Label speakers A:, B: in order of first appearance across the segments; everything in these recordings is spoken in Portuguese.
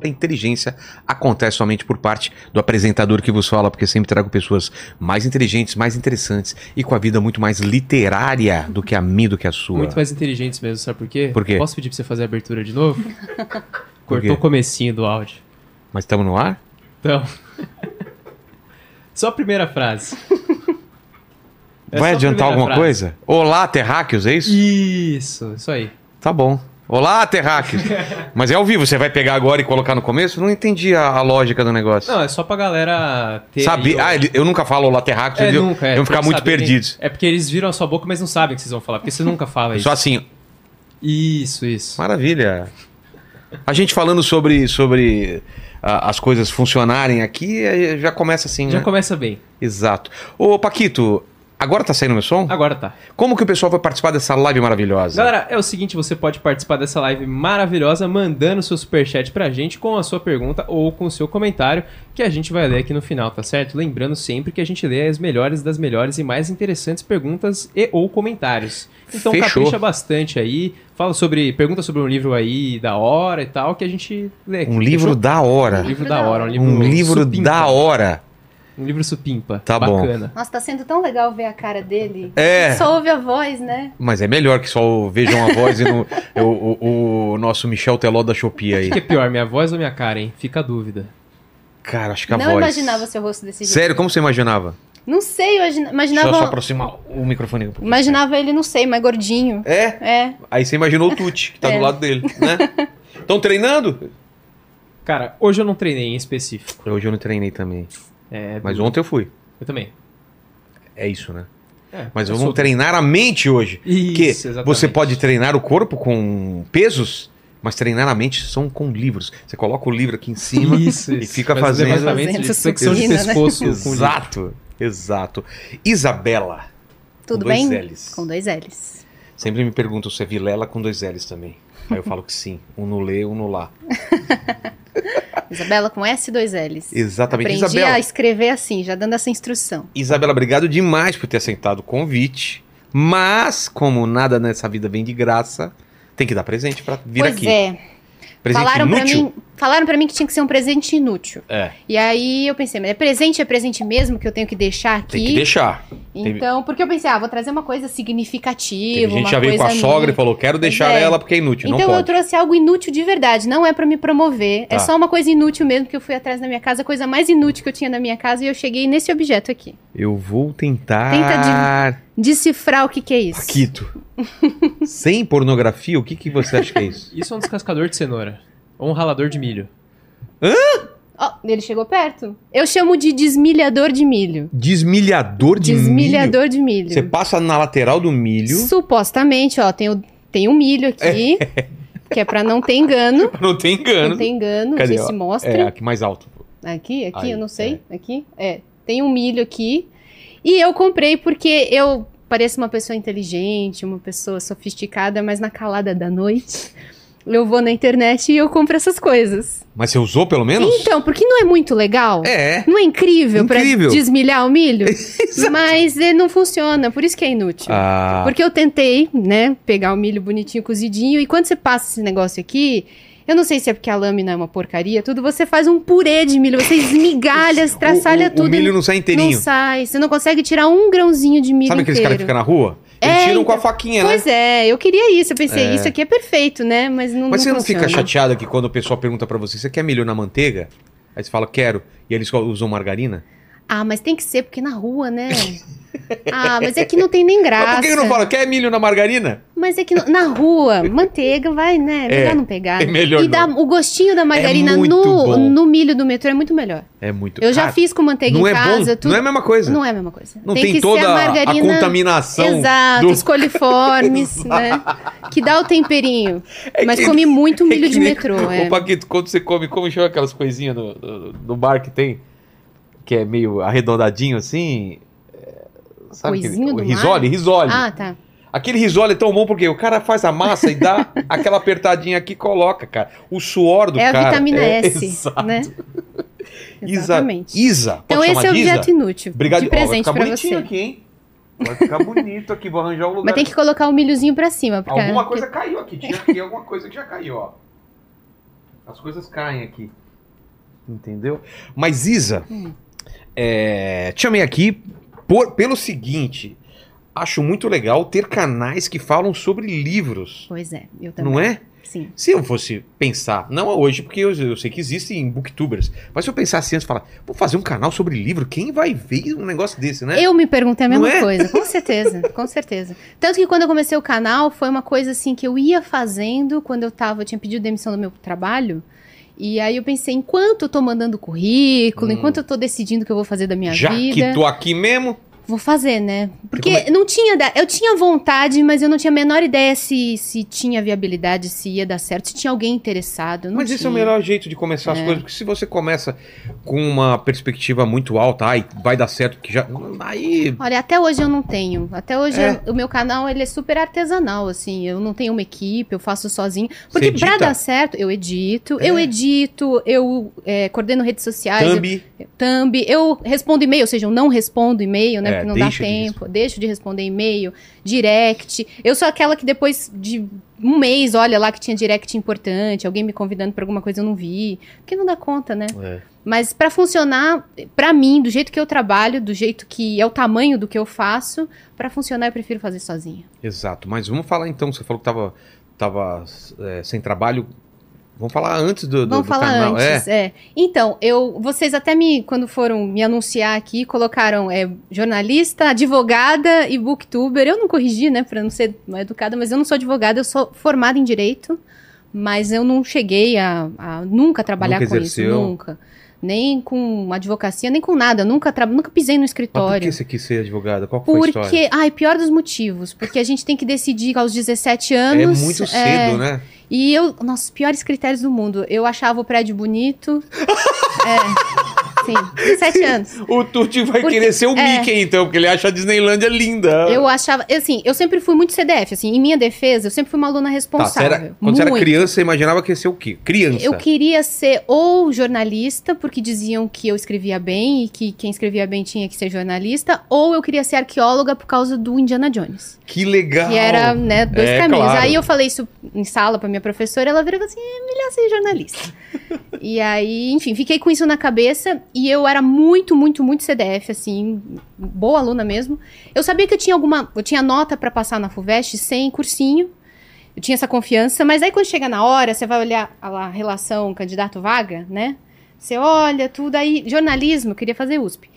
A: da inteligência acontece somente por parte do apresentador que vos fala, porque sempre trago pessoas mais inteligentes, mais interessantes e com a vida muito mais literária do que a minha, do que a sua.
B: Muito mais inteligentes mesmo, sabe por quê?
A: Por quê?
B: Posso pedir pra você fazer a abertura de novo?
A: quê?
B: Cortou o comecinho do áudio.
A: Mas estamos no ar?
B: Então. só a primeira frase. É
A: Vai
B: só a
A: adiantar
B: primeira
A: alguma
B: frase.
A: coisa? Olá, terráqueos, é isso?
B: Isso, isso aí.
A: Tá bom. Olá, terráqueos. Mas é ao vivo, você vai pegar agora e colocar no começo? Não entendi a, a lógica do negócio.
B: Não, é só pra galera ter. aí
A: Sabe?
B: o-
A: Ah, ele- eu nunca falo olá, terráqueos,
B: É,
A: eles iam-
B: nunca, é.
A: iam
B: tem
A: ficar
B: que
A: muito
B: saber,
A: perdidos.
B: né? É porque eles viram a sua boca, mas não sabem o que vocês vão falar, porque você nunca fala É isso.
A: Só assim,
B: Isso, isso.
A: Maravilha. A gente falando sobre, sobre ah, as coisas funcionarem aqui, eh, já começa assim,
B: Já
A: né?
B: começa bem.
A: Exato. Ô, Paquito, agora tá saindo meu som?
B: Agora tá.
A: Como que o pessoal vai participar dessa live maravilhosa?
B: Galera, é o seguinte, você pode participar dessa live maravilhosa mandando seu superchat pra gente com a sua pergunta ou com o seu comentário, que a gente vai ler aqui no final, tá certo? Lembrando sempre que a gente lê as melhores das melhores e mais interessantes perguntas e ou comentários. Então
A: Fechou.
B: capricha bastante aí, fala sobre, pergunta sobre um livro aí da hora e tal, que a gente lê. aqui,
A: um livro
B: fechou?
A: da hora.
B: Um livro da hora, um livro
A: Um livro
B: supimpa.
A: da hora.
B: Um livro supimpa.
A: Tá bom.
B: Bacana.
C: Nossa, tá sendo tão legal ver a cara dele.
A: É.
C: Só ouve a voz, né?
A: Mas é melhor que só vejam a voz e no- o, o- o nosso Michel Teló da Shopee aí.
B: O que é pior, minha voz ou minha cara, hein? Fica a dúvida.
A: Cara, acho que a
C: não
A: voz.
C: imaginava seu rosto desse jeito.
A: Sério, como você imaginava?
C: Não sei, eu imagina-
A: Deixa eu
C: imaginava,
A: só aproximar o microfone. um pouquinho.
C: imaginava ele, não sei, mais gordinho.
A: É?
C: É.
A: Aí você imaginou o Tuti, que tá
C: É.
A: do lado dele, né? Estão treinando?
B: Cara, hoje eu não treinei em específico.
A: Hoje eu não treinei também.
B: É,
A: Mas ontem eu fui.
B: Eu também.
A: É isso, né?
B: É,
A: Mas
B: eu
A: vamos
B: sou-
A: treinar a mente hoje. Porque
B: Isso, exatamente.
A: você pode treinar o corpo com pesos, mas treinar a mente são com livros. Você coloca o livro aqui em cima.
B: Isso,
A: e
B: isso.
A: fica
B: Faz
A: fazendo-
B: levantamento de
C: Fazendo
B: flexão de
C: supino, né?
B: pescoço. com o livro.
A: exato, exato. Isabela,
C: Tudo
A: com dois
C: bem?
A: L's.
C: Com dois L's.
A: Sempre me perguntam se é Vilela com dois L's também. Aí eu falo que sim. Um no Lê, um no Lá.
C: Isabela com S e dois L's.
A: Exatamente.
C: Aprendi
A: Isabela,
C: a escrever assim, já dando essa instrução.
A: Isabela, obrigado demais por ter aceitado o convite. Mas, como nada nessa vida vem de graça, tem que dar presente pra vir
C: pois
A: aqui.
C: é.
A: Presente
C: falaram pra
A: inútil.
C: mim, falaram para mim que tinha que ser um presente inútil.
A: É.
C: E aí eu pensei, mas é presente é presente mesmo que eu tenho que deixar aqui?
A: Tem que deixar.
C: Então, porque eu pensei, ah, vou trazer uma coisa significativa,
A: Teve gente
C: uma
A: que já veio com a
C: coisa
A: sogra e
C: minha.
A: falou: quero deixar
C: é.
A: ela porque é inútil.
C: Então
A: não
C: eu
A: pode.
C: trouxe algo inútil de verdade, não é pra me promover,
A: Tá.
C: é só uma coisa inútil mesmo que eu fui atrás da minha casa, a coisa mais inútil que eu tinha na minha casa e eu cheguei nesse objeto aqui.
A: Eu vou tentar.
C: Tenta Decifrar o que que é isso?
A: Paquito. Sem pornografia, o que, que você acha que é isso?
B: Isso é um descascador de cenoura. Ou um ralador de milho.
C: Ó, ele chegou perto. Eu chamo de desmilhador de milho.
A: Desmilhador de milho.
C: desmilhador de milho.
A: Você passa na lateral do milho.
C: Supostamente, ó, tem o, tem um milho aqui, que é pra não ter engano.
A: Não tem engano.
C: Não tem engano,
A: Cadê,
C: não sei
A: ó?
C: se mostra.
A: É, aqui mais alto.
C: Aqui, aqui,
A: Aí,
C: eu não sei. Aqui? É. Tem um milho aqui. E eu comprei porque eu pareço uma pessoa inteligente, uma pessoa sofisticada, mas na calada da noite. Eu vou na internet e eu compro essas coisas.
A: Mas você usou pelo menos?
C: Então, porque não é muito legal?
A: É.
C: Não é incrível,
A: Incrível.
C: pra desmilhar o milho? mas ele não funciona, por isso que é inútil.
A: Ah,
C: Porque eu tentei, né, pegar o milho bonitinho, cozidinho, e quando você passa esse negócio aqui, eu não sei se é porque a lâmina é uma porcaria, tudo, você faz um purê de milho, você esmigalha, estraçalha
A: o, o,
C: tudo.
A: O milho não sai
C: e
A: inteirinho.
C: Não sai, você não consegue tirar um grãozinho de milho
A: Sabe aqueles
C: inteiro.
A: caras que ficam na rua? Eles
C: É,
A: tiram com a
C: então.
A: faquinha, né?
C: Pois é, eu queria isso, eu pensei, isso aqui é perfeito, né, mas não
A: Mas você não
C: funciona.
A: fica chateada que quando o pessoal pergunta pra você, você quer milho na manteiga? Aí você fala, quero. E eles usam margarina?
C: Ah, mas tem que ser, porque na rua, né? ah, mas é que não tem nem graça.
A: Mas por que que não fala, quer milho na margarina?
C: Mas é que no- na rua, manteiga vai, né? Melhor
A: É,
C: não pegar.
A: é
C: né?
A: melhor É
C: E dá, o gostinho da margarina
A: muito bom.
C: no, no milho do metrô é muito melhor.
A: É muito.
C: Eu já
A: Cara,
C: fiz com manteiga
A: não
C: em
A: é
C: casa.
A: bom, não é a mesma coisa. Não,
C: não é a mesma coisa.
A: tem,
C: que
A: toda
C: ser a
A: a,
C: margarina.
A: contaminação.
C: Exato,
A: do-
C: os coliformes, né? Que dá o temperinho. Mas
A: É que-
C: comi muito milho
A: É que
C: de
A: nem-
C: metrô.
A: Ô,
C: É.
A: Paquito, quando você come, como chama aquelas coisinhas no, no- no bar que tem? Que é meio arredondadinho assim? É, Sabe
C: Coisinho
A: aquele-
C: do
A: o risole, risole.
C: Ah, tá.
A: Aquele risole é tão bom porque o cara faz a massa e dá aquela apertadinha aqui e coloca, cara. O suor do
C: é a
A: cara.
C: vitamina S,
A: Exato.
C: né? Exatamente.
A: Isa. Pode
C: Então esse é
A: chamar
C: o
A: de
C: objeto
A: Isa?
C: inútil.
A: Obrigado.
C: De
A: Ó, vai
C: presente
A: ficar
C: pra
A: bonitinho
C: você.
A: aqui, hein? Vai ficar bonito aqui, vou arranjar um lugar.
C: Mas tem que colocar o milhozinho pra cima. Porque
A: Alguma coisa caiu aqui, tinha aqui alguma coisa que já caiu, ó. As coisas caem aqui. Entendeu? Mas, Isa,
C: Hum.
A: é, te chamei aqui por- pelo seguinte. Acho muito legal ter canais que falam sobre livros.
C: Pois é, eu também.
A: Não é?
C: Sim.
A: Se eu fosse pensar, não hoje, porque eu, eu sei que existem booktubers, mas se eu pensasse antes, falar, vou fazer um canal sobre livro, quem vai ver um negócio desse, né?
C: Eu me perguntei a
A: Não
C: mesma
A: é?
C: coisa, com certeza, com certeza. Tanto que quando eu comecei o canal, foi uma coisa assim que eu ia fazendo quando eu tava, eu tinha pedido demissão do meu trabalho. E aí eu pensei, enquanto eu tô mandando currículo,
A: Hum.
C: enquanto eu tô decidindo o que eu vou fazer da minha
A: Já
C: vida,
A: que tô aqui mesmo,
C: vou fazer, né?
A: como é?
C: Porque não tinha, da- eu tinha vontade, mas eu não tinha a menor ideia se, se tinha viabilidade, se ia dar certo, se tinha alguém interessado. Não
A: mas esse é o
C: tinha.
A: melhor jeito de começar as
C: É.
A: coisas, porque se você começa com uma perspectiva muito alta, ai, vai dar certo, que já. Aí.
C: Olha, até hoje eu não tenho. Até hoje
A: É.
C: eu- o meu canal ele é super artesanal, assim. Eu não tenho uma equipe, eu faço sozinho. Porque
A: edita?
C: pra dar certo, eu edito, eu
A: É.
C: edito, eu é, coordeno redes sociais, eu
A: Thumb,
C: thumb, eu respondo e-mail, ou seja, eu não respondo e-mail, né?
A: É,
C: porque não dá
A: deixa de
C: tempo, deixo de responder e-mail, direct. Eu sou aquela que depois de um mês, olha lá que tinha direct importante, alguém me convidando pra alguma coisa eu não vi. Porque não dá conta, né?
A: É.
C: Mas pra funcionar, pra mim, do jeito que eu trabalho, do jeito que é o tamanho do que eu faço, pra funcionar eu prefiro fazer sozinha.
A: Exato, mas vamos falar então, você falou que tava, tava é, sem trabalho. Vamos falar antes do, do,
C: Vamos
A: do
C: falar
A: canal.
C: antes,
A: É.
C: é. Então, eu, vocês até me, quando foram me anunciar aqui, colocaram é, jornalista, advogada e booktuber. Eu não corrigi, né, pra não ser mal educada, mas eu não sou advogada, eu sou formada em direito, mas eu não cheguei a, a nunca trabalhar
A: Nunca
C: com
A: exerceu.
C: isso, nunca. Nem com advocacia, nem com nada. Nunca, tra- nunca pisei no
A: Mas por
C: escritório.
A: que você quis ser advogada? Qual que foi a história?
C: é Porque, ai, pior dos motivos, porque a gente tem que decidir aos 17 anos.
A: é muito cedo,
C: é,
A: né?
C: E eu, nossa, os piores critérios do mundo. Eu achava o prédio bonito. é. Sim, 17 anos.
A: O Tuti vai
C: Porque-
A: querer ser o
C: é.
A: Mickey, então, porque ele acha a Disneylândia linda.
C: Eu achava, assim, eu sempre fui muito CDF, assim, em minha defesa, eu sempre fui uma aluna
A: Tá, você
C: responsável.
A: era- quando você era
C: muito.
A: criança, você imaginava que ia ser o quê? Criança.
C: Eu queria ser ou jornalista, porque diziam que eu escrevia bem e que quem escrevia bem tinha que ser jornalista, ou eu queria ser arqueóloga por causa do Indiana Jones.
A: Que legal.
C: Que era, né, dois
A: É,
C: caminhos.
A: claro.
C: Aí eu falei isso em sala pra minha professora, ela virou e falou assim, é melhor ser jornalista. e aí, enfim, fiquei com isso na cabeça e eu era muito, muito, muito CDF, assim, boa aluna mesmo. Eu sabia que eu tinha alguma, eu tinha nota pra passar na FUVEST sem cursinho, eu tinha essa confiança, mas aí quando chega na hora, você vai olhar a lá, relação candidato-vaga, né? Você olha tudo aí. Jornalismo, eu queria fazer USP.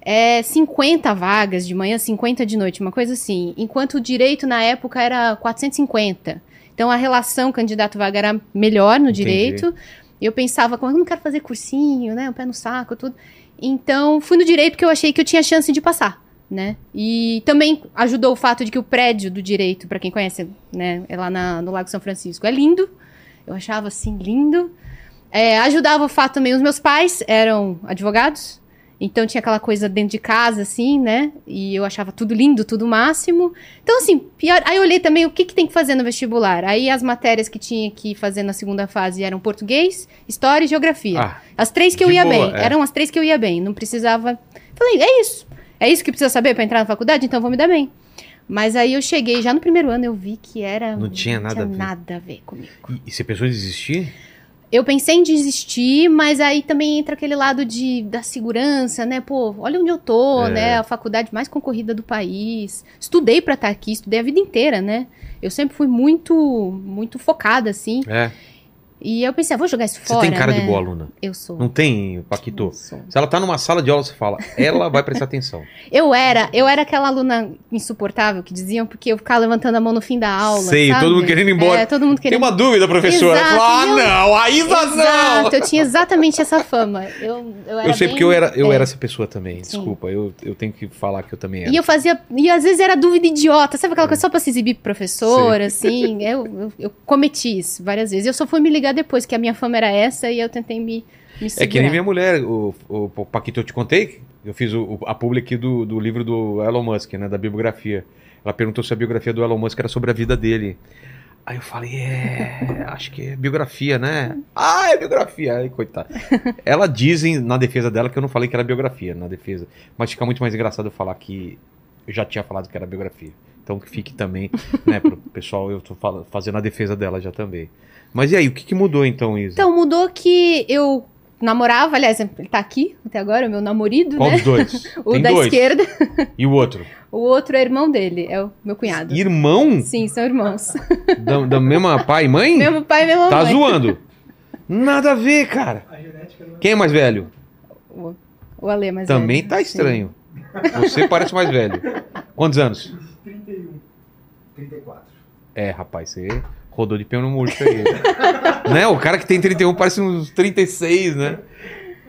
C: É 50 vagas de manhã, 50 de noite, uma coisa assim. Enquanto o direito na época era 450. Então a relação candidato-vaga era melhor no
A: Entendi.
C: direito. Eu pensava, como eu não quero fazer cursinho, né? O pé no saco, tudo. Então fui no direito porque eu achei que eu tinha chance de passar né? E também ajudou o fato de que o prédio do direito, pra quem conhece, né, é lá na- no Lago São Francisco, é lindo. Eu achava assim lindo. É, ajudava o fato também, os meus pais eram advogados, então tinha aquela coisa dentro de casa, assim, né? E eu achava tudo lindo, tudo máximo. Então, assim, pior. Aí eu olhei também o que, que tem que fazer no vestibular. Aí as matérias que tinha que fazer na segunda fase eram português, história e geografia.
A: Ah,
C: As três que eu
A: De
C: ia
A: boa,
C: bem.
A: é.
C: Eram as três que eu ia bem. Não precisava. Falei, é isso. É isso que precisa saber pra entrar na faculdade? Então vou me dar bem. Mas aí eu cheguei, já no primeiro ano eu vi que era.
A: Não tinha nada a ver.
C: nada a ver comigo.
A: e, e você pensou em desistir?
C: Eu pensei em desistir, mas aí também entra aquele lado de, da segurança, né? Pô, olha onde eu tô,
A: É.
C: né? A faculdade mais concorrida do país. Estudei pra estar aqui, estudei a vida inteira, né? Eu sempre fui muito, muito focada, assim.
A: É.
C: E eu pensei, ah, vou jogar isso
A: Você
C: fora.
A: tem cara
C: né?
A: de boa aluna.
C: Eu sou.
A: Não tem, Paquito?
C: Eu sou.
A: Se ela tá numa sala de aula, você fala, ela vai prestar atenção.
C: Eu era, eu era aquela aluna insuportável que diziam porque eu ficava levantando a mão no fim da aula.
A: Sei,
C: sabe?
A: todo mundo querendo ir embora.
C: É, todo mundo
A: Tem
C: querendo
A: uma dúvida, professora?
C: Exato,
A: Fala, ah,
C: eu-
A: não, a Isa não!
C: Exato, eu tinha exatamente essa fama. Eu, eu, era
A: Eu sei
C: bem-
A: porque eu era, eu
C: é.
A: era essa pessoa também.
C: Sim.
A: Desculpa, eu, eu tenho que falar que eu também era.
C: E eu fazia. E às vezes era dúvida idiota, sabe aquela coisa só pra se exibir pro professor, assim? Eu, eu, eu cometi isso várias vezes. Eu só fui me ligar depois que a minha fama era essa e eu tentei me. me
A: É que nem
C: segurar.
A: minha mulher, o, o Paquito, eu te contei? Eu fiz o- o- a public do, do livro do Elon Musk, né? Da biografia. Ela perguntou se a biografia do Elon Musk era sobre a vida dele. Aí eu falei, é, acho que é biografia, né? Ah, é biografia. Aí, coitada. Ela dizem, na defesa dela, que eu não falei que era biografia, na defesa. Mas fica muito mais engraçado eu falar que eu já tinha falado que era biografia. Então que fique também, né, pro pessoal, eu tô fala- fazendo a defesa dela já também. Mas e aí, o que, que mudou então, Isa?
C: Então, mudou que eu namorava, aliás, ele tá aqui até agora, o meu namorido,
A: Qual
C: né?
A: dos dois?
C: O
A: Tem
C: da
A: dois.
C: esquerda,
A: E o outro?
C: o outro é irmão dele, é o meu cunhado.
A: Irmão?
C: Sim, são irmãos.
A: da, da mesma pai e mãe?
C: mesmo pai e mesma
A: Tá
C: mãe.
A: zoando. Nada a ver, cara. Quem é mais velho?
C: O, o Ale, mas é,
A: Também tá estranho. Você parece mais velho. Quantos anos?
D: 31. 34.
A: É, rapaz, você rodou de pé no murcho aí. né? O cara que tem 31 parece uns 36, né?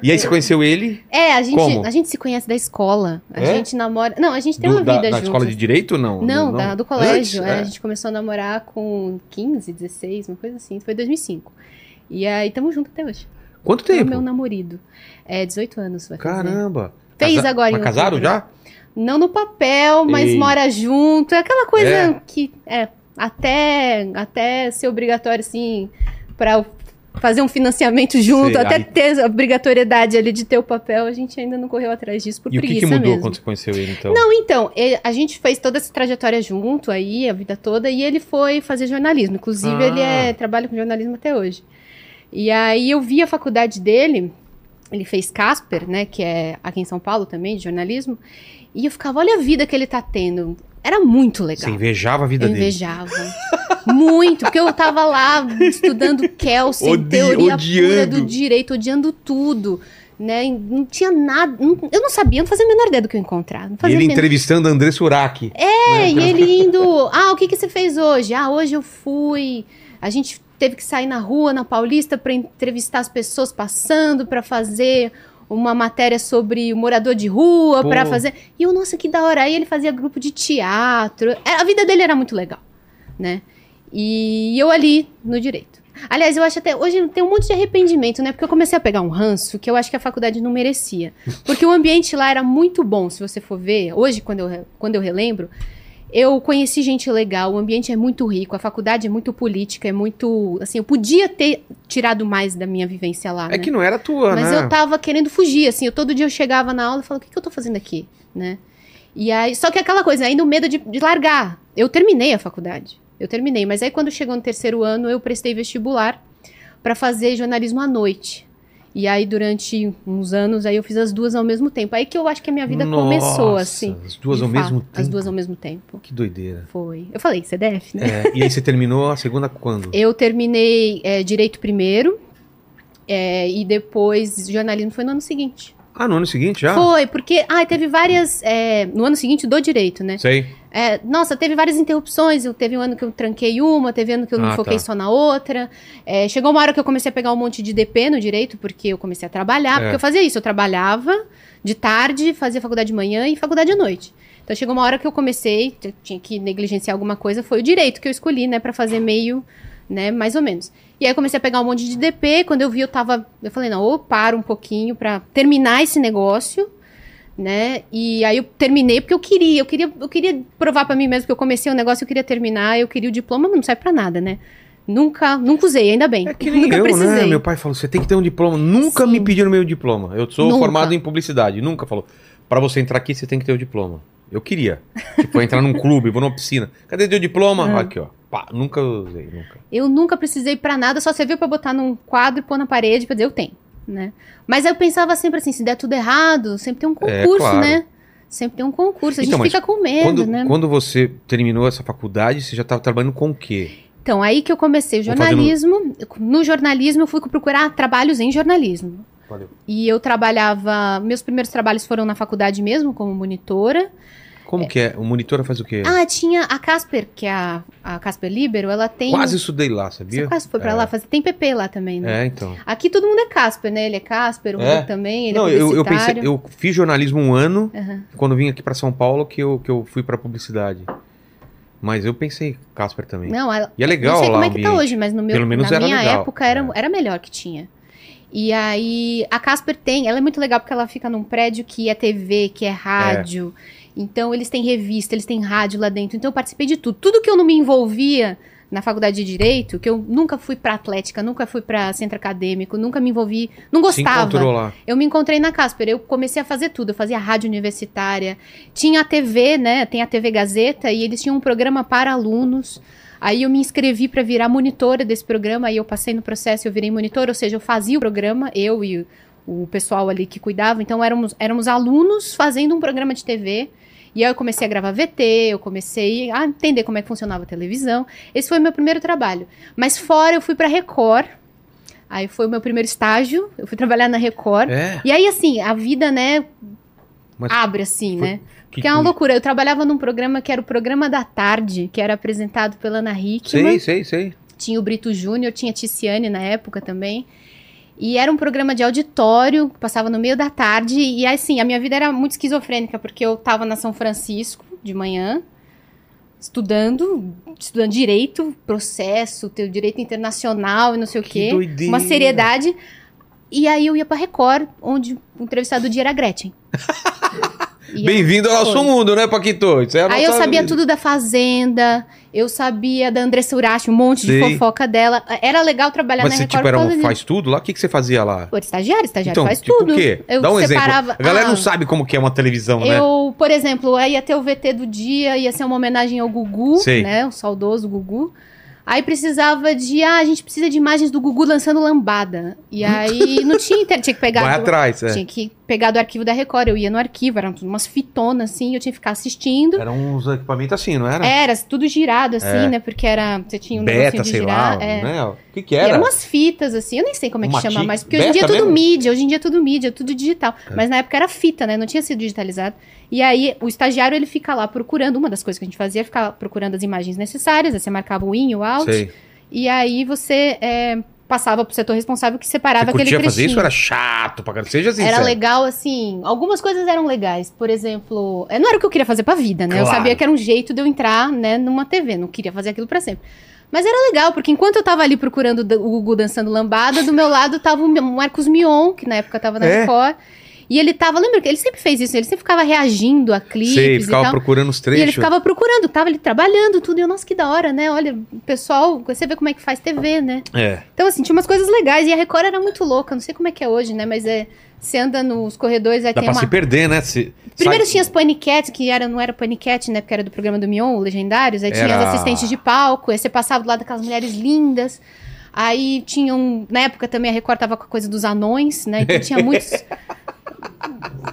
A: E aí você conheceu ele
C: É, a gente,
A: Como?
C: a gente se conhece da escola. A
A: É?
C: gente namora. Não, a gente tem
A: do-
C: uma
A: da,
C: vida
A: da
C: juntos.
A: escola de direito ou não?
C: Não, da- do colégio.
A: Antes?
C: é,
A: É.
C: A gente começou a namorar com 15, 16, uma coisa assim. Foi 2005. E aí, tamo junto até hoje.
A: Quanto
C: É o
A: tempo?
C: meu namorido. É, 18 anos, vai fazer.
A: Caramba.
C: Fez
A: Casa-
C: agora em
A: Mas casaram
C: outubro. né?
A: já?
C: Não no papel, mas
A: Ei.
C: mora junto. É aquela coisa
A: É.
C: que é até, até ser obrigatório, assim, pra fazer um financiamento junto,
A: Sei,
C: até
A: aí-
C: ter a obrigatoriedade ali de ter o papel, a gente ainda não correu atrás disso por
A: E o que,
C: preguiça
A: que mudou
C: mesmo.
A: quando você conheceu ele, então?
C: Não, então, e- a gente fez toda essa trajetória junto aí, a vida toda, e ele foi fazer jornalismo. Inclusive,
A: Ah.
C: ele é, trabalha com jornalismo até hoje. E aí eu vi a faculdade dele, ele fez Casper, né, que é aqui em São Paulo também, de jornalismo, e eu ficava, olha a vida que ele tá tendo. Era muito legal.
A: Você invejava a vida
C: então, eu
A: dele.
C: invejava. Muito, porque eu tava lá estudando Kelsen,
A: Odi-
C: teoria pura
A: odiando.
C: do direito, odiando tudo. Né? E Não tinha nada. não- eu não sabia, eu não fazia a menor ideia do que eu ia encontrar. Não
A: E
C: fazia a
A: ele
C: menor
A: entrevistando André Suraki.
B: um Né?
C: é,
B: Então,
C: e ele indo. Ah, o que, que você fez hoje? Ah, hoje eu fui. A gente teve que sair na rua, na Paulista, para entrevistar as pessoas passando, para fazer uma matéria sobre o morador de rua,
A: Pô.
C: para fazer. E eu, nossa, que da hora. Aí ele fazia grupo de teatro. É, A vida dele era muito legal, né? E eu ali no direito. Aliás, eu acho até. Hoje eu tenho um monte de arrependimento, né? Porque eu comecei a pegar um ranço que eu acho que a faculdade não merecia. Porque o ambiente lá era muito bom, se você for ver. Hoje, quando eu, re- quando eu relembro, eu conheci gente legal, o ambiente é muito rico, a faculdade é muito política, é muito. Assim, eu podia ter tirado mais da minha vivência lá.
A: É
C: né?
A: que não era tua,
C: Mas
A: né?
C: eu tava querendo fugir, assim. Eu, todo dia eu chegava na aula e falava, o que, que eu tô fazendo aqui, né? E aí, só que aquela coisa, ainda o medo de, de largar. Eu terminei a faculdade. Eu terminei. Mas aí, quando chegou no terceiro ano, eu prestei vestibular pra fazer jornalismo à noite. E aí, durante uns anos, aí eu fiz as duas ao mesmo tempo. Aí que eu acho que a minha vida começou,
A: Nossa,
C: assim.
A: As duas
C: de
A: ao mesmo
C: fato.
A: tempo.
C: As duas ao mesmo tempo.
A: Que doideira.
C: Foi. Eu falei, CDF, né?
A: É, e aí você terminou a segunda quando?
C: Eu terminei é, direito primeiro. é, e depois, jornalismo foi no ano seguinte.
A: Ah, no ano seguinte já?
C: Foi, porque. Ah, teve várias. é, no ano seguinte do direito, né?
A: Sei.
C: É, nossa, teve várias interrupções. Eu, teve um ano que eu tranquei uma, teve ano que eu me
A: Ah,
C: foquei
A: tá.
C: só na outra. É, chegou uma hora que eu comecei a pegar um monte de DP no direito, porque eu comecei a trabalhar.
A: É.
C: Porque eu fazia isso, eu trabalhava de tarde, fazia faculdade de manhã e faculdade à noite. Então chegou uma hora que eu comecei, t- eu tinha que negligenciar alguma coisa, foi o direito que eu escolhi, né, Pra fazer meio, né, mais ou menos. E aí eu comecei a pegar um monte de DP, quando eu vi eu tava, eu falei, não, ou eu paro um pouquinho pra terminar esse negócio, né? E aí eu terminei porque eu queria, eu queria, eu queria provar pra mim mesmo que eu comecei o negócio, eu queria terminar, eu queria o diploma, mas não serve pra nada, né? Nunca, nunca usei, ainda bem.
A: É que nem
C: nunca
A: eu,
C: precisei.
A: né? Meu pai falou, você tem que ter um diploma. Nunca
C: Sim.
A: me pediram meu diploma. Eu sou
C: Nunca.
A: formado em publicidade. Nunca falou, pra você entrar aqui, você tem que ter o diploma. Eu queria. tipo, entrar num clube, vou numa piscina. Cadê teu diploma?
C: Hum.
A: Aqui, ó. Pá, nunca usei, nunca.
C: Eu nunca precisei pra nada, só serviu pra botar num quadro e pôr na parede pra dizer eu tenho, né? Mas eu pensava sempre assim, se der tudo errado, sempre tem um
A: É,
C: concurso,
A: claro.
C: né? Sempre tem um concurso, a gente
A: Então, mas
C: fica com medo,
A: quando,
C: né?
A: quando você terminou essa faculdade, você já tava trabalhando com o quê?
C: Então, aí que eu comecei o
A: Vou fazer no-
C: jornalismo. No jornalismo, eu fui procurar trabalhos em jornalismo.
A: Valeu.
C: E eu trabalhava. Meus primeiros trabalhos foram na faculdade mesmo, como monitora.
A: Como que é? O monitora faz o quê?
C: Ah, tinha a Casper, que é a, a Casper Libero, ela tem.
A: Quase estudei lá,
C: Você
A: sabia?
C: quase foi pra lá fazer. Tem PP lá também, né?
A: É, então.
C: Aqui todo mundo é Casper, né? Ele é Casper, o
A: É.
C: Rodrigo também, ele
A: Não,
C: é
A: eu, eu
C: publicitário.
A: pensei, eu fiz jornalismo um ano,
C: Aham.
A: quando vim aqui pra São Paulo, que eu, que eu fui pra publicidade. Mas eu pensei Casper também.
C: Não, a-
A: E é legal
C: não sei
A: lá
C: como é
A: o
C: que tá
A: ambiente.
C: hoje, mas no meu,
A: Pelo menos
C: na
A: era
C: minha
A: legal. É.
C: época era, era a melhor que tinha. E aí, a Casper tem, ela é muito legal porque ela fica num prédio que é TV, que é rádio. Então, eles têm revista, eles têm rádio lá dentro. Então, eu participei de tudo. Tudo que eu não me envolvia na faculdade de direito que eu nunca fui pra atlética, nunca fui pra centro acadêmico, nunca me envolvi, não
A: Se
C: gostava.
A: encontrou lá.
C: Eu me encontrei na Casper, eu comecei a fazer tudo, eu fazia rádio universitária, tinha a TV, né? Tem a TV Gazeta e eles tinham um programa para alunos. Aí eu me inscrevi para virar monitora desse programa, aí eu passei no processo e eu virei monitora, ou seja, eu fazia o programa, eu e o pessoal ali que cuidava, então éramos, éramos alunos fazendo um programa de TV. E aí eu comecei a gravar VT, eu comecei a entender como é que funcionava a televisão. Esse foi meu primeiro trabalho. Mas fora eu fui para Record. Aí foi o meu primeiro estágio, eu fui trabalhar na Record.
A: É.
C: E aí, assim, a vida, né,
A: Mas
C: abre assim,
A: foi-
C: né?
A: Que,
C: Porque é uma loucura. Eu trabalhava num programa que era o Programa da Tarde, que era apresentado pela Ana Hickman.
A: Sei, sei, sei.
C: Tinha o Brito Júnior, tinha a Ticiane na época também. E era um programa de auditório, que passava no meio da tarde. E assim, a minha vida era muito esquizofrênica, porque eu tava na São Francisco de manhã, estudando, estudando direito, processo, teu direito internacional e não sei o quê.
A: doideira.
C: Uma seriedade. E aí eu ia pra Record, onde o entrevistado do dia era a Gretchen. E
A: Bem-vindo ao nosso
C: Foi.
A: mundo, né, Paquito? Isso é a
C: Aí eu
A: nossa
C: sabia
A: vida.
C: tudo da Fazenda, eu sabia da Andressa Urashi, um monte
A: Sei.
C: de fofoca dela. Era legal trabalhar
A: Mas
C: na
A: você,
C: Record
A: tipo, era
C: né? por causa
A: um
C: disso.
A: faz tudo lá? O que, que você fazia lá?
C: Pô, estagiário, estagiário faz
A: tipo
C: tudo.
A: o quê?
C: Eu
A: Dá um
C: separava.
A: exemplo. A galera
C: Ah,
A: não sabe como que é uma televisão, né?
C: Eu, por exemplo, aí ia ter o VT do dia, ia ser uma homenagem ao Gugu,
A: Sei.
C: né? O saudoso Gugu. Aí precisava de. Ah, a gente precisa de imagens do Gugu lançando lambada. E aí não tinha internet, tinha que pegar.
A: Vai
C: do-
A: atrás, é.
C: Tinha que pegar do arquivo da Record. Eu ia no arquivo, eram tudo umas fitonas assim, eu tinha que ficar assistindo.
A: Eram uns equipamentos assim, não era?
C: Era tudo girado assim, né? Porque era. Você É, tinha um
A: É. Beta,
C: negocinho de
A: sei
C: girar.
A: lá,
C: é.
A: né? O que que
C: E
A: era?
C: eram umas fitas, assim, eu nem sei como é que
A: Uma
C: chama
A: ti-
C: mais, porque hoje em
A: beta
C: dia é tudo
A: mesmo?
C: mídia, hoje em dia é tudo mídia, é tudo digital. Mas na época era fita, né? Não tinha sido digitalizado. E aí o estagiário ele fica lá procurando, uma das coisas que a gente fazia é ficar procurando as imagens necessárias, aí você marcava o in, o out,
A: Sei.
C: e aí você é, passava pro setor responsável que
A: Você
C: separava aquele
A: curtia fazer
C: trechinho.
A: isso? Era chato pra caralho. Seja sincero.
C: Era legal, assim. Algumas coisas eram legais. Por exemplo, é, não era o que eu queria fazer pra vida, né? Eu
A: Claro.
C: sabia que era um jeito de eu entrar, né, numa TV. Não queria fazer aquilo pra sempre. Mas era legal, porque enquanto eu tava ali procurando da- o Gugu dançando lambada, do meu lado tava o meu- Marcos Mion, que na época tava na
A: É.
C: Record. E ele tava, lembra que ele sempre fez isso, né? ele sempre ficava reagindo a clipes
A: Sei,
C: e
A: ficava
C: tal.
A: procurando os
C: E ele
A: trechos.
C: ficava procurando, tava ali trabalhando tudo. E eu, nossa, que da hora, né? Olha, o pessoal, você vê como é que faz TV, né?
A: É.
C: Então, assim, tinha umas coisas legais. E a Record era muito louca. Não sei como é que é hoje, né? Mas é. Você anda nos corredores, aí
A: Dá
C: tem
A: pra
C: uma.
A: se perder, né? Se...
C: Primeiro
A: sai-
C: tinha as paniquetes, que era, não era paniquete, né? Porque era do programa do Mion, o Legendários. Aí tinha
A: Era-
C: as assistentes de palco. Aí você passava do lado daquelas mulheres lindas. Aí tinha um. Na época também a Record tava com a coisa dos anões, né? Então tinha muitos.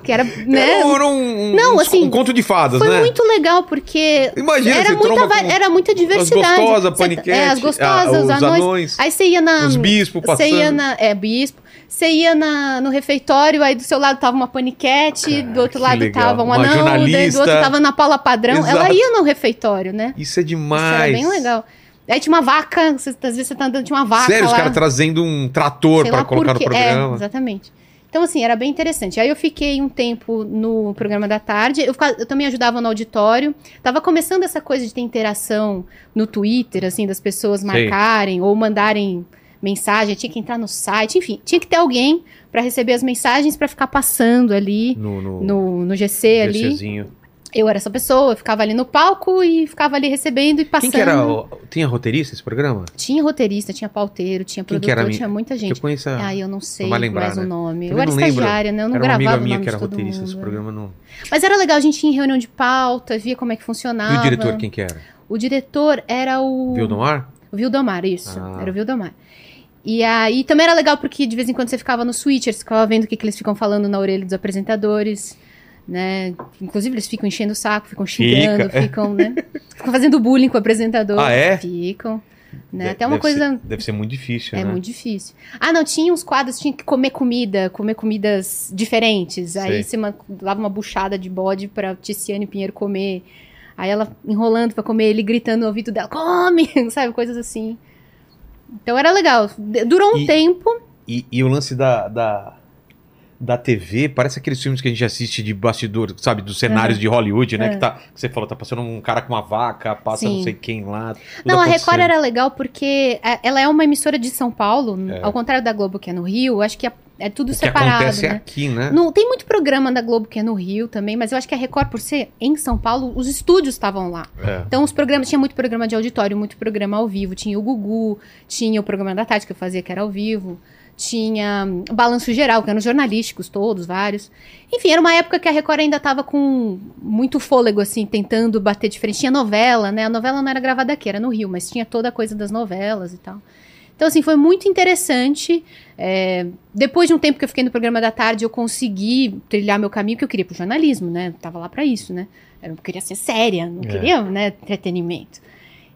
C: que era. Né?
A: Era um, era um-
C: Não,
A: um-
C: assim,
A: um conto de fadas,
C: Foi
A: né?
C: muito legal, porque.
A: Imagina,
C: era,
A: você
C: muita,
A: tromba
C: va-
A: com
C: era muita diversidade.
A: As gostosas,
C: Você-
A: paniquete,
C: É, as gostosas,
A: ah,
C: os anões. Aí você ia na.
A: os bispos
C: Você
A: passando.
C: ia na. É, bispo. Você ia na, no refeitório, aí do seu lado tava uma paniquete,
A: Caraca,
C: do outro
A: que
C: lado
A: legal.
C: tava um
A: Uma
C: anão, daí do
A: jornalista.
C: outro tava na Paula Padrão. Ela
A: Exato.
C: ia no refeitório, né?
A: Isso é
C: Isso
A: demais.
C: era bem legal. Aí tinha uma vaca, você- às vezes você tá andando, tinha uma vaca.
A: Sério,
C: lá,
A: os caras trazendo um trator
C: sei
A: pra
C: lá
A: colocar
C: por
A: no
C: quê. É,
A: programa.
C: exatamente. Então, assim, era bem interessante. Aí eu fiquei um tempo no programa da tarde. Eu, ficava- eu também ajudava no auditório. Tava começando essa coisa de ter interação no Twitter, assim, das pessoas marcarem ou mandarem mensagem. Tinha que entrar no site. Enfim, tinha que ter alguém para receber as mensagens para ficar passando ali
A: no, no,
C: no, no GC ali.
A: GCzinho.
C: Eu era essa pessoa. Eu ficava ali no palco e ficava ali recebendo e
A: Quem
C: passando.
A: que era? o- Tinha roteirista esse programa?
C: Tinha roteirista, tinha pauteiro, tinha
A: Quem que era
C: produtor,
A: a minha-
C: tinha muita
A: Que
C: gente.
A: eu conheço. a-
C: Ah, eu não sei
A: É. vai lembrar,
C: mais
A: né?
C: o
A: Também
C: nome. eu era
A: não lembro.
C: estagiária, né? Eu não
A: era uma
C: gravava
A: amiga
C: o
A: minha
C: nome
A: que era
C: de todo
A: roteirista desse
C: mundo.
A: programa. Não...
C: Mas era legal, a gente ia em reunião de pauta, via como é que funcionava.
A: E o diretor, quem que era?
C: O diretor era o...
A: Vildomar?
C: O Vildomar, isso.
A: Ah.
C: Era o Vildomar. E aí também era legal porque de vez em quando você ficava no switcher, você ficava vendo o que, que eles ficam falando na orelha dos apresentadores, né? Inclusive eles ficam enchendo o saco, ficam xingando,
A: Fica.
C: ficam, né? Ficam fazendo bullying com o apresentador.
A: Ah, é?
C: Ficam. Né?
A: De-
C: Até uma
A: deve
C: coisa...
A: ser- deve ser muito difícil,
C: É
A: né?
C: muito difícil. Ah, não, tinha uns quadros, tinha que comer comida, comer comidas diferentes.
A: Sei.
C: Aí você ma- dava uma buchada de bode pra Ticiane Pinheiro comer. Aí ela enrolando pra comer, ele gritando no ouvido dela, come! Sabe, coisas assim. Então era legal. D- Durou um
A: E-
C: tempo.
A: E, e o lance da, da, da TV, parece aqueles filmes que a gente assiste de bastidor, sabe? Dos cenários de Hollywood, né?
C: É.
A: Que, tá, que você falou, tá passando um cara com uma vaca, passa não
C: Sim.
A: sei quem lá. tudo
C: não, a
A: acontecendo.
C: Record era legal porque é, ela é uma emissora de São Paulo,
A: É.
C: ao contrário da Globo, que é no Rio. Acho que a- é tudo
A: O que
C: separado,
A: acontece
C: né?
A: aqui, né?
C: Não, tem muito programa da Globo que é no Rio também, mas eu acho que a Record, por ser em São Paulo, os estúdios estavam lá.
A: É.
C: Então os programas, tinha muito programa de auditório, muito programa ao vivo. Tinha o Gugu, tinha o programa da Tati que eu fazia, que era ao vivo. Tinha hum, o Balanço Geral, que eram os jornalísticos todos, vários. Enfim, era uma época que a Record ainda estava com muito fôlego, assim, tentando bater de frente. Tinha novela, né? A novela não era gravada aqui, era no Rio, mas tinha toda a coisa das novelas e tal. Então, assim, foi muito interessante. É, depois de um tempo que eu fiquei no programa da tarde, eu consegui trilhar meu caminho, que eu queria pro jornalismo, né? Eu tava lá pra isso, né? Eu não queria ser séria, não
A: É.
C: queria, né, entretenimento.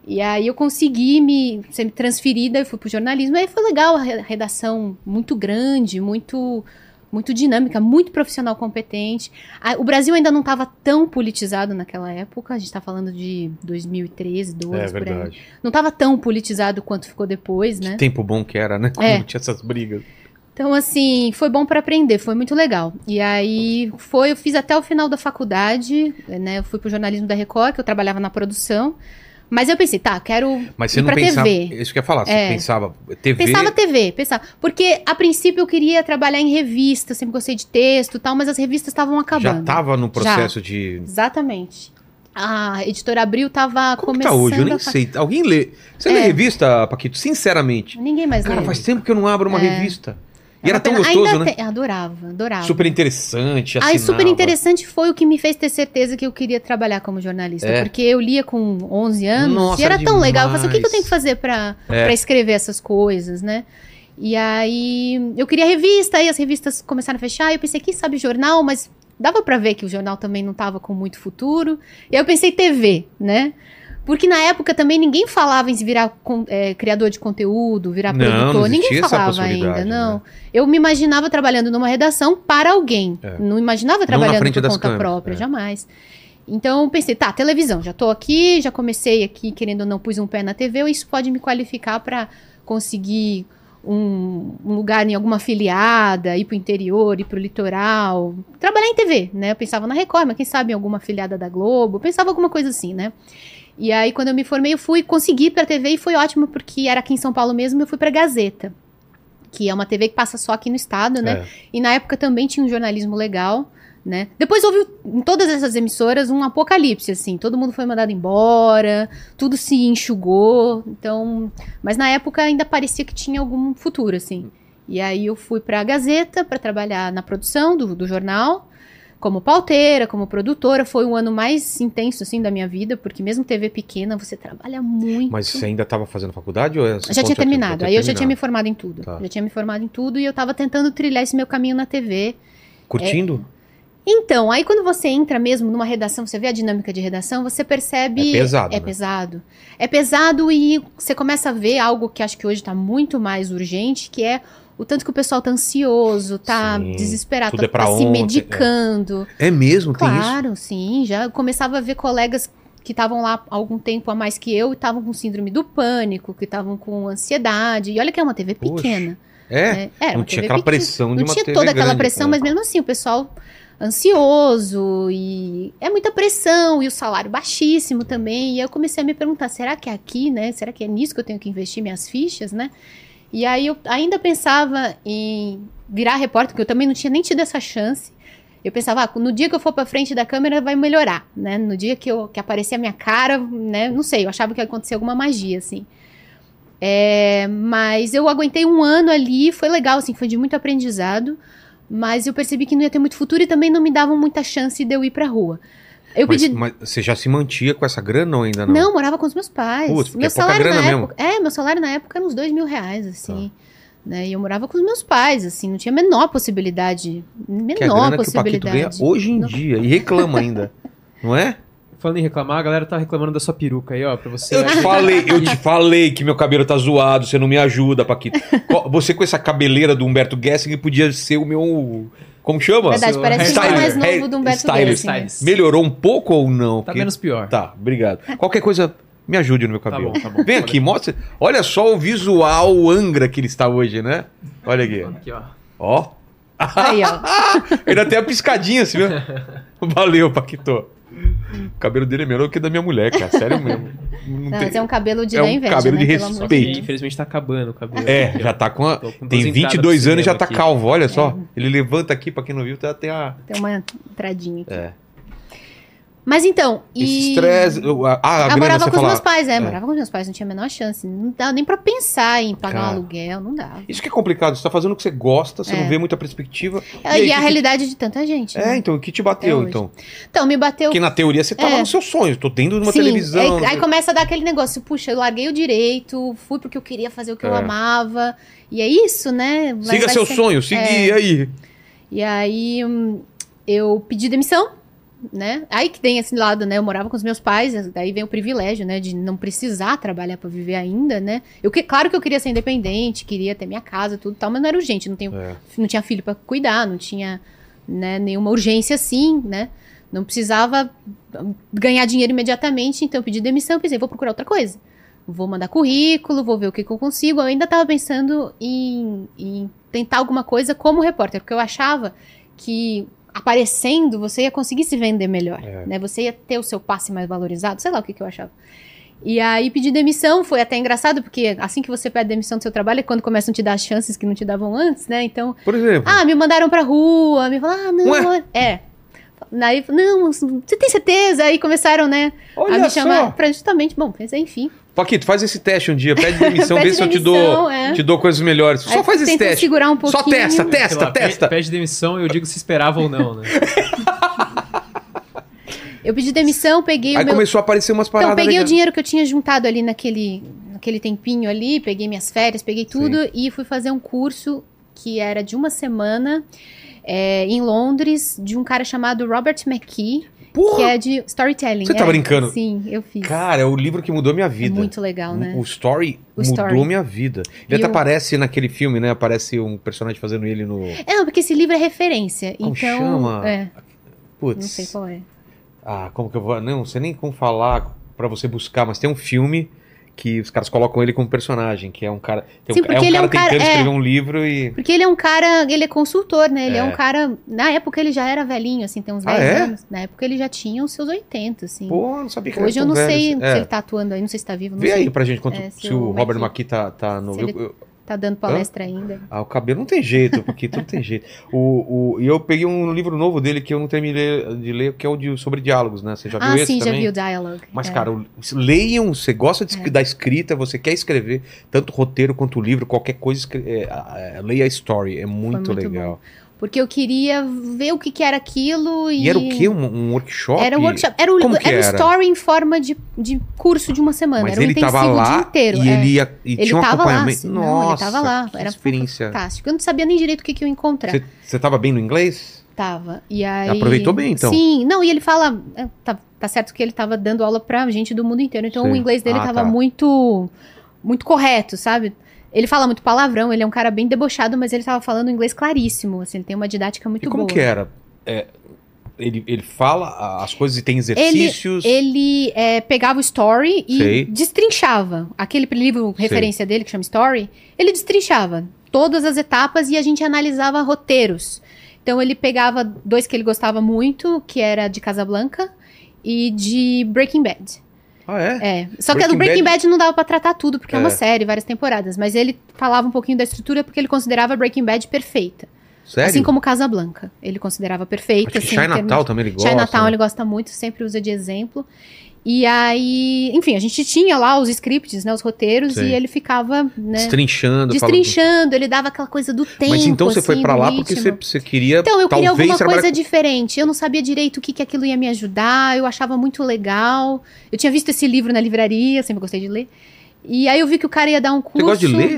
C: E aí eu consegui me, ser transferida, eu fui pro jornalismo. Aí foi legal, a re- redação muito grande, muito muito dinâmica, muito profissional competente. Ah, O Brasil ainda não estava tão politizado naquela época, a gente está falando de 2013, 12,
A: É
C: por aí.
A: verdade.
C: Não estava tão politizado quanto ficou depois, né?
A: Tempo bom que era, né? Quando
C: É.
A: tinha essas brigas.
C: Então, assim, foi bom pra aprender, foi muito legal. E aí, foi, eu fiz até o final da faculdade, né? Eu fui pro jornalismo da Record, que eu trabalhava na produção. Mas eu pensei, tá, quero.
A: Mas você
C: ir
A: não
C: pra
A: pensava.
C: TV.
A: Isso que eu ia falar. Você
C: É.
A: pensava. TV.
C: Pensava TV, pensava. Porque, a princípio, eu queria trabalhar em revista, eu sempre gostei de texto e tal, mas as revistas estavam acabando.
A: já estava no processo de.
C: Exatamente. A editora Abril tava
A: Como que
C: começando.
A: tá hoje? Eu
C: a
A: nem
C: fa-
A: sei. Alguém lê. Você
C: É.
A: lê revista, Paquito? Sinceramente.
C: Ninguém mais
A: Cara,
C: lê.
A: faz tempo que eu não abro uma revista.
C: É
A: E
C: uma
A: era tão
C: pena.
A: gostoso,
C: Ainda
A: né?
C: tem- Adorava, adorava.
A: Super interessante.
C: Aí,
A: assinava.
C: super interessante foi o que me fez ter certeza que eu queria trabalhar como jornalista.
A: É.
C: Porque eu lia com 11 anos
A: Nossa,
C: e era
A: era
C: tão legal. Eu falei, assim, o que, que eu
A: demais."
C: tenho que fazer pra,
A: É.
C: pra escrever essas coisas, né? E aí, eu queria revista, aí as revistas começaram a fechar. E eu pensei, quem sabe jornal? Mas dava pra ver que o jornal também não tava com muito futuro. E aí eu pensei TV, né? Porque na época também ninguém falava em se virar con- é, criador de conteúdo, virar
A: Não, não
C: produtor. ninguém
A: existia essa
C: falava
A: possibilidade,
C: ainda, não.
A: né?
C: Eu me imaginava trabalhando numa redação para alguém.
A: É.
C: Não imaginava trabalhando
A: frente
C: por
A: das
C: conta
A: câmeras,
C: própria,
A: é.
C: jamais. Então eu pensei, tá, televisão, já tô aqui, já comecei aqui, querendo ou não, pus um pé na TV, isso pode me qualificar para conseguir um, um lugar em alguma afiliada, ir pro interior, ir pro litoral, trabalhar em TV, né? Eu pensava na Record, mas quem sabe em alguma afiliada da Globo, eu pensava alguma coisa assim, né? E aí quando eu me formei, eu fui consegui ir pra TV e foi ótimo porque era aqui em São Paulo mesmo, eu fui pra Gazeta, que é uma TV que passa só aqui no estado, né?
A: É.
C: E na época também tinha um jornalismo legal, né? Depois houve em todas essas emissoras um apocalipse, assim. Todo mundo foi mandado embora, tudo se enxugou. Então, mas na época ainda parecia que tinha algum futuro, assim. E aí eu fui pra Gazeta pra trabalhar na produção do, do jornal. Como pauteira, como produtora, foi um ano mais intenso, assim, da minha vida, porque mesmo TV pequena, você trabalha muito.
A: Mas você ainda estava fazendo faculdade? Ou é
C: Eu já tinha terminado. aí eu já tinha me formado em tudo.
A: Tá.
C: Já tinha me formado em tudo e eu tava tentando trilhar esse meu caminho na TV.
A: Curtindo?
C: Então, aí quando você entra mesmo numa redação, você vê a dinâmica de redação, você percebe.
A: É pesado,
C: É
A: né?
C: pesado. É pesado e você começa a ver algo que acho que hoje tá muito mais urgente, que é o tanto que o pessoal tá ansioso, tá
A: Sim,
C: desesperado,
A: tudo
C: tá,
A: é pra
C: tá se
A: ontem,
C: medicando.
A: É mesmo, tem isso.
C: Claro, sim. Já começava a ver colegas que estavam lá há algum tempo a mais que eu e estavam com síndrome do pânico, que estavam com ansiedade. E olha que é uma TV
A: Poxa,
C: pequena.
A: É?
C: né? Era
A: não
C: uma
A: tinha
C: TV
A: aquela
C: pequena.
A: pressão de
C: Não
A: uma
C: tinha
A: TV
C: toda aquela
A: grande,
C: pressão,
A: é.
C: mas mesmo assim, o pessoal ansioso e é muita pressão e o salário baixíssimo também. E aí eu comecei a me perguntar, será que é aqui, né? Será que é nisso que eu tenho que investir minhas fichas, né? E aí eu ainda pensava em virar repórter, porque eu também não tinha nem tido essa chance. Eu pensava, ah, no dia que eu for pra frente da câmera vai melhorar, né? No dia que, eu, que aparecer a minha cara, né? Não sei, eu achava que ia acontecer alguma magia, assim. É, mas eu aguentei um ano ali, foi legal, assim, foi de muito aprendizado. Mas eu percebi que não ia ter muito futuro e também não me davam muita chance de eu ir pra rua. Eu
A: Mas-
C: pedi.
A: mas você já se mantia com essa grana ou ainda né, não?
C: Não, morava com os meus pais.
A: Putz, porque
C: meu
A: é pouca
C: salário na
A: grana mesmo.
C: época. É, meu salário na época era uns dois mil reais, assim.
A: Tá.
C: Né? E eu morava com os meus pais, assim, não tinha a menor possibilidade. Menor
A: que é a grana que o Paquito ganha
C: possibilidade.
A: hoje em
C: Não-
A: dia e reclama ainda. Não é?
B: Falando em reclamar, a galera tá reclamando da sua peruca aí, ó, pra você.
A: Eu te falei, eu te falei que meu cabelo tá zoado, você não me ajuda, Paquito. Co- Você com essa cabeleira do Humberto Gessing podia ser o meu. Como chama?
C: Verdade,
B: Seu
C: parece que o
B: hairstyle,
C: mais novo
A: hair-
C: do Humberto
A: É stylist.
C: Gessing. né?
B: Stylist.
A: Melhorou um pouco ou não?
B: Tá
A: Porque-
B: menos pior.
A: Tá, obrigado. Qualquer coisa, me ajude no meu cabelo.
B: bom, tá bom.
A: Vem aqui, mostra. Olha só o visual Angra que ele está hoje, né? Olha aqui.
B: Aqui, ó.
A: Ó.
C: Aí, ó. tá,
A: Ainda tem a piscadinha, assim, viu? né? Valeu, Paquito. O cabelo dele é melhor que o da minha mulher, cara. Sério mesmo. Não
C: Não,
A: tem-
C: mas é um cabelo de
A: é
C: dar
A: um
C: inveja,
A: cabelo
C: né?
A: de
C: Pelo amor
B: Só
A: respeito.
B: que, infelizmente, tá acabando o cabelo.
A: É, já tá com a...
B: Tô com duas
A: Tem
B: entradas
A: 22
B: pro
A: anos e já
B: cinema
A: tá
B: aqui.
A: calvo, olha
C: É.
A: só. Ele levanta aqui, pra quem não viu, tá até a...
C: Tem uma entradinha aqui.
A: É.
C: Mas então,
A: Esse
C: e...
A: estresse... Ah, a
C: Ah,
A: grana, você
C: morava com os
A: fala-
C: meus pais, é, morava com os meus pais, não tinha a menor chance. Não dava nem pra pensar em pagar
A: Cara.
C: um aluguel, não dava.
A: Isso que é complicado, você tá fazendo o que você gosta, você
C: É.
A: não vê muita perspectiva.
C: E,
A: aí,
C: a
A: que-
C: realidade de tanta gente.
A: É,
C: né?
A: então, o que te bateu,
C: hoje.
A: então?
C: Então, me bateu.
A: Porque na teoria você tá
C: É.
A: lá no seu sonho, tô dentro de uma
C: Sim, é
A: televisão. né?
C: Aí, aí começa a dar aquele negócio, puxa, eu larguei o direito, fui porque eu queria fazer o que eu
A: É.
C: amava. E é isso, né? Vai-
A: Siga
C: vai
A: seu
C: ser- É.
A: sonho, siga e aí.
C: E aí hum, eu pedi demissão, né? Aí que tem esse lado, né? Eu morava com os meus pais, daí vem o privilégio, né? De não precisar trabalhar pra viver ainda, né? Eu que, claro que eu queria ser independente, queria ter minha casa, tudo e tal, mas não era urgente, não, tenho,
A: É.
C: não tinha filho pra cuidar, não tinha né, nenhuma urgência assim, né? Não precisava hum, ganhar dinheiro imediatamente, então eu pedi demissão, pensei, vou procurar outra coisa. Vou mandar currículo, vou ver o que, que eu consigo. Eu ainda estava pensando em, em tentar alguma coisa como repórter, porque eu achava que aparecendo você ia conseguir se vender melhor,
A: É.
C: né? Você ia ter o seu passe mais valorizado, sei lá o que, que eu achava. E aí pedi demissão, foi até engraçado, porque assim que você pede demissão do seu trabalho é quando começam a te dar as chances que não te davam antes, né? Então
A: Por exemplo,
C: ah, me mandaram pra rua, me falaram, ah, não,
A: Ué?
C: é. Daí, não, você tem certeza? Aí começaram, né, a
A: olha
C: me
A: só.
C: chamar pra justamente, bom, mas enfim.
A: Paquito, faz esse teste um dia, pede demissão,
C: Pede
A: vê se eu te
C: demissão,
A: dou,
C: é.
A: te dou coisas melhores. Só
C: Aí
A: faz esse
C: tenta
A: teste.
C: segurar um pouquinho.
A: Só testa,
B: Sei
A: testa,
B: lá, pe-
A: testa.
B: Pede demissão, eu digo se esperava ou não, né?
C: Eu pedi demissão, peguei
A: Aí
C: o meu...
A: começou a aparecer umas paradas.
C: Então, peguei o
A: legais.
C: dinheiro que eu tinha juntado ali naquele, naquele tempinho ali, peguei minhas férias, peguei tudo e fui fazer um curso que era de uma semana é, em Londres, de um cara chamado Robert McKee, que
A: Porra!
C: é de storytelling.
A: Você tá
C: é.
A: brincando?
C: Sim, eu fiz.
A: Cara, é o livro que mudou minha
C: É
A: vida.
C: muito legal, né?
A: O Story
C: O
A: mudou
C: Story.
A: minha vida.
C: E
A: Ele até
C: o-
A: aparece naquele filme, né? Aparece um personagem fazendo ele no.
C: É, não, porque esse livro é referência.
A: Como
C: então.
A: chama?
C: É,
A: Putz.
C: não sei qual é.
A: Ah, como que eu vou. Não, não sei nem como falar pra você buscar, mas tem um filme que os caras colocam ele como personagem, que é um cara. Tem
C: Sim,
A: um, é um
C: porque
A: cara
C: ele é um cara-
A: tentando
C: é.
A: escrever um livro e.
C: Porque ele é um cara, ele é consultor, né? Ele é,
A: É.
C: um cara. Na época ele já era velhinho, assim, tem uns
A: Ah,
C: 10
A: é?
C: anos. Na época ele já tinha os seus 80, assim.
A: Pô, eu não sabia que ele
C: Hoje eu
A: era tão
C: não
A: velho,
C: sei
A: assim.
C: se
A: É.
C: ele tá atuando aí, não sei se tá vivo, não
A: Vê
C: sei.
A: aí pra gente quanto,
C: É,
A: se,
C: se
A: o
C: o
A: Robert
C: Maqui-
A: Maqui tá, tá no.
C: se ele-
A: eu- eu-
C: Tá dando palestra ainda.
A: ah, o cabelo não tem jeito, porque tudo tem jeito. O, o, e eu peguei um livro novo dele que eu não terminei de ler, que é o de, sobre diálogos, né? Você já viu
C: ah,
A: esse
C: sim,
A: também?
C: já vi o dialogue.
A: Mas,
C: é.
A: cara, o- leiam, você gosta de,
C: É.
A: da escrita, você quer escrever, tanto roteiro quanto livro, qualquer coisa, escre- é, a- a- leia a story, é muito,
C: muito
A: legal.
C: Porque eu queria ver o que, que era aquilo e.
A: E era o quê? Um, um workshop?
C: Era um workshop. Era, o,
A: Como que
C: era um
A: era?
C: story em forma de, de curso de uma semana.
A: Mas
C: era um
A: ele
C: intensivo
A: tava lá
C: o dia inteiro.
A: e
C: é.
A: ele ia e
C: Ele
A: tinha um
C: tava lá,
A: acompanhamento.
C: assim, não, ele
A: Nossa,
C: tava lá,
A: que
C: era
A: experiência.
C: Fantástico. Eu não sabia nem direito o que, que eu ia encontrar.
A: Você você tava bem no inglês?
C: Tava. E aí...
A: Aproveitou bem, então.
C: Sim, não, e ele fala. é, Tá, tá certo que ele tava dando aula pra gente do mundo inteiro. Então
A: Sim.
C: o inglês dele
A: Ah, tá.
C: tava muito. Muito correto, sabe? Ele fala muito palavrão, ele é um cara bem debochado, mas ele tava falando inglês claríssimo. Assim, ele tem uma didática muito
A: e como
C: boa.
A: que era? É, ele, ele fala a- as coisas e tem exercícios.
C: Ele é, pegava o story e
A: Sei.
C: destrinchava. Aquele livro
A: Sei.
C: referência dele, que chama Story, ele destrinchava todas as etapas e a gente analisava roteiros. Então ele pegava dois que ele gostava muito, que era de Casablanca e de Breaking Bad.
A: Ah, é?
C: É. Só que a do
A: Breaking
C: Breaking Bad não dava pra tratar tudo, porque é.
A: É.
C: uma série, várias temporadas. Mas ele falava um pouquinho da estrutura porque ele considerava Breaking Bad perfeita.
A: Sério?
C: Assim como Casablanca. Ele considerava perfeita.
A: Acho que
C: assim, em termos
A: Chinatown também ele gosta.
C: Chinatown
A: né?
C: ele gosta muito, sempre usa de exemplo. E aí, enfim, a gente tinha lá os scripts, né, os roteiros,
A: Sim.
C: e ele ficava, né,
A: Destrinchando. falando-
C: destrinchando, ele dava aquela coisa do tempo,
A: Mas então
C: assim,
A: você foi pra
C: do
A: lá porque você,
C: ritmo.
A: você queria.
C: Então, eu queria
A: talvez
C: alguma
A: trabalhar
C: coisa
A: com-
C: diferente. Eu não sabia direito o que, que aquilo ia me ajudar, eu achava muito legal. Eu tinha visto esse livro na livraria, sempre gostei de ler. E aí eu vi que o cara ia dar
A: Você
C: um curso.
A: gosta de ler?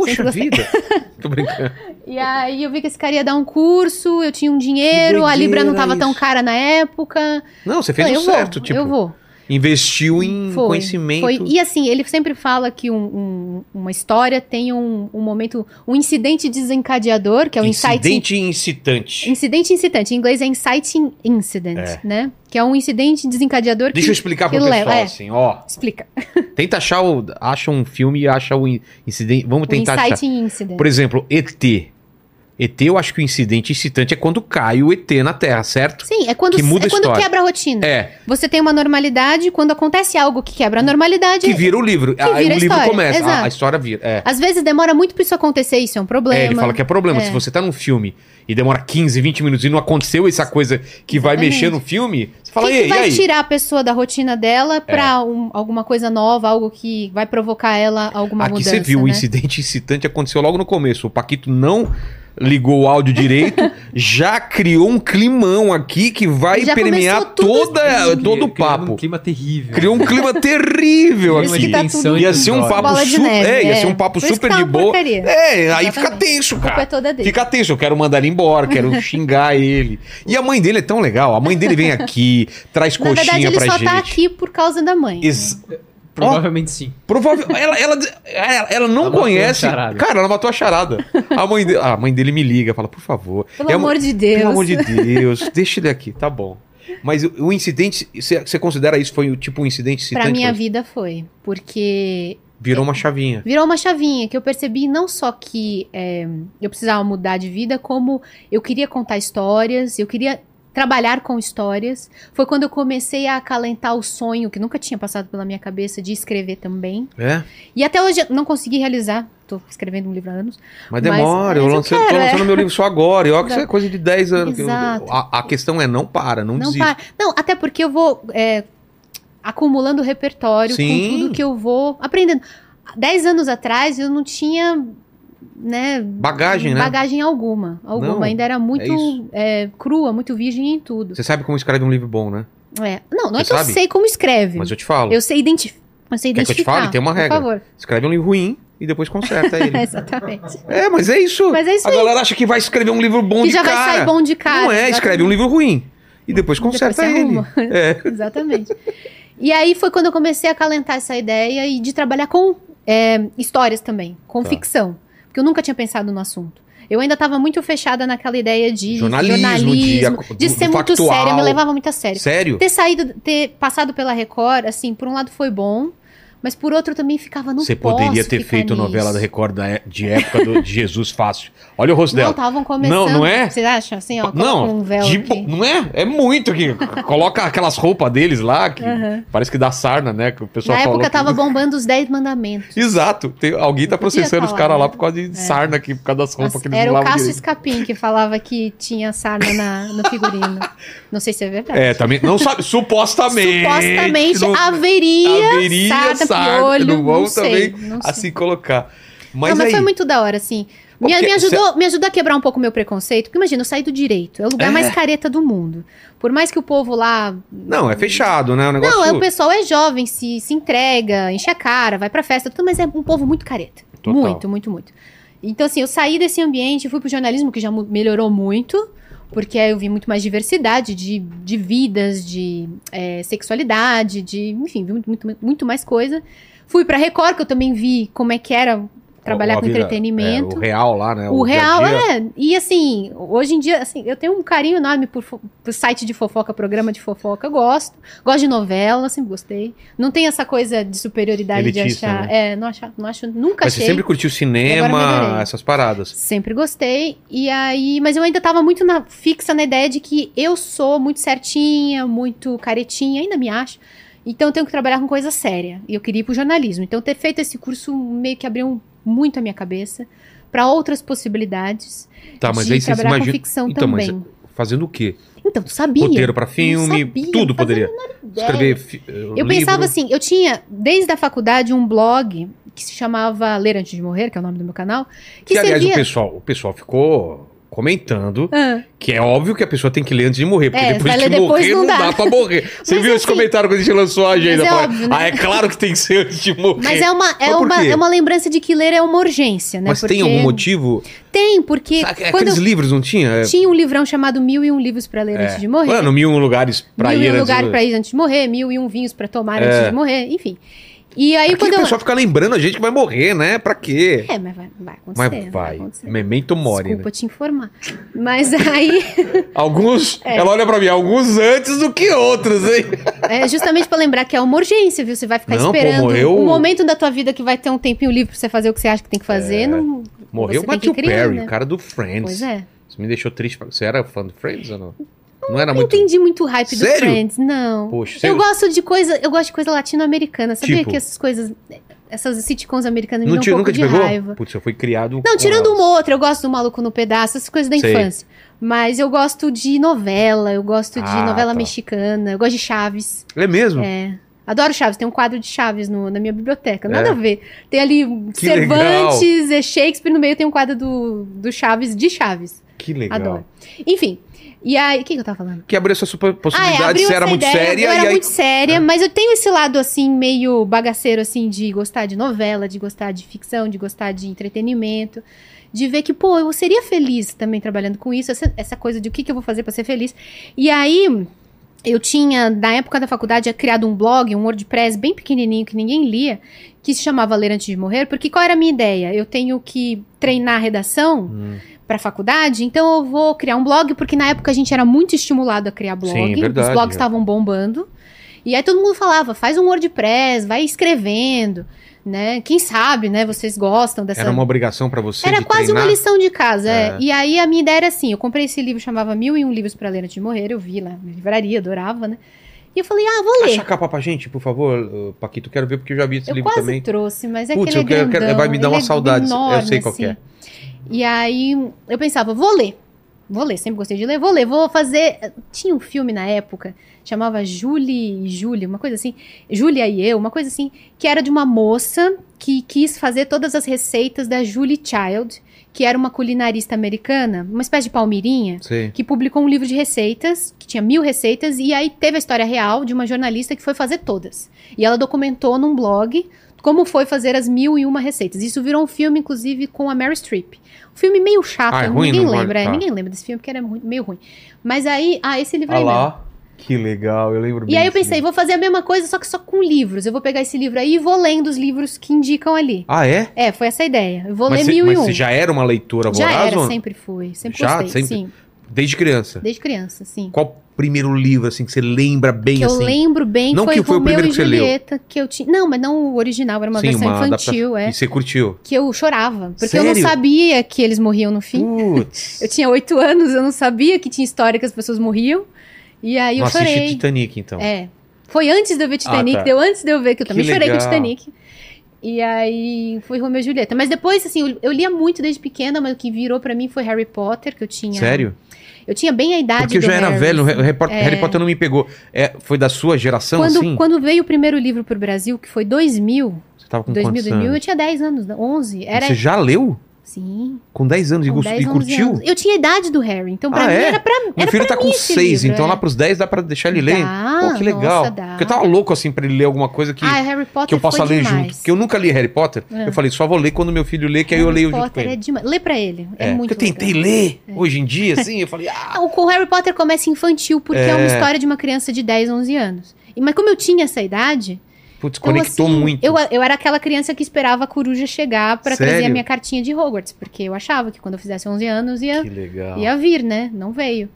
C: Sempre
A: Poxa
C: gostei.
A: vida! Tô brincando.
C: E aí eu vi que esse cara ia dar um curso, eu tinha um dinheiro, a Libra não
A: doideira
C: tava tão
A: isso.
C: cara na época.
A: Não, você fez
C: Não,
A: o
C: eu
A: certo,
C: vou,
A: tipo.
C: Eu vou.
A: Investiu em
C: Foi,
A: conhecimento.
C: Foi- e assim, ele sempre fala que um- um- uma história tem um, um momento, um incidente desencadeador, que é o insight.
A: Incidente incitante.
C: Incidente incitante. Em inglês é inciting incident, né? Que é um incidente desencadeador
A: Deixa eu
C: que.
A: explicar pro
C: que
A: pessoal,
C: leva, é.
A: assim, ó.
C: Explica.
A: Tenta achar o. Acha um filme e acha o in- incidente. Vamos
C: O
A: tentar achar.
C: inciting É incident.
A: Por exemplo, ET. ET, eu acho que o incidente excitante é quando cai o ET na Terra, certo?
C: Sim, é quando,
A: Que muda
C: é
A: a
C: quando
A: história.
C: quebra a rotina.
A: É,
C: Você tem uma normalidade, quando acontece algo que quebra a normalidade.
A: que vira o livro. Ah,
C: Que
A: Aí
C: vira a
A: o livro
C: história,
A: começa, a- a,
C: exato.
A: história vira. É.
C: Às vezes demora muito pra isso acontecer, isso é um problema.
A: É, ele fala que é problema. Se você tá num filme e demora 15, 20 minutos e não aconteceu essa coisa que vai
C: Exatamente.
A: mexer no filme, você fala,
C: Quem
A: e
C: que
A: aí, e
C: vai
A: aí? É.
C: tirar a pessoa da rotina dela pra um- alguma coisa nova, algo que vai provocar ela alguma
A: Aqui
C: mudança?
A: você viu, o
C: né?
A: incidente incitante aconteceu logo no começo. O Paquito não ligou o áudio direito, já criou um climão aqui que vai
C: Já
A: permear
C: começou tudo assim.
A: toda,
B: Cri-
A: todo o
B: criando
A: É, papo.
B: Um clima terrível.
A: Criou um clima terrível
B: Clima
C: Isso
A: aqui.
C: que tá
B: tensão
C: tudo-
A: Ia
B: enorme.
A: ser um papo
C: Bola de
A: super.
C: neve,
A: é, ia
C: é.
A: ser um papo
C: Por isso
A: super
C: que
A: de
C: tá uma
A: boa.
C: porcaria.
A: É, aí
C: Exatamente.
A: fica tenso,
C: A culpa é
A: cara.
C: toda dele.
A: Fica tenso, eu quero mandar ele embora, quero xingar ele. E a mãe dele é tão legal. A mãe dele vem aqui, traz
C: Na verdade,
A: coxinha
C: ele
A: pra
C: só
A: gente.
C: tá aqui por causa da mãe.
A: Ex-
B: Provavelmente sim.
A: Provável. Ela, ela, ela, ela não
B: Ela matou
A: conhece.
B: a charada.
A: Cara, ela matou a charada. A mãe, de- a mãe dele me liga, fala, por favor.
C: Pelo
A: É uma-
C: amor de Deus.
A: Pelo amor de Deus, deixa ele aqui, tá bom. Mas o, o incidente, você você considera isso foi tipo um incidente excitante?
C: Pra minha
A: mas
C: vida foi. Porque
A: Virou uma chavinha.
C: Virou uma chavinha que eu percebi não só que é, eu precisava mudar de vida, como eu queria contar histórias, eu queria trabalhar com histórias. Foi quando eu comecei a acalentar o sonho que nunca tinha passado pela minha cabeça de escrever também.
A: É?
C: E até hoje eu não consegui realizar. Tô escrevendo um livro há anos.
A: Mas
C: Mas-
A: demora, eu,
C: mas eu
A: lancei, tô
C: quero,
A: lançando meu livro só agora. E olha que isso é
C: Exato.
A: coisa de 10 anos. que eu-
C: Exato.
A: a, a questão é, não para, não,
C: Não,
A: desiste.
C: para. não até porque eu vou é, acumulando repertório
A: Sim.
C: com tudo que eu vou aprendendo. Dez anos atrás eu não tinha, né,
A: Bagagem, né?
C: Bagagem alguma. Alguma.
A: Não,
C: Ainda era
A: isso.
C: muito é, crua, muito virgem em tudo.
A: Você sabe como escreve um livro bom, né?
C: É. Não, não é
A: Você
C: que eu
A: sabe?
C: sei como escreve.
A: Mas eu te falo.
C: Eu sei identificar. Eu sei
A: Quer que eu te
C: identificar.
A: fale? Tem uma regra.
C: Por favor.
A: Escreve um livro ruim e depois conserta ele.
C: Exatamente.
A: é, mas é isso.
C: Mas é isso
A: a
C: aí.
A: galera acha que vai escrever um livro bom
C: que
A: de
C: já
A: cara.
C: vai sair bom de cara.
A: Não é, escreve um livro ruim. E depois conserta
C: Depois você
A: ele.
C: arruma.
A: É.
C: Exatamente. E aí foi quando eu comecei a calentar essa ideia e de trabalhar com é, histórias também, com
A: Tá.
C: ficção. Porque eu nunca tinha pensado no assunto. Eu ainda estava muito fechada naquela ideia de
A: Jornalismo, de-
C: jornalismo, de,
A: do-
C: ser
A: do
C: muito
A: factual.
C: séria, me levava muito a sério.
A: Sério?
C: Ter saído, ter passado pela Record, assim, por um lado foi bom, mas por outro eu também ficava no
A: Você poderia ter feito novela da Record da é- de época do de Jesus Fácil. Olha o rosto
C: Não,
A: dela.
C: estavam começando.
A: Não, não é?
C: Você acha assim, ó, coloca
A: Não,
C: um véu
A: de
C: aqui.
A: bo- não é? É muito que coloca aquelas roupas deles lá, que
C: Aham.
A: parece que dá sarna, né? Que o pessoal
C: Na
A: falou
C: época
A: que-
C: tava bombando os 10 mandamentos.
A: Exato. Tem- alguém tá
C: Não podia
A: processando os
C: falar,
A: caras lá
C: né?
A: por causa de sarna aqui, por causa das roupas
C: Nossa,
A: que eles
C: era
A: não
C: o
A: lavam
C: Cássio
A: direito.
C: Escapim que falava que tinha sarna na, no figurino. Não sei se é verdade.
A: É, também. Não sabe. Supostamente.
C: Supostamente
A: não-
C: haveria,
A: haveria
C: sarna,
A: sarna,
C: piolho,
A: não
C: não,
A: vamos
C: sei, não sei.
A: Assim colocar. Mas,
C: Não, mas
A: aí,
C: foi muito da hora, assim. Me,
A: Porque
C: me ajudou, me ajudou a quebrar um pouco o meu preconceito. Porque imagina, eu saí do direito. É o lugar
A: É.
C: mais careta do mundo. Por mais que o povo lá.
A: Não, é fechado, né? O negócio.
C: Não, é, o pessoal é jovem, se, se entrega, enche a cara, vai pra festa, tudo, mas é um povo muito careta.
A: Total.
C: Muito, muito, muito. Então, assim, eu saí desse ambiente, fui pro jornalismo, que já mu- melhorou muito, porque aí eu vi muito mais diversidade de, de vidas, de é, sexualidade, de. Enfim, vi muito, muito, muito mais coisa. Fui pra Record, que eu também vi como é que era trabalhar
A: a
C: com
A: vida-
C: entretenimento.
A: é, o real lá, né?
C: O
A: dia a
C: real
A: dia.
C: é. E assim, hoje em dia, assim, eu tenho um carinho enorme por, fo- por site de fofoca, programa de fofoca. Eu gosto. Gosto de novela, sempre gostei. Não tem essa coisa de superioridade
A: Elitista, né?
C: de achar. É, não, achar, não acho. Nunca
A: Mas você
C: achei.
A: sempre
C: Sempre...
A: curtiu
C: E agora
A: cinema,
C: melhorei.
A: essas paradas.
C: gostei. E aí. Mas eu ainda tava muito na- fixa na ideia de que eu sou muito certinha, muito caretinha, ainda me acho. Então eu tenho que trabalhar com coisa séria. E eu queria ir pro jornalismo. Então ter feito esse curso meio que abriu muito a minha cabeça para outras possibilidades.
A: Tá, mas
C: de
A: aí você se
C: trabalhar com
A: imagina.
C: ficção
A: Então, mas-
C: também.
A: Fazendo o quê?
C: Então, tu sabia.
A: Roteiro pra
C: Não
A: filme,
C: sabia, não
A: tudo
C: fazia
A: poderia.
C: a menor ideia.
A: Escrever. fi- eh,
C: Eu
A: livro.
C: pensava assim, eu tinha, desde a faculdade, um blog que se chamava Ler Antes de Morrer, que é o nome do meu canal, que,
A: Que, aliás, o
C: servia...
A: pessoal, o pessoal ficou comentando
C: Ah,
A: que é óbvio que a pessoa tem que ler antes de morrer, porque
C: É,
A: depois
C: vai
A: que
C: ler depois,
A: morrer não
C: não
A: dá,
C: dá.
A: pra morrer. Você
C: Mas
A: viu esse
C: assim,
A: comentário quando a gente lançou a agenda?
C: mas é
A: pra-
C: óbvio, né?
A: Ah, é claro que tem que ser antes de morrer.
C: mas é uma,
A: Mas
C: é,
A: por
C: uma,
A: quê?
C: é uma lembrança de que ler é uma urgência, né?
A: Mas tem
C: Porque-
A: algum motivo?
C: Tem, porque
A: Sabe, é,
C: quando
A: Aqueles
C: eu
A: livros não tinha? É,
C: tinha um livrão chamado Mil e Um Livros para Ler Antes de Morrer,
A: Mano, mil e um lugares pra
C: Mil
A: ir
C: e Um
A: antes
C: Lugar
A: de-
C: para Ir Antes de Morrer, Mil e Um Vinhos para Tomar
A: É.
C: Antes de Morrer, enfim. E aí
A: Aqui
C: quando
A: o
C: eu...
A: pessoal fica lembrando a gente que vai morrer, né? Pra quê?
C: É, mas vai, vai acontecer.
A: Mas vai. né?
C: acontecer.
A: Memento mori,
C: Desculpa te informar. Mas aí...
A: né? Alguns. Ela olha pra mim, alguns antes do que outros, hein?
C: É justamente pra lembrar que é uma urgência, viu? Você vai ficar
A: Não, pô,
C: esperando
A: morreu-
C: um momento da tua vida que vai ter um tempinho livre pra você fazer o que você acha que tem que fazer. Não...
A: É, Morreu
C: você
A: o
C: tem
A: Matthew
C: que criar,
A: Perry,
C: né?
A: o cara Tá do Friends.
C: Pois é.
A: Isso me deixou triste. Você era fã do Friends ou não? Não era
C: Não
A: muito.
C: entendi muito o hype do
A: Sério?
C: Friends, não.
A: Poxa,
C: Eu
A: sério?
C: gosto de coisa, eu gosto de coisa latino-americana. Sabia
A: Tipo?
C: que essas coisas, essas sitcoms americanas me
A: Não
C: dão
A: te-
C: um pouco
A: nunca
C: de
A: te pegou?
C: raiva.
A: Putz, eu fui criado.
C: Não,
A: com
C: tirando
A: elas.
C: uma ou outra, eu gosto do Maluco no Pedaço, essas coisas da
A: Sei.
C: infância. Mas eu gosto de novela, eu gosto de
A: Ah,
C: novela
A: tá.
C: mexicana, eu gosto de Chaves.
A: É mesmo?
C: É. Adoro Chaves, tem um quadro de Chaves no- na minha biblioteca, nada
A: É?
C: a ver. Tem ali
A: Que
C: Cervantes, é Shakespeare, no meio tem um quadro do, do Chaves, de Chaves.
A: Que legal.
C: Adoro. Enfim, e aí, o que, que eu tava falando?
A: Que abriu essa super
C: Ah, é,
A: possibilidade,
C: abriu
A: você era
C: essa
A: muito
C: ideia,
A: séria e
C: Eu era
A: aí. É.
C: muito séria, mas eu tenho esse lado, assim, meio bagaceiro, assim, de gostar de novela, de gostar de ficção, de gostar de entretenimento. De ver que, pô, eu seria feliz também trabalhando com isso. Essa, essa coisa de o que, que eu vou fazer pra ser feliz. E aí... Eu tinha, na época da faculdade, tinha criado um blog, um WordPress bem pequenininho que ninguém lia, que se chamava Ler Antes de Morrer, porque qual era a minha ideia? Eu tenho que treinar a redação
A: Hum,
C: para faculdade, então eu vou criar um blog, porque na época a gente era muito estimulado a criar blog,
A: Sim, é verdade,
C: os
A: é.
C: blogs estavam bombando. E aí todo mundo falava, faz um WordPress, vai escrevendo, né? Quem sabe, né, vocês gostam dessa
A: Era uma obrigação pra você.
C: era
A: de
C: quase
A: treinar?
C: uma lição de casa, é.
A: É.
C: E aí a minha ideia era assim, eu comprei esse livro, chamava Mil e Um Livros para Ler Antes de Morrer, eu vi lá na livraria, adorava, né? E eu falei, ah, vou ler.
A: Acha a capa pra gente, por favor, uh, Paquito. Quero ver porque eu já vi esse
C: Eu
A: livro
C: quase
A: também.
C: trouxe, mas é
A: Putz,
C: que ele
A: eu
C: é
A: quero- quero-
C: grandão,
A: vai me dar
C: ele
A: uma
C: é
A: saudade, eu
C: enorme,
A: sei qual
C: assim.
A: que é.
C: E aí eu pensava, vou ler. Vou ler, sempre gostei de ler, vou ler, vou fazer. Tinha um filme na época, chamava Julie e Júlia, uma coisa assim. Júlia e eu, uma coisa assim, que era de uma moça que quis fazer todas as receitas da Julie Child, que era uma culinarista americana, uma espécie de palmirinha
A: Sei.
C: que publicou um livro de receitas, que tinha mil receitas, e aí teve a história real de uma jornalista que foi fazer todas. E ela documentou num blog como foi fazer as mil e uma receitas. Isso virou um filme, inclusive, com a Mary Streep. Um filme meio chato,
A: Ah, é ruim,
C: ninguém
A: não vale-
C: lembra. é,
A: tá.
C: Ninguém lembra desse filme, porque era mu- meio ruim. Mas aí, ah, esse livro
A: Ah
C: aí mesmo.
A: lá. Que legal, eu lembro
C: E
A: bem
C: aí eu
A: desse
C: pensei,
A: livro.
C: vou fazer a mesma coisa, só que só com livros. Eu vou pegar esse livro aí e vou lendo os livros que indicam ali.
A: Ah, é?
C: É, foi essa a ideia. Eu vou
A: mas
C: ler
A: você,
C: mil
A: mas
C: e um.
A: você já era uma leitora
C: Já
A: voraz
C: era,
A: ou-
C: sempre fui. Sempre
A: Já?
C: gostei,
A: Sempre?
C: sim.
A: Desde criança?
C: Desde criança, sim.
A: Qual o primeiro livro, assim, que você lembra bem,
C: que
A: assim?
C: eu lembro bem
A: Não
C: foi,
A: que foi o
C: Romeu
A: primeiro
C: e
A: que você leu.
C: Julieta que eu tinha. Não, mas não o original, era uma
A: Sim,
C: versão
A: uma
C: infantil, é.
A: E você curtiu?
C: Que eu chorava. Porque eu não
A: Sério?
C: sabia que eles morriam no fim.
A: Putz.
C: Eu tinha oito anos, eu não sabia que tinha história que as pessoas morriam. E aí eu
A: não assisti
C: chorei.
A: Titanic, então.
C: É. Foi antes de eu ver Titanic,
A: tá.
C: deu antes de eu ver, que eu
A: Que
C: também chorei com
A: legal.
C: Titanic. E aí foi Romeu e Julieta. Mas depois, assim, eu, eu lia muito desde pequena, mas o que virou pra mim foi Harry Potter, que eu tinha.
A: Sério?
C: Eu tinha bem a idade
A: Porque eu
C: do
A: já era
C: Harry,
A: velho, um o
C: assim.
A: Harry Potter, Harry Potter não me pegou. É, foi da sua geração,
C: quando,
A: assim?
C: quando veio o primeiro livro pro Brasil, que foi 2000,
A: Você tava com
C: 2000,
A: quantos
C: 2000,
A: anos?
C: eu tinha 10 anos, não, 11. Era,
A: Você já leu?
C: sim,
A: Com 10 anos e,
C: com
A: gost-
C: 10,
A: e
C: 11
A: curtiu?
C: anos. Eu tinha a idade do Harry, então pra
A: Ah,
C: mim
A: é?
C: era pra
A: Meu
C: era
A: filho
C: pra
A: tá
C: mim
A: com
C: esse
A: 6,
C: livro,
A: então
C: é.
A: lá pros 10 dá pra deixar ele ler.
C: Dá,
A: Pô, que legal.
C: nossa, dá.
A: Porque eu tava louco, assim, pra ele ler alguma coisa que,
C: Ah, Harry Potter
A: que eu possa
C: foi
A: ler
C: demais. É.
A: junto. Porque eu nunca li Harry Potter. Eu falei, só vou ler quando meu filho ler, que aí eu leio
C: Harry
A: junto com
C: Potter
A: ele.
C: é demais. Lê pra ele, é, muito É.
A: porque eu tentei
C: legal.
A: ler hoje em dia, assim, eu falei, ah,
C: Ah, O com Harry Potter começa infantil, porque é. uma história de uma criança de 10, 11 anos. E- Mas como eu tinha essa idade,
A: putz,
C: então,
A: conectou
C: assim,
A: muito.
C: Eu, eu era aquela criança que esperava a coruja chegar pra trazer a
A: Sério?
C: minha cartinha de Hogwarts, porque eu achava que quando eu fizesse 11 anos ia
A: Que legal.
C: ia vir, né? Não veio.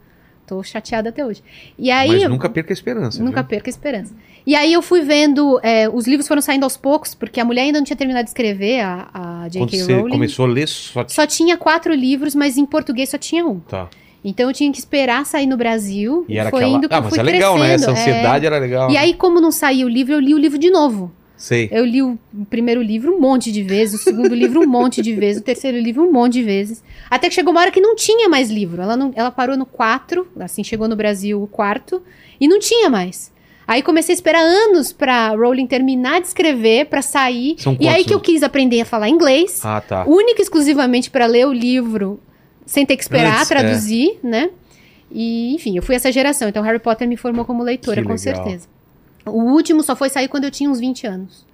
C: Tô chateada até hoje. E aí.
A: Mas nunca perca a esperança.
C: nunca
A: viu?
C: perca a esperança. E aí eu fui vendo. é, os livros foram saindo aos poucos, porque a mulher ainda não tinha terminado de escrever, a, a
A: Quando
C: J.K.
A: você
C: Rowling.
A: começou a ler, só
C: Só tinha quatro livros, mas em português só tinha um.
A: Tá.
C: Então eu tinha que esperar sair no Brasil.
A: E era
C: foi
A: aquela.
C: indo que
A: ah,
C: eu
A: mas
C: fui
A: é legal, né? Essa
C: crescendo, é.
A: ansiedade era legal.
C: E aí, como não saiu o livro, eu li o livro de novo.
A: Sei.
C: Eu li o primeiro livro um monte de vezes, o segundo livro um monte de vezes, o terceiro livro um monte de vezes. Até que chegou uma hora que não tinha mais livro. Ela, não, ela parou no quatro, assim, chegou no Brasil o quarto, e não tinha mais. Aí comecei a esperar anos pra Rowling terminar de escrever, pra sair.
A: São
C: e aí
A: quantos?
C: que eu quis aprender a falar inglês,
A: Ah, tá.
C: única e exclusivamente pra ler o livro, sem ter que esperar
A: Antes, é.
C: traduzir, né? E, enfim, eu fui essa geração. Então, Harry Potter me formou como leitora,
A: Que
C: com
A: legal.
C: certeza. O último só foi sair quando eu tinha uns 20 anos.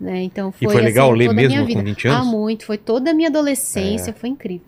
C: Né? Então,
A: E
C: foi,
A: foi, legal
C: assim,
A: ler
C: toda a minha
A: mesmo
C: vida.
A: com 20 anos? É.
C: Ah, muito. Foi toda a minha adolescência, foi incrível.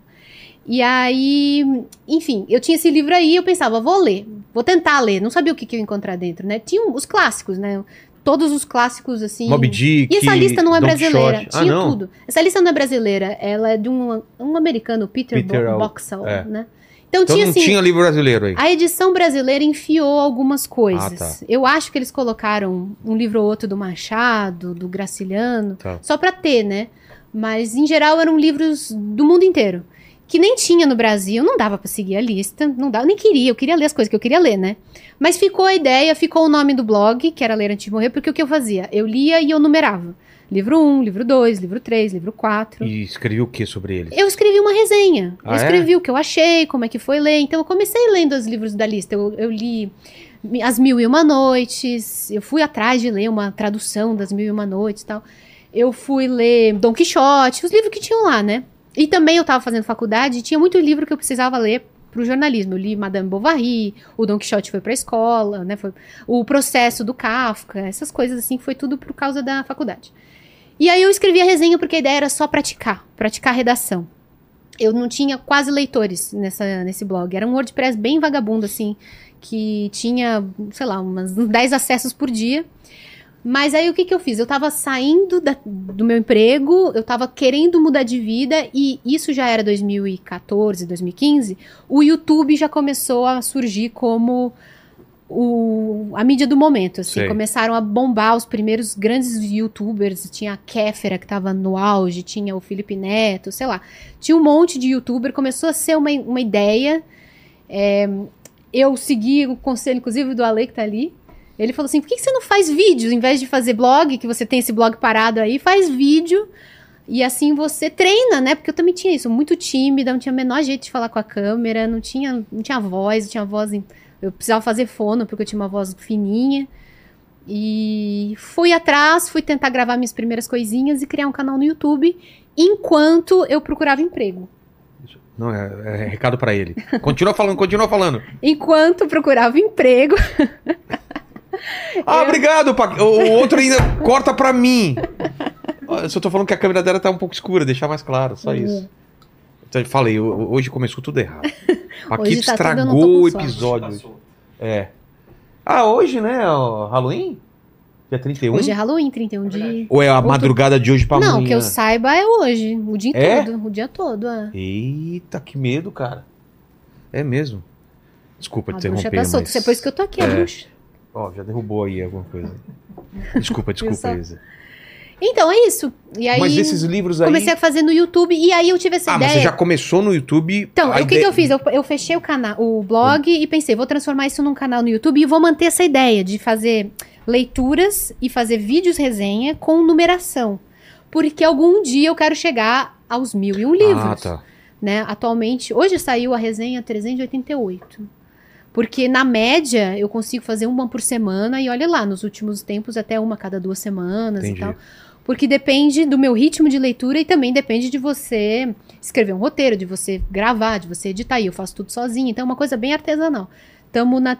C: E aí, enfim, eu tinha esse livro aí, eu pensava, vou ler, vou tentar ler. Não sabia o que, que eu ia encontrar dentro, né? Tinha os clássicos, né? Todos os clássicos, assim...
A: Mob Dick.
C: E essa lista não é
A: Don
C: brasileira.
A: Quixote.
C: Tinha
A: ah, não.
C: tudo. Essa lista não é brasileira. Ela é de um, um americano, Peter,
A: Peter
C: Bo
A: Al-
C: Boxall,
A: é.
C: né? Então,
A: Então
C: tinha
A: não
C: assim.
A: tinha livro brasileiro aí.
C: A edição brasileira enfiou algumas coisas.
A: Ah, tá.
C: Eu acho que eles colocaram um livro ou outro do Machado, do Graciliano,
A: Tá.
C: só pra ter, né? Mas, em geral, eram livros do mundo inteiro. Que nem tinha no Brasil, não dava pra seguir a lista, não dava, nem queria, eu queria ler as coisas que eu queria ler, né? Mas ficou a ideia, ficou o nome do blog, que era Ler Antes de Morrer, porque o que eu fazia? Eu lia e eu numerava. Livro 1, livro 2, livro 3, livro 4.
A: E escrevi o que sobre eles?
C: Eu escrevi uma resenha.
A: Ah, é?
C: eu escrevi o que eu achei, como é que foi ler. Então eu comecei lendo os livros da lista. Eu, eu li Mi- As Mil e Uma Noites. Eu fui atrás de ler uma tradução das Mil e Uma Noites e tal. Eu fui ler Dom Quixote, os livros que tinham lá, né? E também eu tava fazendo faculdade e tinha muito livro que eu precisava ler pro jornalismo. Eu li Madame Bovary, o Dom Quixote foi pra escola, né? Foi o processo do Kafka, essas coisas assim, que foi tudo por causa da faculdade. E aí eu escrevi a resenha porque a ideia era só praticar, praticar redação. Eu não tinha quase leitores nessa, nesse blog. Era um WordPress bem vagabundo, assim, que tinha, sei lá, umas, uns 10 acessos por dia. Mas aí o que, que eu fiz? Eu tava saindo da- do meu emprego, eu tava querendo mudar de vida, e isso já era 2014, 2015. O YouTube já começou a surgir como o- a mídia do momento. Assim,
A: Sei.
C: começaram a bombar os primeiros grandes youtubers. Tinha a Kéfera, que tava no auge, tinha o Felipe Neto, sei lá. Tinha um monte de youtuber, começou a ser uma, uma ideia. É, eu segui o conselho, inclusive, do Ale, que tá ali. Ele falou assim: por que, que você não faz vídeo? Em vez de fazer blog, que você tem esse blog parado aí, faz vídeo. E assim você treina, né? Porque eu também tinha isso, muito tímida, não tinha o menor jeito de falar com a câmera, não tinha, não tinha voz, não tinha voz. em- Eu precisava fazer fono, porque eu tinha uma voz fininha. E fui atrás, fui tentar gravar minhas primeiras coisinhas e criar um canal no YouTube enquanto eu procurava emprego.
A: Não, é, é recado pra ele. Continua falando, continua falando.
C: Enquanto procurava emprego.
A: Ah, obrigado, Paqui- o, o outro ainda corta pra mim. Ó, Eu só tô falando que a câmera dela tá um pouco escura, deixar mais claro,
C: Uhum.
A: só isso. Então, eu falei, ho- ho- hoje começou tudo errado. Paquito
C: tá tudo, eu
A: estragou
C: não tô com
A: o
C: sono.
A: episódio. É. Ah, hoje, né? o Halloween? Dia 31?
C: Hoje é Halloween, 31 de.
A: Ou Hum? é a
C: Outro-
A: madrugada de hoje pra
C: Não,
A: amanhã?
C: que eu saiba é hoje, o dia
A: É?
C: todo, o dia todo, é.
A: Eita, que medo, cara. É mesmo. Desculpa
C: a
A: te
C: bruxa
A: interromper,
C: tá solta,
A: mas...
C: é por isso que eu tô aqui, a
A: É.
C: bruxa.
A: Ó, já derrubou aí alguma coisa. Desculpa,
C: só-
A: desculpa, Isa.
C: Então é isso. E aí
A: Mas esses livros aí...
C: comecei a fazer no YouTube e aí eu tive essa
A: Ah, mas
C: ideia.
A: você já começou no YouTube...
C: Então,
A: a
C: o que,
A: ide-
C: que eu fiz? Eu, eu fechei o canal, o blog e pensei, vou transformar isso num canal no YouTube e vou manter essa ideia de fazer leituras e fazer vídeos resenha com numeração. Porque algum dia eu quero chegar aos mil e um livros.
A: Ah, tá.
C: né? Atualmente, hoje saiu a resenha 388. Porque na média eu consigo fazer uma por semana e olha lá, nos últimos tempos até uma a cada duas semanas
A: Entendi.
C: e tal. Porque depende do meu ritmo de leitura e também depende de você escrever um roteiro, de você gravar, de você editar. E eu faço tudo sozinha, então é uma coisa bem artesanal. Tamo na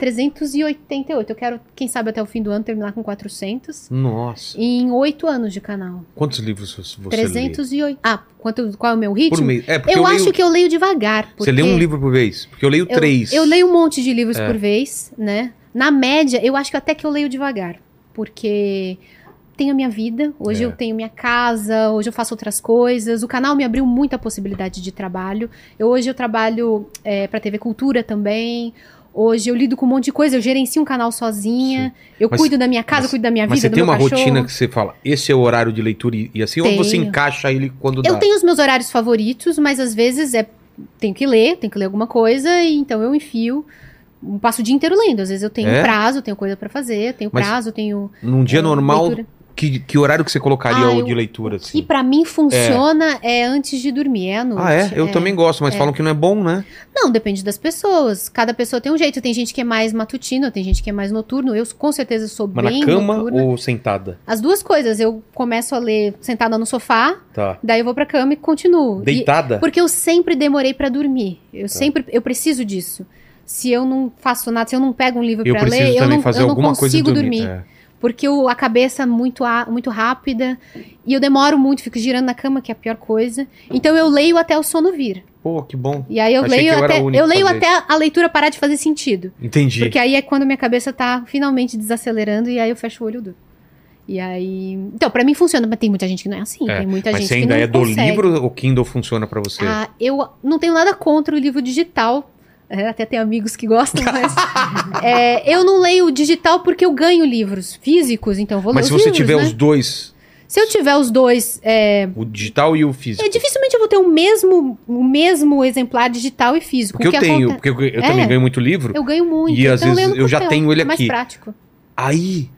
C: 388. Eu quero, quem sabe, até o fim do ano terminar com 400.
A: Nossa.
C: Em oito anos de canal.
A: Quantos livros você lê?
C: 308. Ah, quanto, qual é o meu ritmo?
A: Por mês. É, porque
C: Eu,
A: eu,
C: acho
A: leio...
C: que eu leio devagar. Porque
A: Você lê um livro por vez? É. Porque eu leio
C: eu,
A: três.
C: Eu leio um monte de livros por vez, né? Na média, eu acho que até que eu leio devagar. Porque tenho a minha vida, hoje
A: É.
C: eu tenho minha casa, hoje eu faço outras coisas. O canal me abriu muita possibilidade de trabalho. Eu, hoje eu trabalho é, pra TV Cultura também. Hoje eu lido com um monte de coisa, eu gerencio um canal sozinha, eu
A: Mas-
C: cuido da minha casa,
A: mas-
C: cuido da minha
A: Mas
C: vida,
A: você
C: do
A: tem
C: meu
A: uma
C: cachorro.
A: rotina que você fala, esse é o horário de leitura e e assim, ou você
C: Tenho.
A: encaixa ele quando
C: Eu
A: tipo, dá?
C: tenho os meus horários favoritos, mas às vezes é tenho que ler, tenho que ler alguma coisa, e então eu enfio. Passo o dia inteiro lendo. Às vezes eu tenho
A: É?
C: prazo, tenho coisa pra fazer, tenho
A: Mas
C: prazo, tenho.
A: Num dia
C: é,
A: normal,
C: leitura.
A: que, que horário que você colocaria
C: Ah,
A: o
C: eu-
A: de leitura?
C: E
A: Assim?
C: pra mim funciona é. antes de dormir, é à noite.
A: Ah, é? Eu também gosto, mas falam que não é bom, né?
C: Não, depende das pessoas. Cada pessoa tem um jeito. Tem gente que é mais matutino, tem gente que é mais noturno. Eu com certeza sou
A: Mas
C: bem
A: na cama
C: noturna.
A: ou sentada?
C: As duas coisas. Eu começo a ler sentada no sofá,
A: Tá.
C: daí eu vou pra cama e continuo. E-
A: Deitada?
C: Porque eu sempre demorei pra dormir.
A: Tá.
C: Eu sempre eu preciso disso. Se eu não faço nada, se eu não pego um livro
A: Eu
C: pra
A: preciso
C: ler, eu
A: também
C: não,
A: fazer
C: eu não
A: alguma coisa e
C: consigo
A: dormir. É.
C: Porque eu, a cabeça é muito, a- muito rápida e eu demoro muito, fico girando na cama, que é a pior coisa. Então eu leio até o sono vir.
A: Pô, que bom.
C: E aí eu
A: Achei
C: leio
A: que eu era
C: até.
A: o único
C: Eu leio
A: fazer
C: até a leitura parar de fazer sentido.
A: Entendi.
C: Porque aí é quando minha cabeça tá finalmente desacelerando e aí eu fecho o olho e durmo. E aí. Então, pra mim funciona, mas tem muita gente que não é assim.
A: É,
C: tem muita
A: Mas
C: gente
A: você
C: que
A: ainda
C: não
A: é do
C: consegue.
A: livro, o Kindle funciona pra você?
C: Ah, eu não tenho nada contra o livro digital. É, até tem amigos que gostam, mas. é, eu não leio o digital porque eu ganho livros físicos, então eu vou
A: mas
C: ler
A: se
C: os
A: você
C: livros,
A: tiver
C: né?
A: os dois,
C: Se eu tiver os dois é,
A: O digital e o
C: É,
A: físico.
C: dificilmente eu vou ter o mesmo, o mesmo exemplar digital e físico.
A: Porque eu
C: que
A: tenho,
C: aconte-
A: porque eu, eu
C: É.
A: também ganho muito livro.
C: Eu ganho muito.
A: E, às
C: então
A: vezes,
C: leio no
A: eu já
C: papel,
A: tenho ele
C: é mais
A: aqui.
C: prático.
A: Aí,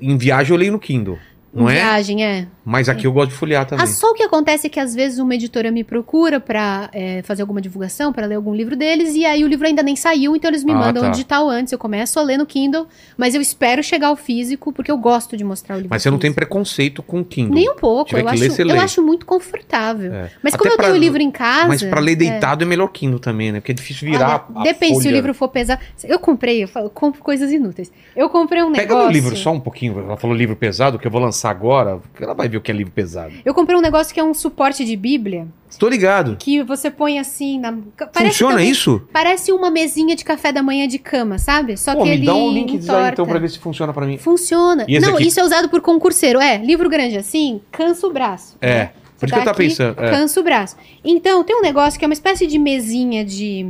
A: em viagem eu leio no Kindle, não
C: Em
A: é?
C: Viagem, é.
A: Mas aqui eu gosto de folhear
C: Ah,
A: também.
C: só o que acontece é que às vezes uma editora me procura pra é, fazer alguma divulgação, pra ler algum livro deles, e aí o livro ainda nem saiu, então eles me
A: Ah,
C: mandam
A: tá.
C: o digital antes. Eu começo a ler no Kindle, mas eu espero chegar ao físico, porque eu gosto de mostrar o livro.
A: Mas você não tem
C: físico.
A: preconceito com o Kindle.
C: Nem um pouco,
A: Tiver
C: eu,
A: que
C: acho,
A: ler, você lê.
C: eu acho muito confortável.
A: É.
C: Mas
A: Até
C: como eu
A: pra-
C: tenho o livro em casa.
A: Mas pra ler deitado é, melhor Kindle também, né? Porque é difícil virar
C: Olha,
A: a
C: Depende se o
A: folha.
C: livro for pesado. Eu comprei, eu, falo, eu compro coisas inúteis. Eu comprei um
A: Pega
C: negócio.
A: no livro só um pouquinho. Ela falou livro pesado, que eu vou lançar agora. porque Ela vai ver o que é livro pesado.
C: Eu comprei um negócio que é um suporte de Bíblia
A: Tô ligado.
C: que você põe assim na.
A: Funciona
C: que eu-
A: isso?
C: Parece uma mesinha de café da manhã de cama, sabe? Só
A: Pô,
C: que
A: me
C: ele
A: dá um link aí, então
C: entorta.
A: pra ver se funciona pra mim.
C: Funciona.
A: E esse
C: Não,
A: aqui?
C: isso é usado por concurseiro. É, livro grande assim, cansa o braço.
A: É,
C: né?
A: por isso
C: tá
A: que eu tava
C: aqui,
A: pensando, é.
C: Cansa o braço. Então, tem um negócio que é uma espécie de mesinha de.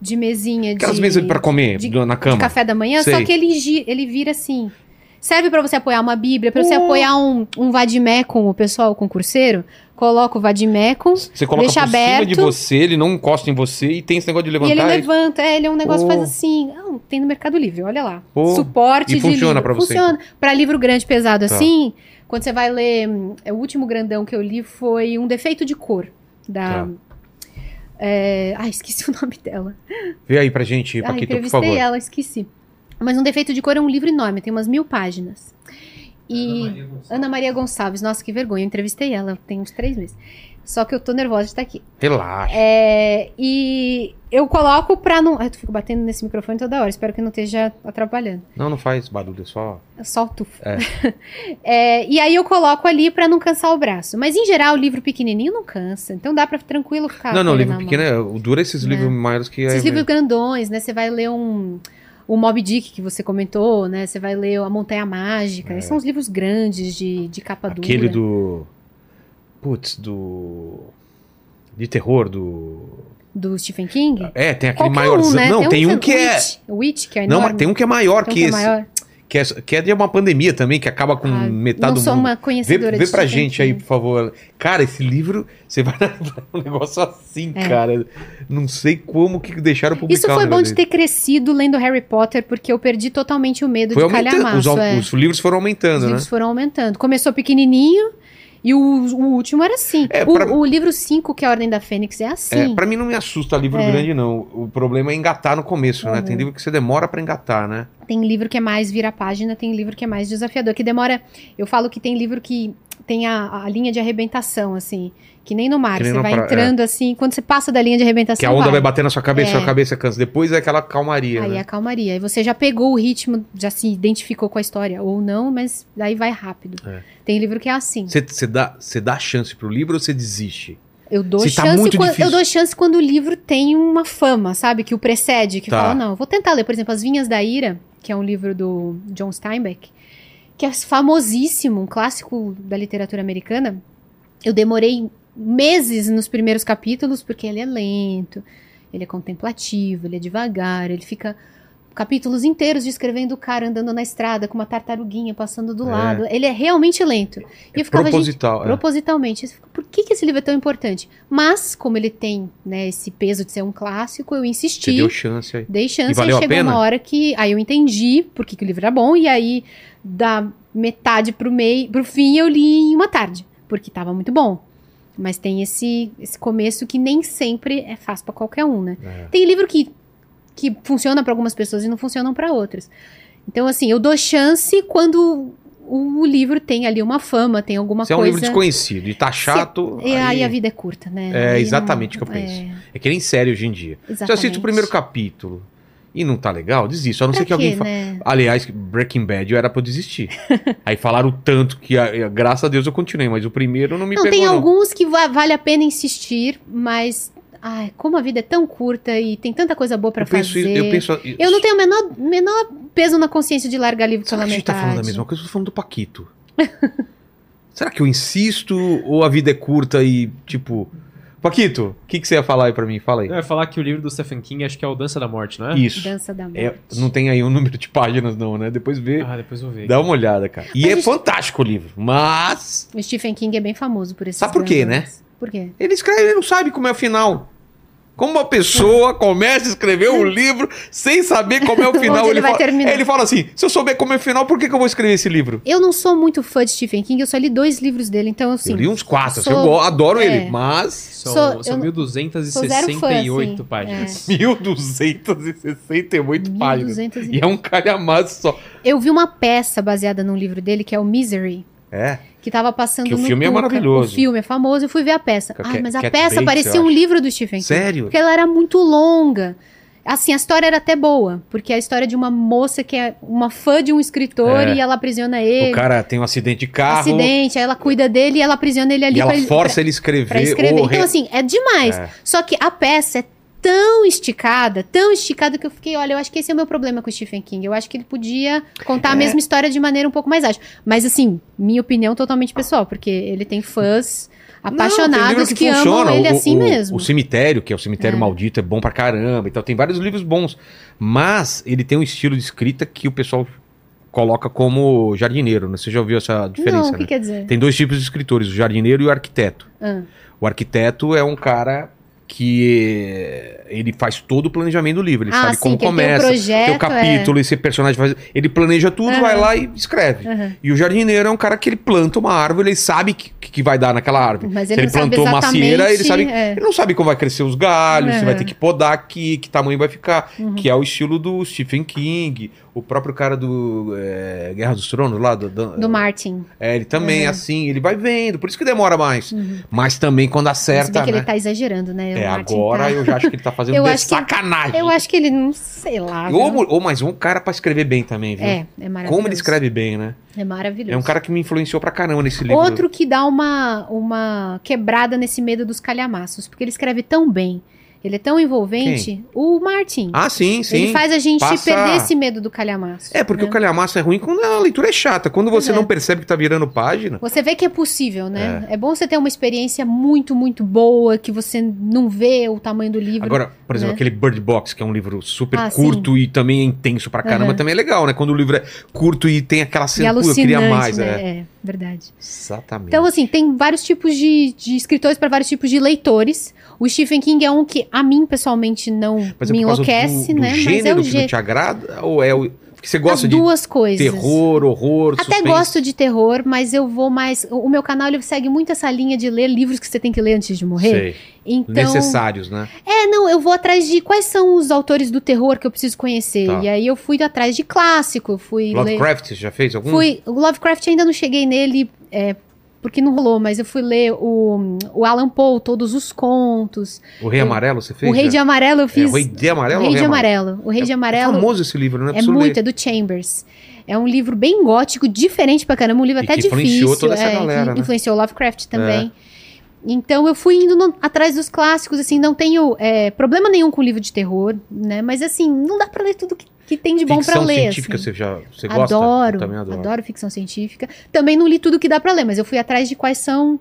C: De mesinha
A: Aquelas
C: de.
A: mesas pra comer
C: de-
A: do- na
C: de
A: cama.
C: café da manhã,
A: Sei.
C: só que ele, gi- ele vira assim. Serve pra você apoiar uma Bíblia, pra você
A: Oh.
C: apoiar um, um vadimecum, o pessoal concurseiro. Coloca o vadimecum
A: Você coloca
C: deixa
A: por cima
C: aberto.
A: de você, ele não encosta em você e tem esse negócio de
C: e
A: levantar.
C: ele
A: e-
C: levanta. É, ele é um negócio
A: Oh.
C: que faz assim. Ah, tem no Mercado Livre, olha lá.
A: Oh. E
C: Suporte de
A: funciona
C: livro.
A: pra você?
C: Funciona. Pra livro grande, pesado
A: Tá.
C: assim, quando você vai ler... hum, é, O último grandão que eu li foi Um Defeito de Cor, da...
A: Tá.
C: é, ai, esqueci o nome dela.
A: Vê aí pra gente,
C: Ah,
A: Paquito, por favor.
C: entrevistei ela, esqueci. Mas Um Defeito de Cor é um livro enorme, tem umas mil páginas. E... Ana Maria Gonçalves, nossa, que vergonha, eu entrevistei ela tem uns três meses. Só que eu tô nervosa de estar aqui.
A: Relaxa.
C: É, e eu coloco pra não. Ai, tu fico batendo nesse microfone toda hora, espero que não esteja atrapalhando.
A: Não, não faz barulho, é só.
C: Eu solto. É, e aí eu coloco ali pra não cansar o braço. Mas em geral, o livro pequenininho não cansa, então dá pra tranquilo ficar.
A: não,
C: com
A: não,
C: ele
A: livro
C: na mão.
A: pequeno é. O duro é esses
C: É.
A: livros maiores que
C: Esses
A: é.
C: livros grandões, né? Você vai ler um. O Mob Dick, que você comentou, né? Você vai ler A Montanha Mágica. Esses são os livros grandes de, de capa
A: É. Aquele
C: dura. né?
A: do. Putz, do. De terror, do.
C: Do Stephen King.
A: É, tem aquele
C: Qualquer
A: maiorzão.
C: um, né?
A: Não, tem um,
C: você-
A: que é.
C: Witch, Witch, que é
A: Não,
C: enorme.
A: mas tem um que é maior
C: Tem um
A: que, esse.
C: maior.
A: Que é, que é de uma pandemia também, que acaba com
C: Ah,
A: metade
C: não
A: tá do
C: sou
A: mundo.
C: uma
A: Vê,
C: conhecedora
A: vê
C: de
A: pra
C: Stephen
A: gente aí,
C: King.
A: por favor. Cara, esse livro, você vai dar um negócio assim,
C: É.
A: cara. Não sei como que deixaram publicar
C: Isso foi
A: um
C: bom de
A: negócio
C: ter crescido lendo Harry Potter, porque eu perdi totalmente o medo
A: desse. foi
C: de calhamaço.
A: aumentando, os, au-
C: é.
A: os livros foram
C: Os
A: aumentando, né?
C: livros foram aumentando. Começou pequenininho e o, o último era assim.
A: É,
C: o,
A: pra-
C: o livro 5, que é a Ordem da Fênix, é
A: É,
C: assim.
A: pra mim não me assusta livro grande, não. O problema é engatar no começo, né?
C: Uhum.
A: Tem livro que você demora pra engatar, né?
C: Tem livro que é mais vira página, tem livro que é mais desafiador, que demora. Eu falo que tem livro que tem a, a linha de arrebentação, assim, que nem no mar.
A: Que nem
C: Você
A: no
C: vai
A: pra- é.
C: entrando assim, quando você passa da linha de arrebentação.
A: que a onda vai,
C: vai
A: bater na sua cabeça,
C: É.
A: sua cabeça cansa. Depois é aquela calmaria,
C: Aí é
A: né?
C: a calmaria. Aí você já pegou o ritmo, já se identificou com a história, ou não, mas aí vai rápido.
A: É.
C: Tem livro que é assim.
A: Você você dá, você dá chance pro livro ou você desiste?
C: Eu dou,
A: se tá
C: chance
A: muito
C: quando,
A: difícil.
C: eu dou chance quando o livro tem uma fama, sabe? Que o precede, que
A: Tá.
C: fala, não, eu vou tentar ler. Por exemplo, As Vinhas da Ira, que é um livro do John Steinbeck, que é famosíssimo, um clássico da literatura americana. Eu demorei meses nos primeiros capítulos, porque ele é lento, ele é contemplativo, ele é devagar, ele fica capítulos inteiros descrevendo o cara andando na estrada com uma tartaruguinha passando do
A: É.
C: lado. Ele é realmente lento. E eu ficava, gente,
A: Proposital. é.
C: propositalmente. Você fica, Por que, que esse livro é tão importante? Mas, como ele tem né, esse peso de ser um clássico, eu
A: Você
C: insisti,
A: deu chance aí.
C: dei
A: E
C: chance, aí
A: valeu a
C: chegou
A: pena?
C: uma hora que aí eu entendi por que, que o livro era bom, e aí da metade pro meio, pro fim, eu li em uma tarde, porque tava muito bom. Mas tem esse, esse começo que nem sempre é fácil pra qualquer um, né?
A: É.
C: Tem livro que, que funciona pra algumas pessoas e não funcionam pra outras. Então, assim, eu dou chance quando o, o livro tem ali uma fama, tem alguma
A: Se é um
C: coisa.
A: livro desconhecido e tá chato.
C: E aí,
A: aí-
C: a vida é curta, né?
A: É,
C: Aí não-
A: exatamente o que eu penso. É que nem série hoje em dia.
C: É,
A: Se eu assisto o primeiro capítulo e não tá legal, desisto. A não ser que alguém fale.
C: Né?
A: Aliás, Breaking Bad eu era pra eu desistir. aí falaram tanto que, a- a- graças a Deus, eu continuei, mas o primeiro não me
C: Não,
A: pegou.
C: tem
A: não.
C: alguns que va- vale a pena insistir, mas. Ai, como a vida é tão curta e tem tanta coisa boa pra
A: eu penso,
C: fazer.
A: isso- eu penso.
C: Eu não tenho o menor, menor peso na consciência de largar livro
A: Será
C: pela
A: que a gente tá
C: metade.
A: falando da mesma coisa? Eu tô falando do Paquito. Será que eu insisto ou a vida é curta e, tipo. Paquito, o que, que você ia falar aí pra mim? Fala aí.
B: Eu ia falar que o livro do Stephen King acho que é o Dança da Morte, não é?
A: Isso.
C: Dança da Morte.
A: É, não tem aí um número de páginas, não, né? Depois vê,
B: Ah, depois eu vou ver.
A: dá uma olhada, cara. E
C: Mas
A: é
C: isso-
A: fantástico o livro, mas
C: O Stephen King é bem famoso por esses
A: Sabe por quê, né?
C: dramas. Por quê?
A: ele escreve, ele não sabe como é o final. Como uma pessoa começa a escrever um livro sem saber como é o final.
C: Onde ele vai
A: fala,
C: terminar.
A: ele fala assim: se eu souber como é o final, por que, que eu vou escrever esse livro?
C: Eu não sou muito fã de Stephen King, eu só li dois livros dele, então assim.
A: eu li uns quatro, assim,
C: sou-
A: eu go- adoro
C: é.
A: ele, mas.
B: São,
C: Sou-
B: são
C: eu não- sou zero fã,
B: 1268
C: assim,
B: páginas.
A: 1268 páginas.
C: 1200 e-
A: E é um calhamaço só.
C: Eu vi uma peça baseada num livro dele que é o Misery,
A: É.
C: que tava passando
A: Que o
C: no
A: filme é
C: Tuca.
A: maravilhoso.
C: O filme é famoso, eu fui ver a peça.
A: Com a
C: Ai,
A: Ca-
C: mas a
A: Cat
C: peça
A: Bates,
C: parecia
A: eu
C: um
A: acho.
C: livro do Stephen King.
A: Sério?
C: Porque ela era muito longa. Assim, a história era até boa, porque é a história de uma moça que é uma fã de um escritor
A: É.
C: e ela aprisiona ele.
A: O cara tem um acidente de carro.
C: acidente, aí ela cuida dele e ela aprisiona ele ali
A: e ela
C: pra ele-
A: força ele escrever.
C: pra escrever.
A: o re-
C: Então, assim, é demais.
A: É.
C: Só que a peça é tão esticada, tão esticada que eu fiquei, olha, eu acho que esse é o meu problema com o Stephen King. Eu acho que ele podia
A: É.
C: contar a mesma história de maneira um pouco mais ágil. Mas, assim, minha opinião totalmente pessoal, porque ele tem fãs
A: Não, tem
C: apaixonados
A: livro
C: que, amam ele
A: O-
C: assim
A: o-
C: mesmo.
A: O cemitério, que é o cemitério maldito, é bom pra caramba. Então tem vários livros bons. Mas ele tem um estilo de escrita que o pessoal coloca como jardineiro. Né? Você já ouviu essa diferença,
C: Não, o que é?
A: né?
C: quer dizer?
A: Tem dois tipos de escritores, o jardineiro e o arquiteto.
C: Ah,
A: O arquiteto é um cara que eh, ele faz todo o planejamento do livro. Ele
C: Ah,
A: sabe
C: sim,
A: como
C: que ele tem um
A: começa,
C: projeto,
A: o capítulo, esse personagem faz... Ele planeja tudo,
C: Aham.
A: vai lá e escreve.
C: aham.
A: E o jardineiro é um cara que ele planta uma árvore, ele sabe que, que vai dar naquela árvore.
C: Mas
A: Se
C: ele,
A: ele
C: não sabe
A: plantou
C: exatamente...
A: macieira, ele sabe-
C: é.
A: Ele não sabe como vai crescer os galhos, se
C: É.
A: vai ter que podar aqui, que tamanho vai ficar.
C: Uhum.
A: Que é o estilo do Stephen King, o próprio cara do é, Guerra dos Tronos lá. Do, do-
C: Do Martin.
A: É, ele também, é assim, ele vai vendo, por isso que demora mais.
C: Uhum.
A: Mas também quando
C: Se bem
A: acerta,
C: que
A: né?
C: ele tá exagerando, né? O
A: É,
C: Martin
A: agora
C: tá-
A: eu já acho que ele tá fazendo
C: Eu
A: de
C: acho que-
A: sacanagem.
C: Eu acho que ele não sei lá.
A: ou,
C: viu?
A: ou mais um cara pra escrever bem também, viu?
C: É, é maravilhoso.
A: Como ele escreve bem, né?
C: É maravilhoso.
A: É um cara que me influenciou pra caramba nesse livro.
C: Outro que dá uma, uma quebrada nesse medo dos calhamaços, porque ele escreve tão bem, ele é tão envolvente, o Martin.
A: Ah, sim, sim.
C: ele faz a gente
A: Passa-
C: perder esse medo do calhamaço.
A: É, porque
C: né?
A: o calhamaço é ruim quando a leitura é chata. Quando você
C: Pois é.
A: não percebe que tá virando página.
C: Você vê que é possível, né? É. bom você ter uma experiência muito, muito boa, que você não vê o tamanho do livro.
A: Agora, por exemplo,
C: né?
A: aquele Bird Box, que é um livro super
C: Ah,
A: curto e também é intenso pra caramba,
C: Aham.
A: também é legal, né? Quando o livro é curto e tem aquela
C: e
A: cena, pô, eu
C: alucinante,
A: queria mais. É.
C: né? É, verdade.
A: Exatamente.
C: Então, assim, tem vários tipos de, de escritores para vários tipos de leitores. O Stephen King é um que a mim, pessoalmente, não
A: Mas é
C: me
A: por causa do-
C: enlouquece,
A: do
C: né? Mas é
A: gênero
C: o
A: que não
C: jeito.
A: te agrada? Ou é o. Porque você
C: As
A: gosta de
C: duas coisas.
A: terror, horror,
C: Até
A: suspense?
C: gosto de terror, mas eu vou mais. O o meu canal ele segue muito essa linha de ler livros que você tem que ler antes de morrer.
A: Sei.
C: Então,
A: Necessários, né?
C: é, não, eu vou atrás de quais são os autores do terror que eu preciso conhecer.
A: Tá.
C: E aí eu fui atrás de clássico, eu fui ler.
A: Lovecraft, Hum. você já fez algum?
C: Fui, o Lovecraft ainda não cheguei nele, é, porque não rolou, mas eu fui ler o, o Alan Poe, todos os contos.
A: O Rei
C: Eu-
A: Amarelo, você fez?
C: o Rei de Amarelo eu
A: Amarelo.
C: fiz.
A: É, o Rei de Amarelo?
C: O
A: ou
C: Rei de Amarelo. O Rei de
A: É
C: Amarelo.
A: famoso esse livro, né?
C: É
A: Preciso ler.
C: muito, é do Chambers. É um livro bem gótico, diferente pra caramba, um livro
A: E
C: até
A: que
C: difícil.
A: influenciou toda essa
C: é,
A: galera,
C: que
A: né?
C: Influenciou Lovecraft também. Então eu fui indo no- atrás dos clássicos, assim, não tenho é, problema nenhum com livro de terror, né? Mas assim, não dá pra ler tudo que, que tem de bom pra
A: Ficção
C: ler.
A: científica,
C: assim.
A: você já você gosta? Eu
C: adoro,
A: também
C: adoro,
A: adoro.
C: ficção científica. Também não li tudo que dá pra ler, mas eu fui atrás de quais são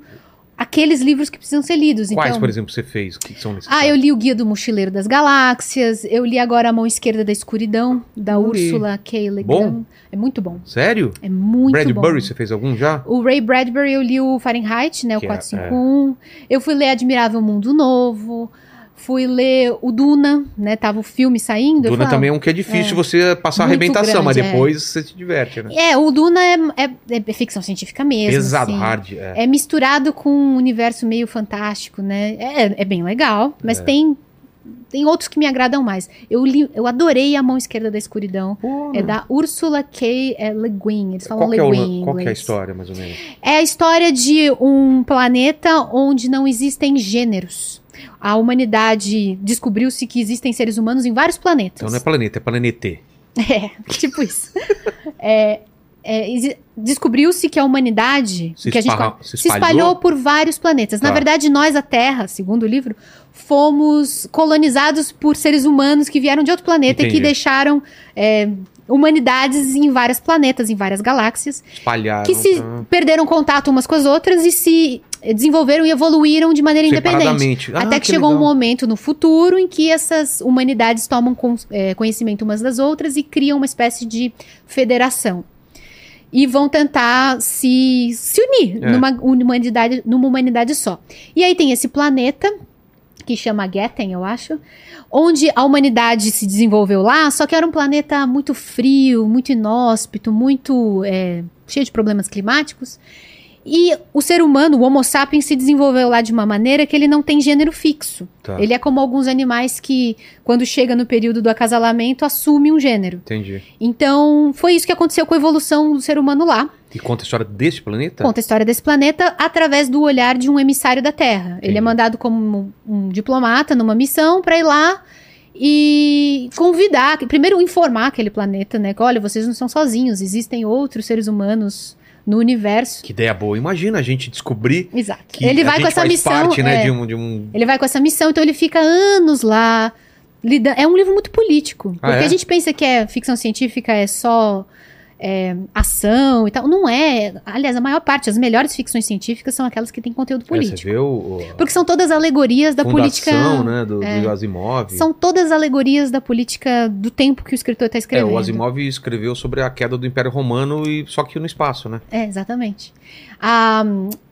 C: aqueles livros que precisam ser lidos.
A: Quais,
C: então,
A: por exemplo, você fez? Que são necessários?
C: ah, eu li o Guia do Mochileiro das Galáxias, eu li agora A Mão Esquerda da Escuridão, da
A: Não li.
C: Úrsula K. Le
A: Bom?
C: Guin. É muito bom. Sério?
A: Sério?
C: É muito bom.
A: Bradbury, você fez algum já?
C: O Ray Bradbury, eu li o Fahrenheit, né, o
A: Que é-
C: 451. Eu fui ler Admirável Mundo Novo, fui ler o Duna, né, tava o filme saindo. eu
A: Duna
C: falei, ah,
A: também é um que é difícil você passar
C: Muito
A: arrebentação, mas
C: grande, é.
A: depois você se diverte, né?
C: É, o Duna é, é- é ficção científica mesmo.
A: Pesado,
C: assim.
A: hard. É.
C: É misturado com um universo meio fantástico, né? É, é bem legal, mas tem tem outros que me agradam mais. Eu li, eu adorei A Mão Esquerda da Escuridão. É da Ursula K. É, Le Guin. Eles falam
A: Hum. Qual, que
C: Le
A: é o-
C: Guin em
A: qual que é a
C: inglês.
A: história, mais ou menos?
C: É a história de um planeta onde não existem gêneros. A humanidade descobriu-se que existem seres humanos em vários planetas.
A: Então não é planeta, é planetê.
C: É, tipo isso. É, é, exi- Descobriu-se que a humanidade
A: Se,
C: que a gente
A: esparra-
C: co-
A: se
C: se
A: espalhou.
C: espalhou por vários planetas. Na
A: Tá.
C: verdade, nós, a Terra, segundo o livro, fomos colonizados por seres humanos que vieram de outro planeta e que
A: Entendi.
C: deixaram é, humanidades em vários planetas, em várias galáxias,
A: Espalharam.
C: que se
A: tá?
C: perderam contato umas com as outras e se desenvolveram e evoluíram de maneira independente.
A: Separadamente. Ah,
C: Até que, chegou um
A: legal.
C: momento no futuro em que essas humanidades tomam con- é, conhecimento umas das outras e criam uma espécie de federação. E vão tentar se, se unir
A: É.
C: numa, humanidade, numa humanidade só. E aí tem esse planeta, que chama Getten, eu acho, onde a humanidade se desenvolveu lá, só que era um planeta muito frio, muito inóspito, muito é, cheio de problemas climáticos. E o ser humano, o Homo sapiens, se desenvolveu lá de uma maneira que ele não tem gênero fixo.
A: Tá,
C: Ele é como alguns animais que, quando chega no período do acasalamento, assume um gênero.
A: Entendi.
C: Então, foi isso que aconteceu com a evolução do ser humano lá.
A: E conta a história desse planeta?
C: Conta a história desse planeta através do olhar de um emissário da Terra. Ele
A: Entendi.
C: é mandado como um diplomata numa missão pra ir lá e convidar, primeiro informar aquele planeta, né? que, Olha, vocês não são sozinhos, existem outros seres humanos no universo.
A: Que ideia boa. Imagina a gente descobrir
C: Exato.
A: que
C: ele
A: a
C: vai
A: gente
C: com essa
A: faz
C: missão.
A: parte, né,
C: é.
A: de um... De um...
C: Ele vai com essa missão, então ele fica anos lá. lida- É um livro muito político.
A: Ah,
C: porque
A: é?
C: a gente pensa que é ficção científica é só é, ação e tal. Não é. Aliás, a maior parte, as melhores ficções científicas são aquelas que têm conteúdo
A: É,
C: político.
A: você vê o... o-
C: Porque são todas alegorias da
A: fundação,
C: política. é.
A: né, do, do Asimov.
C: São todas alegorias da política do tempo que o escritor
A: É,
C: está escrevendo.
A: o Asimov escreveu sobre a queda do Império Romano e só que no espaço, né?
C: É, exatamente. A,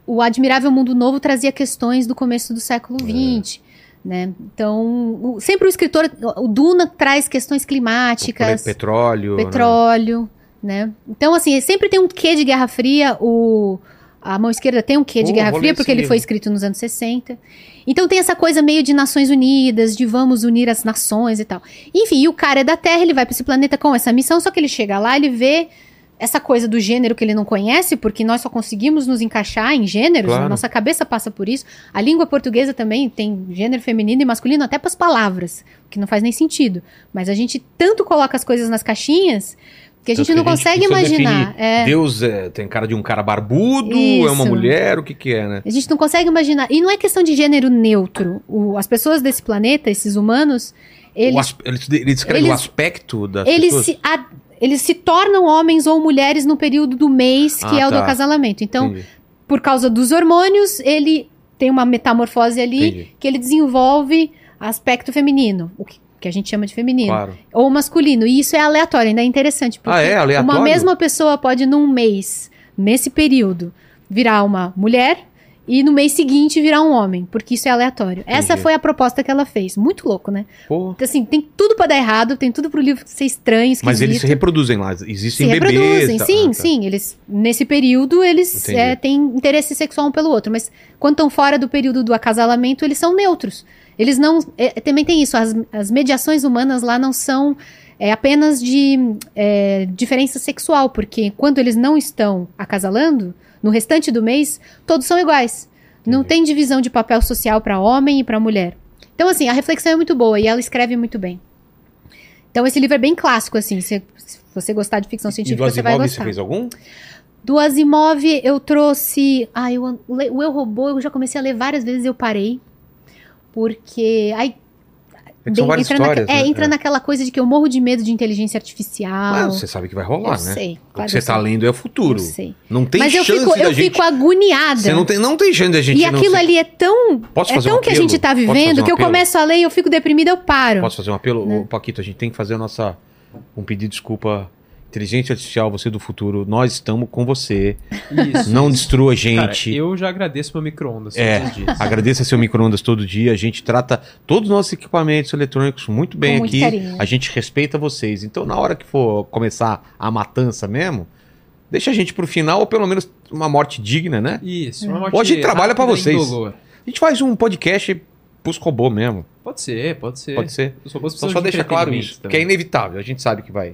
C: o Admirável Mundo Novo trazia questões do começo do século XX. Né? Então, o- sempre o escritor, o Duna traz questões climáticas,
A: Pe- Tipo, petróleo, né?
C: petróleo, né? Então, assim, sempre tem um quê de Guerra Fria, o, a mão esquerda tem um quê de
A: Pô,
C: Guerra
A: vou
C: Fria,
A: ler
C: porque
A: esse
C: ele foi
A: livro.
C: escrito nos anos 60. Então tem essa coisa meio de Nações Unidas, de vamos unir as nações e tal. Enfim, e o cara é da Terra, ele vai pra esse planeta com essa missão, só que ele chega lá, ele vê essa coisa do gênero que ele não conhece, porque nós só conseguimos nos encaixar em gêneros,
A: Claro.
C: a nossa cabeça passa por isso. A língua portuguesa também tem gênero feminino e masculino até para as palavras, o que não faz nem sentido. Mas a gente tanto coloca as coisas nas caixinhas que a
A: Tanto
C: gente não
A: que a Então, gente
C: consegue
A: precisa
C: imaginar.
A: definir.
C: É.
A: Deus é, tem cara de um cara barbudo, é uma
C: Isso.
A: mulher, o que que é, né?
C: A gente não consegue imaginar. E não é questão de gênero neutro. O- as pessoas desse planeta, esses humanos,
A: O
C: eles,
A: aspe- eles, de- eles descrevem
C: eles-
A: o aspecto das
C: eles,
A: pessoas.
C: se, a- eles se tornam homens ou mulheres no período do mês que
A: Ah,
C: é o do
A: tá.
C: acasalamento. Então,
A: Entendi,
C: por causa dos hormônios, ele tem uma metamorfose ali
A: entendi,
C: que ele desenvolve aspecto feminino, o que, que a gente chama de feminino,
A: claro.
C: ou masculino. E isso é aleatório, ainda é interessante. Porque
A: Ah, é? Aleatório?
C: Uma mesma pessoa pode, num mês, nesse período, virar uma mulher e no mês seguinte virar um homem, porque isso é aleatório. Essa
A: Entendi.
C: foi a proposta que ela fez. Muito louco, né?
A: Pô,
C: Então, Assim, tem tudo pra dar errado, tem tudo pro livro ser estranho, esquisito.
A: mas eles se reproduzem lá,
C: Se
A: existem bebês.
C: reproduzem,
A: tá-
C: sim,
A: ah, tá.
C: sim. Eles, nesse período, eles
A: Entendi.
C: é, têm interesse sexual um pelo outro. Mas quando estão fora do período do acasalamento, eles são neutros. Eles não. é, também tem isso, as, as mediações humanas lá não são é, apenas de é, diferença sexual, porque quando eles não estão acasalando, no restante do mês, todos são iguais. Não
A: Entendi.
C: tem divisão de papel social para homem e para mulher. Então, assim, a reflexão é muito boa e ela escreve muito bem. Então, esse livro é bem clássico, assim. Se, se você gostar de ficção
A: E do
C: científica, você vai
A: Asimov você
C: gostar.
A: fez algum? É
C: Do Asimov, eu trouxe. Ah, eu, an- le- o Eu Robô, eu já comecei a ler várias vezes, eu parei. Porque. Ai,
A: É que são
C: bem-
A: várias
C: entra naque-
A: histórias,
C: é,
A: né?
C: entra
A: É.
C: naquela coisa de que eu morro de medo de inteligência artificial.
A: Mas você sabe que vai
C: eu
A: rolar, né?
C: sei.
A: O que
C: claro
A: você
C: eu
A: tá
C: sei,
A: lendo é o
C: eu
A: futuro.
C: sei.
A: Não tem
C: Mas eu
A: chance
C: fico,
A: da
C: eu
A: gente...
C: fico agoniada.
A: Você não tem, não tem chance da gente
C: e
A: não
C: aquilo
A: ser-
C: ali é tão.
A: Posso
C: é
A: fazer
C: tão
A: um
C: que a
A: apelo?
C: gente tá
A: Posso fazer
C: vivendo
A: um
C: que eu
A: apelo?
C: começo a ler e eu fico deprimida, eu paro.
A: Posso fazer um apelo?
C: Né?
A: Ô, Paquito, a gente tem que fazer a nossa. Um pedido de desculpa. Inteligência artificial, você do futuro, nós estamos com você.
B: Isso.
A: Não
B: isso.
A: destrua a
B: Cara,
A: gente.
B: eu já agradeço meu micro-ondas
A: É.
B: todos os dias.
A: Agradeça seu micro-ondas todo dia. A gente trata todos os nossos equipamentos eletrônicos muito bem
C: Com muito
A: um aqui.
C: carinho.
A: A gente respeita vocês. Então, na hora que for começar a matança mesmo, deixa a gente pro final, ou pelo menos uma morte digna, né?
B: Isso.
C: É.
B: Uma
A: Hoje
B: morte
A: trabalha pra
B: rápida e
A: vocês.
B: indolor.
A: A gente faz um podcast pros robô mesmo.
B: Pode ser, pode ser.
A: Pode ser.
B: É. Os robôs
A: Então
B: precisam
A: só
B: de
A: deixa claro
B: entretenimento
A: isso,
B: também.
A: que é inevitável, a gente sabe que vai.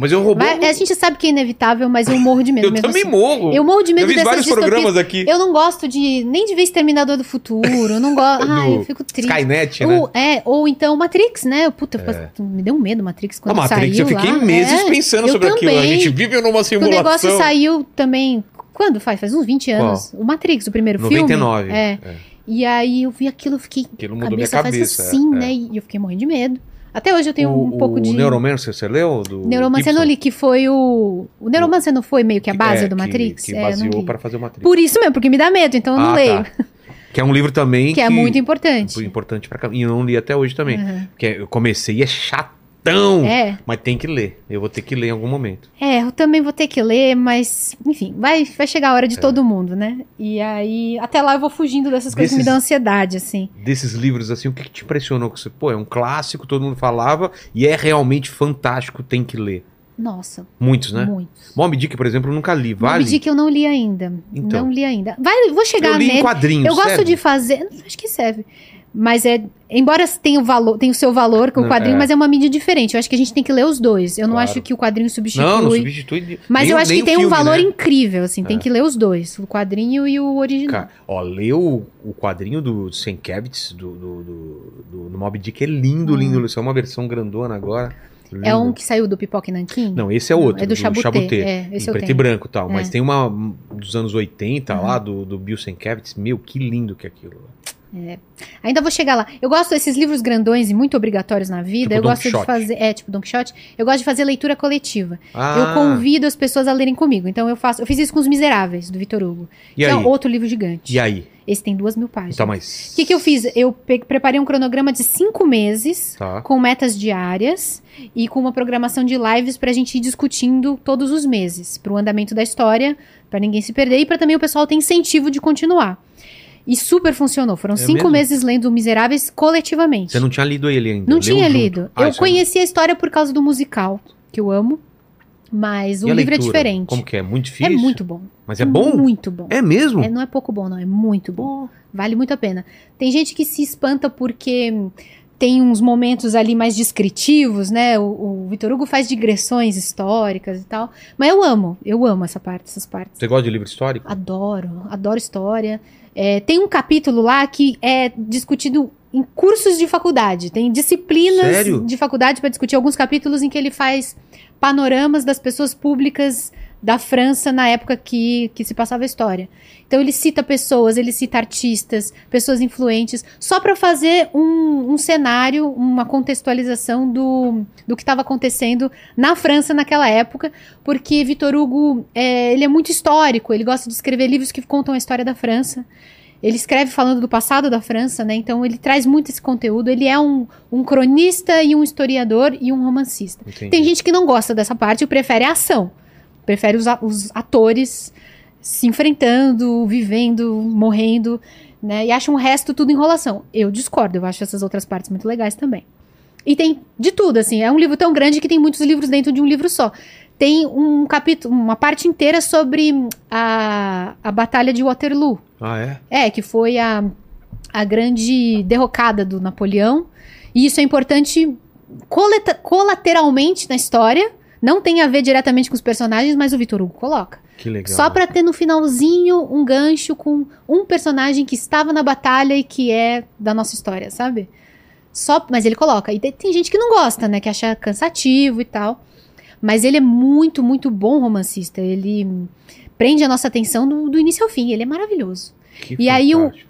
A: Mas eu robô.
C: Vai- a gente sabe que é inevitável, mas eu morro de medo
A: eu
C: mesmo
A: também
C: assim.
A: morro.
C: Eu morro de medo
A: eu vi
C: dessas
A: vários
C: distopias.
A: programas aqui.
C: Eu não gosto de nem de ver Exterminador do Futuro, eu não gosto. Ai, eu fico triste.
A: Skynet, né?
C: Ou, é, ou então Matrix, né? Puta, me deu um medo Matrix
A: A
C: quando
A: Matrix,
C: saiu
A: eu fiquei
C: lá.
A: meses
C: É,
A: pensando
C: eu
A: sobre aquilo. A
C: também.
A: gente vive numa
C: quando
A: simulação.
C: o negócio saiu também. Quando faz? Faz uns 20 anos. O Matrix, o primeiro filme.
A: 99.
C: É. E aí eu vi aquilo, eu fiquei.
A: Aquilo
C: A
A: mudou
C: cabeça,
A: minha cabeça.
C: faz assim,
A: é.
C: né? E eu fiquei morrendo de medo. Até hoje eu tenho
A: o,
C: um pouco
A: o
C: de.
A: Neuromancer, você leu? Do
C: Neuromancer eu não
A: Gibson?
C: li, que foi o. O Neuromancer não foi meio que a base
A: É,
C: do
A: que-
C: Matrix?
A: Que,
C: É, eu não
A: baseou
C: li.
A: para fazer o Matrix.
C: Por isso mesmo, porque me dá medo, então eu não
A: Ah,
C: leio.
A: tá. Que é um livro também
C: Que é muito importante.
A: importante pra caramba. E eu não li até hoje também.
C: Uhum.
A: Porque eu comecei e é chatão.
C: É,
A: Mas tem que ler. Eu vou ter que ler em algum momento.
C: é, eu também vou ter que ler, mas, enfim, vai, vai chegar a hora de
A: É.
C: todo mundo, né? E aí, até lá eu vou fugindo dessas coisas que me
A: Desses-
C: dão ansiedade, assim.
A: Desses livros, assim, o que, que te impressionou? Que você, pô, é um clássico, todo mundo falava, e é realmente fantástico, tem que ler.
C: Nossa,
A: Muitos, né?
C: muito.
A: Mob Dick, por exemplo, eu nunca li. Vale?
C: Moby Dick eu não li ainda.
A: Então.
C: Não li ainda. Vai, vou chegar
A: eu li em
C: nele.
A: quadrinhos.
C: Eu gosto
A: serve?
C: de fazer. Acho que serve. Mas é. Embora tenha o, valor, tenha o seu valor com o
A: Não,
C: quadrinho,
A: é.
C: mas é uma mídia diferente. Eu acho que a gente tem que ler os dois. Eu não
A: Claro.
C: acho que o quadrinho substitui.
A: Não, não substitui. de-
C: Mas
A: nem-
C: eu acho
A: nem
C: que
A: o
C: tem um
A: filme,
C: valor
A: né?
C: incrível, assim. Tem que ler os dois. O quadrinho e o original.
A: Cara, ó, leu o, o quadrinho do Sienkiewicz, do, do, do, do, do Mob Dick, é lindo, lindo. Isso é uma versão grandona agora.
C: Hum. é
A: Lindo.
C: um que saiu do Pipoca e Nanquim?
A: Não, esse é outro,
C: É do, Chabuté. É,
A: em
C: esse eu
A: preto e
C: tenho.
A: branco e tal. Mas
C: É. Uhum.
A: tem uma dos anos 80 lá, do, do Bill Sienkiewicz. Meu, que lindo que é aquilo.
C: Ainda vou chegar lá. Eu gosto desses livros grandões e muito obrigatórios na vida.
A: Tipo
C: eu
A: Don
C: gosto
A: Quixote.
C: de fazer. É, tipo Don Quixote. Eu gosto de fazer leitura coletiva.
A: Ah,
C: Eu convido as pessoas a lerem comigo. Então eu faço. Eu fiz isso com Os Miseráveis, do Vitor Hugo.
A: e
C: que
A: aí?
C: é outro livro gigante.
A: E aí?
C: Esse tem duas mil páginas.
A: Tá, mas...
C: O que, que eu fiz? Eu pe- preparei um cronograma de cinco meses.
A: Tá.
C: Com metas diárias e com uma programação de lives pra gente ir discutindo todos os meses, pro andamento da história, pra ninguém se perder e pra também o pessoal ter incentivo de continuar. E super funcionou. Foram
A: É
C: cinco
A: mesmo?
C: meses lendo Miseráveis coletivamente.
A: Você não tinha lido ele ainda?
C: Não
A: Leu
C: tinha
A: junto.
C: lido.
A: Ah,
C: eu
A: isso é-
C: conheci a história por causa do musical, que eu amo, mas
A: E
C: o
A: a
C: livro é
A: leitura?
C: diferente.
A: Como que é? Muito
C: É
A: difícil?
C: muito bom.
A: Mas é bom?
C: Muito bom.
A: É mesmo?
C: É, não é pouco bom, não. É muito bom.
A: Pô,
C: Vale muito a pena. Tem gente que se espanta porque tem uns momentos ali mais descritivos, né? O, o Vitor Hugo faz digressões históricas e tal. Mas eu amo. Eu amo essa parte, essas partes.
A: Você gosta de livro histórico?
C: Adoro. Adoro história. É, tem um capítulo lá que é discutido em cursos de faculdade. Tem disciplinas
A: Sério?
C: de faculdade para discutir alguns capítulos em que ele faz panoramas das pessoas públicas da França na época que, que se passava a história. Então ele cita pessoas, ele cita artistas, pessoas influentes, só para fazer um, um cenário, uma contextualização do, do que estava acontecendo na França naquela época, porque Vitor Hugo é, ele é muito histórico, ele gosta de escrever livros que contam a história da França. Ele escreve falando do passado da França, né? Então ele traz muito esse conteúdo. Ele é um, um cronista e um historiador e um romancista.
A: Entendi.
C: Tem gente que não gosta dessa parte e prefere a ação. Prefere os, a- os atores se enfrentando, vivendo, morrendo, né? E acha o resto tudo enrolação. Eu discordo, eu acho essas outras partes muito legais também. E tem de tudo, assim. É um livro tão grande que tem muitos livros dentro de um livro só. Tem um capítulo, uma parte inteira sobre hum, a, a Batalha de Waterloo.
A: Ah, é?
C: É, que foi a, a grande derrocada do Napoleão. E isso é importante coleta- colateralmente na história. Não tem a ver diretamente com os personagens, mas o Vitor Hugo coloca.
A: Que legal.
C: Só pra ter no finalzinho um gancho com um personagem que estava na batalha e que é da nossa história, sabe? Só, mas ele coloca. E tem, tem gente que não gosta, né? Que acha cansativo e tal. Mas ele é muito, muito bom romancista. Ele hum, prende a nossa atenção do, do início ao fim. Ele é maravilhoso
A: Que
C: e aí um o-
A: fantástico.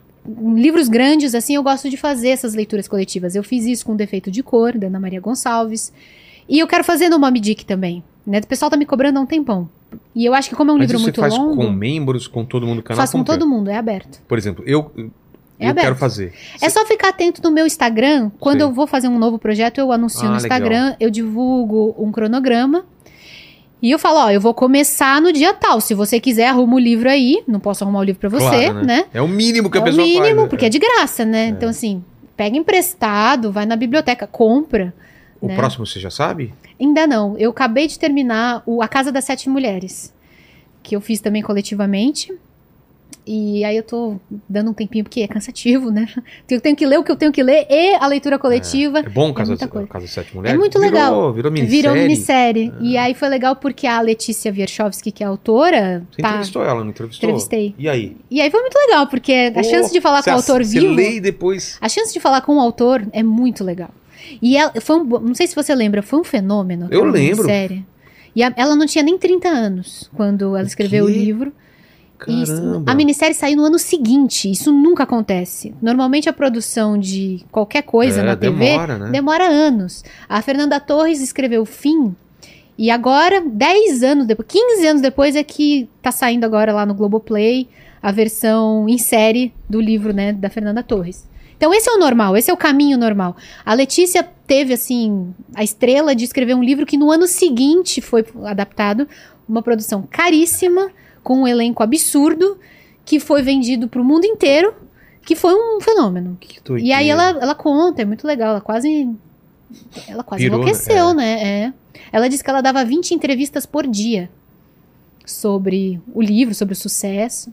C: livros grandes, assim, eu gosto de fazer essas leituras coletivas. Eu fiz isso com Defeito de Cor, da Ana Maria Gonçalves. E eu quero fazer no Mob Dick também. Né? O pessoal tá me cobrando há um tempão. E eu acho que, como é um
A: Mas
C: livro
A: isso
C: muito
A: você faz
C: longo,
A: com membros, com todo mundo do canal?
C: faço com
A: quê?
C: todo mundo, é aberto.
A: Por exemplo, eu,
C: É
A: eu
C: aberto.
A: quero fazer.
C: É só ficar atento no meu Instagram. Quando
A: Sim.
C: eu vou fazer um novo projeto, eu anuncio
A: Ah,
C: no
A: legal.
C: Instagram, eu divulgo um cronograma. E eu falo, ó, eu vou começar no dia tal. Se você quiser, arruma o livro aí. Não posso arrumar o livro pra você,
A: Claro,
C: né?
A: É o mínimo que a
C: é o
A: pessoa
C: mínimo,
A: faz. né?
C: porque é de graça, né? Então, assim, pega emprestado, vai na biblioteca, compra.
A: O
C: né?
A: próximo você já sabe?
C: Ainda não. Eu acabei de terminar o A Casa das Sete Mulheres, que eu fiz também coletivamente. E aí eu tô dando um tempinho, porque é cansativo, né? Eu tenho que ler o que eu tenho que ler e a leitura coletiva.
A: É bom Casa,
C: muita coisa. É
A: Casa de Sete Mulheres?
C: muito
A: Virou-
C: legal.
A: Virou minissérie. Ah.
C: Virou minissérie. E aí foi legal porque a Letícia Wierchowski, que é a autora,
A: Você
C: tá,
A: entrevistou ela, não entrevistou?
C: entrevistei.
A: E aí?
C: E aí foi muito legal, porque a
A: Pô,
C: chance de falar
A: você
C: com o
A: ass-
C: autor
A: você
C: vivo.
A: lê e depois...
C: A chance de falar com o autor é muito legal. E ela foi um, bo- não sei se você lembra, foi um fenômeno.
A: Eu
C: aquela
A: lembro.
C: Série. E a- ela não tinha nem 30 anos quando ela
A: O
C: escreveu o
A: quê?
C: livro. Isso.
A: Caramba.
C: A minissérie saiu no ano seguinte. Isso nunca acontece. Normalmente a produção de qualquer coisa
A: É,
C: na TV
A: demora, né?
C: demora anos. A Fernanda Torres escreveu Fim. E agora, 10 anos depois, 15 anos depois, é que tá saindo agora lá no Globoplay a versão em série do livro, né, da Fernanda Torres. Então esse é o normal, esse é o caminho normal. A Letícia teve, assim, a estrela de escrever um livro que no ano seguinte foi adaptado, uma produção caríssima, com um elenco absurdo, que foi vendido pro mundo inteiro, que foi um fenômeno.
A: Que
C: E
A: doideira.
C: aí ela, ela conta, é muito legal, ela quase. Ela quase
A: Pirou, né?
C: enlouqueceu, né? É. Ela disse que ela dava 20 entrevistas por dia sobre o livro, sobre o sucesso.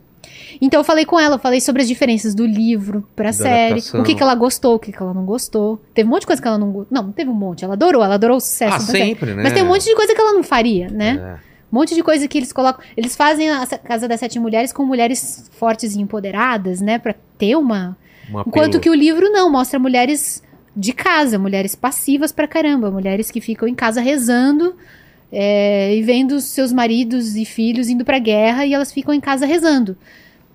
C: Então eu falei com ela, eu falei sobre as diferenças do livro pra
A: Da
C: série,
A: adaptação.
C: o que, que ela gostou, o que, que ela não gostou. Teve um monte de coisa que ela não gostou. Não, não teve um monte, ela adorou, ela adorou o sucesso.
A: Ah,
C: da série.
A: sempre, né?
C: Mas tem um monte de coisa que ela não faria, né?
A: É.
C: Um monte de coisa que eles colocam. Eles fazem a Sa- Casa das Sete Mulheres com mulheres fortes e empoderadas, né? Pra ter uma
A: Uma pílula.
C: Enquanto que o livro não, mostra mulheres de casa, mulheres passivas pra caramba, mulheres que ficam em casa rezando é, e vendo seus maridos e filhos indo pra guerra e elas ficam em casa rezando.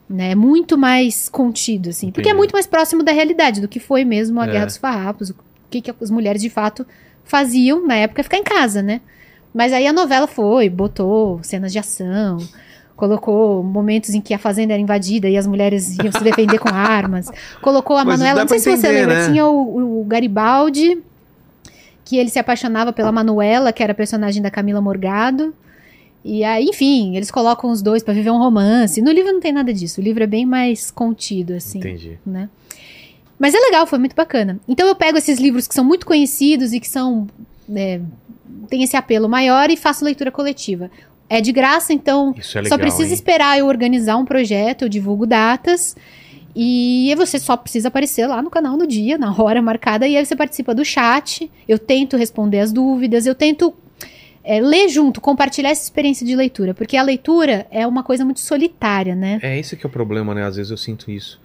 C: Né, É muito mais contido, assim. Porque é
A: Entendi.
C: muito mais próximo da realidade do que foi mesmo a
A: É.
C: Guerra dos Farrapos, o que, que as mulheres de fato faziam na época é ficar em casa, né? Mas aí a novela foi, botou cenas de ação, colocou momentos em que a fazenda era invadida e as mulheres iam se defender com armas. Colocou a
A: Mas isso
C: Manuela,
A: dá
C: não sei
A: pra
C: se você
A: entender,
C: lembra,
A: né?
C: tinha o, o Garibaldi, que ele se apaixonava pela Manuela, que era a personagem da Camila Morgado. E aí, enfim, eles colocam os dois pra viver um romance. No livro não tem nada disso, o livro é bem mais contido, assim
A: Entendi.
C: né? Mas é legal, foi muito bacana. Então eu pego esses livros que são muito conhecidos e que são. né, tem esse apelo maior e faço leitura coletiva. É de graça, então
A: Isso é legal.
C: só precisa
A: hein?
C: esperar eu organizar um projeto, eu divulgo datas. E aí você só precisa aparecer lá no canal no dia, na hora marcada, e aí você participa do chat. Eu tento responder as dúvidas, eu tento é, ler junto, compartilhar essa experiência de leitura, porque a leitura é uma coisa muito solitária, né?
A: É esse que é o problema, né? Às vezes eu sinto isso.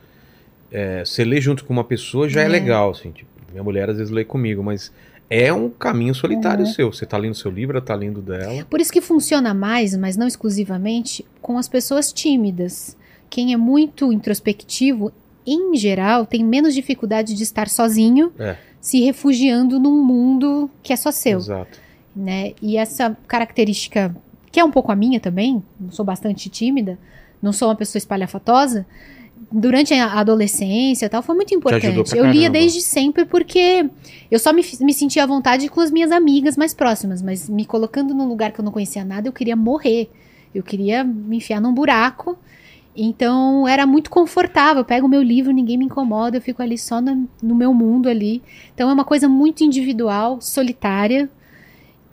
A: É, você lê junto com uma pessoa já é,
C: É.
A: legal, assim. tipo, minha mulher às vezes lê comigo, mas é um caminho solitário seu. Você tá lendo seu livro, ela tá lendo dela.
C: Por isso que funciona mais, mas não exclusivamente, com as pessoas tímidas. Quem é muito introspectivo, em geral, tem menos dificuldade de estar sozinho,
A: É.
C: se refugiando num mundo que é só seu.
A: Exato.
C: Né? E essa característica, que é um pouco a minha também, eu sou bastante tímida, não sou uma pessoa espalhafatosa, durante a adolescência e tal, foi muito
A: ajudou
C: importante.
A: pra
C: Eu lia
A: caramba.
C: desde sempre porque eu só me, fi- me sentia à vontade com as minhas amigas mais próximas, mas me colocando num lugar que eu não conhecia nada, eu queria morrer. Eu queria me enfiar num buraco. Então era muito confortável. Eu pego o meu livro, ninguém me incomoda, eu fico ali só na- no meu mundo ali. Então é uma coisa muito individual, solitária.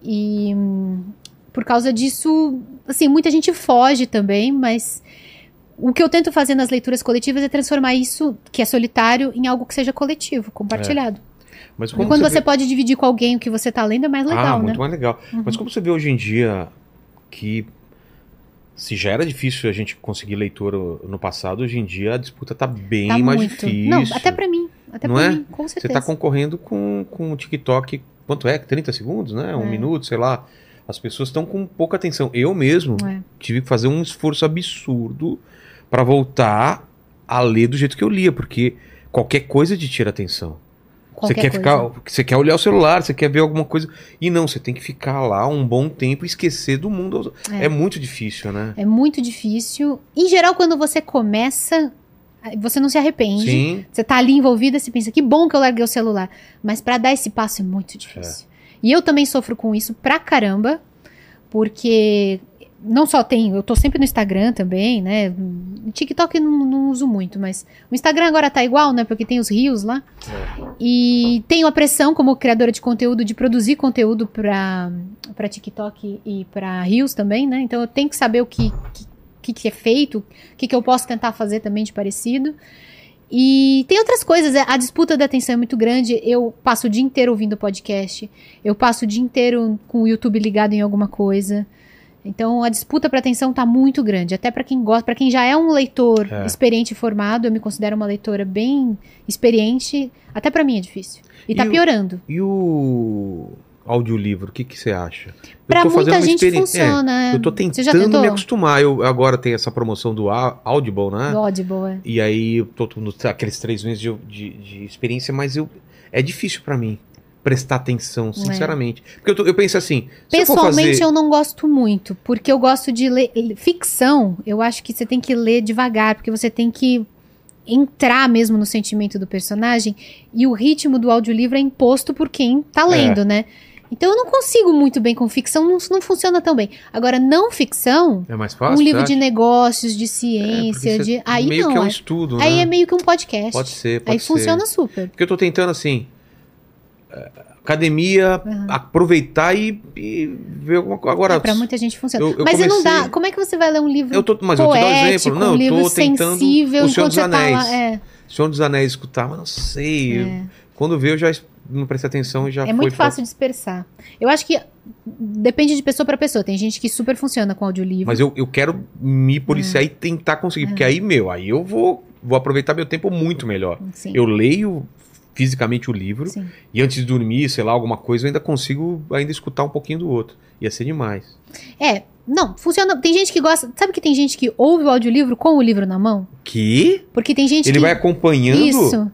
C: E hum, por causa disso, assim, muita gente foge também, mas o que eu tento fazer nas leituras coletivas é transformar isso, que é solitário, em algo que seja coletivo, compartilhado.
A: Mas É. como
C: E quando
A: você,
C: você
A: vê...
C: pode dividir com alguém o que você tá lendo, é mais legal,
A: ah,
C: né?
A: muito mais legal. Mas como você vê hoje em dia que se já era difícil a gente conseguir leitor no passado, hoje em dia a disputa tá bem
C: Tá
A: mais
C: muito.
A: difícil.
C: Não, até pra mim. Até
A: Não
C: pra
A: é?
C: mim, com
A: Você
C: certeza.
A: está concorrendo com, com o TikTok, quanto é? 30 segundos, né? Um
C: É.
A: minuto, sei lá. As pessoas estão com pouca atenção. Eu mesmo
C: É.
A: tive que fazer um esforço absurdo para voltar a ler do jeito que eu lia, porque qualquer coisa te tira atenção. Você
C: Qualquer
A: quer
C: coisa.
A: ficar, você quer olhar o celular, você quer ver alguma coisa e não, você tem que ficar lá um bom tempo e esquecer do mundo. É,
C: É.
A: muito difícil, né?
C: É muito difícil. Em geral, quando você começa, você não se arrepende.
A: Sim,
C: Você tá ali envolvida, você pensa, que bom que eu larguei o celular. Mas pra dar esse passo é muito difícil. E eu também sofro com isso pra caramba, porque não só tenho, eu tô sempre no Instagram também, né? Hum, TikTok eu não, não uso muito, mas o Instagram agora tá igual, né? Porque tem os rios lá. E tenho a pressão como criadora de conteúdo de produzir conteúdo pra, pra TikTok e pra rios também, né? Então eu tenho que saber o que, que, que que é feito, o que, que eu posso tentar fazer também de parecido. E tem outras coisas, é, a disputa da atenção é muito grande. Eu passo o dia inteiro ouvindo podcast, eu passo o dia inteiro com o YouTube ligado em alguma coisa. Então a disputa para atenção tá muito grande, até para quem gosta, para quem já é um leitor
A: É.
C: experiente e formado, eu me considero uma leitora bem experiente, até para mim é difícil. E, tá
A: E o-
C: piorando.
A: E o audiolivro, o que, que você acha? Eu
C: Pra
A: tô fazendo
C: muita
A: uma
C: gente
A: experi- é,
C: funciona. é.
A: eu tô
C: Você já
A: tentando me
C: tentou?
A: acostumar. Eu, agora tem essa promoção do Au- Audible, né?
C: Do Audible, é.
A: E aí eu tô nos aqueles três meses de, de- de experiência, mas eu, é difícil pra mim prestar atenção, sinceramente. Porque eu, tô- eu penso assim, se eu for
C: É. Pessoalmente,
A: fazer-
C: eu não gosto muito, porque eu gosto de ler. Ficção, eu acho que você tem que ler devagar, porque você tem que entrar mesmo no sentimento do personagem. E o ritmo do audiolivro é imposto por quem
A: É.
C: tá lendo, né? Então eu não consigo muito bem com ficção, não, não funciona tão bem. Agora, não ficção,
A: é mais fácil.
C: um livro
A: tá?
C: de negócios, de
A: É, porque
C: ciência,
A: você-
C: de. Aí
A: meio
C: não.
A: que é um
C: aí-
A: estudo,
C: aí
A: né?
C: é meio que um podcast.
A: Pode ser, pode
C: aí
A: ser.
C: funciona assim. super.
A: Porque eu tô tentando assim, eh, academia,
C: Aham.
A: aproveitar e, e ver alguma coisa. Agora,
C: É, pra muita gente funciona.
A: eu- eu
C: Mas não dá.
A: comecei-
C: Como é que você vai ler um livro
A: eu tô, mas eu te dou um
C: poético,
A: exemplo. Não,
C: um livro
A: eu tô tentando
C: sensível
A: o Senhor
C: enquanto
A: dos
C: você
A: Anéis.
C: tá lá. É,
A: Senhor dos Anéis escutar, mas não sei. eu- Quando vê, eu já es- não prestei atenção e já
C: é
A: foi
C: muito
A: pra-
C: fácil dispersar. Eu acho que depende de pessoa pra pessoa. Tem gente que super funciona com audiolivro.
A: Mas eu, eu quero me policiar
C: É.
A: e tentar conseguir, porque aí, meu, aí eu vou, vou aproveitar meu tempo muito melhor.
C: sim,
A: Eu leio fisicamente o livro
C: sim.
A: e antes de dormir, sei lá, alguma coisa, eu ainda consigo ainda escutar um pouquinho do outro. Ia ser demais.
C: É, não, funciona. Tem gente que gosta. Sabe que tem gente que ouve o audiolivro com o livro na mão?
A: Que?
C: Porque tem gente
A: Ele
C: que.
A: vai acompanhando.
C: Isso.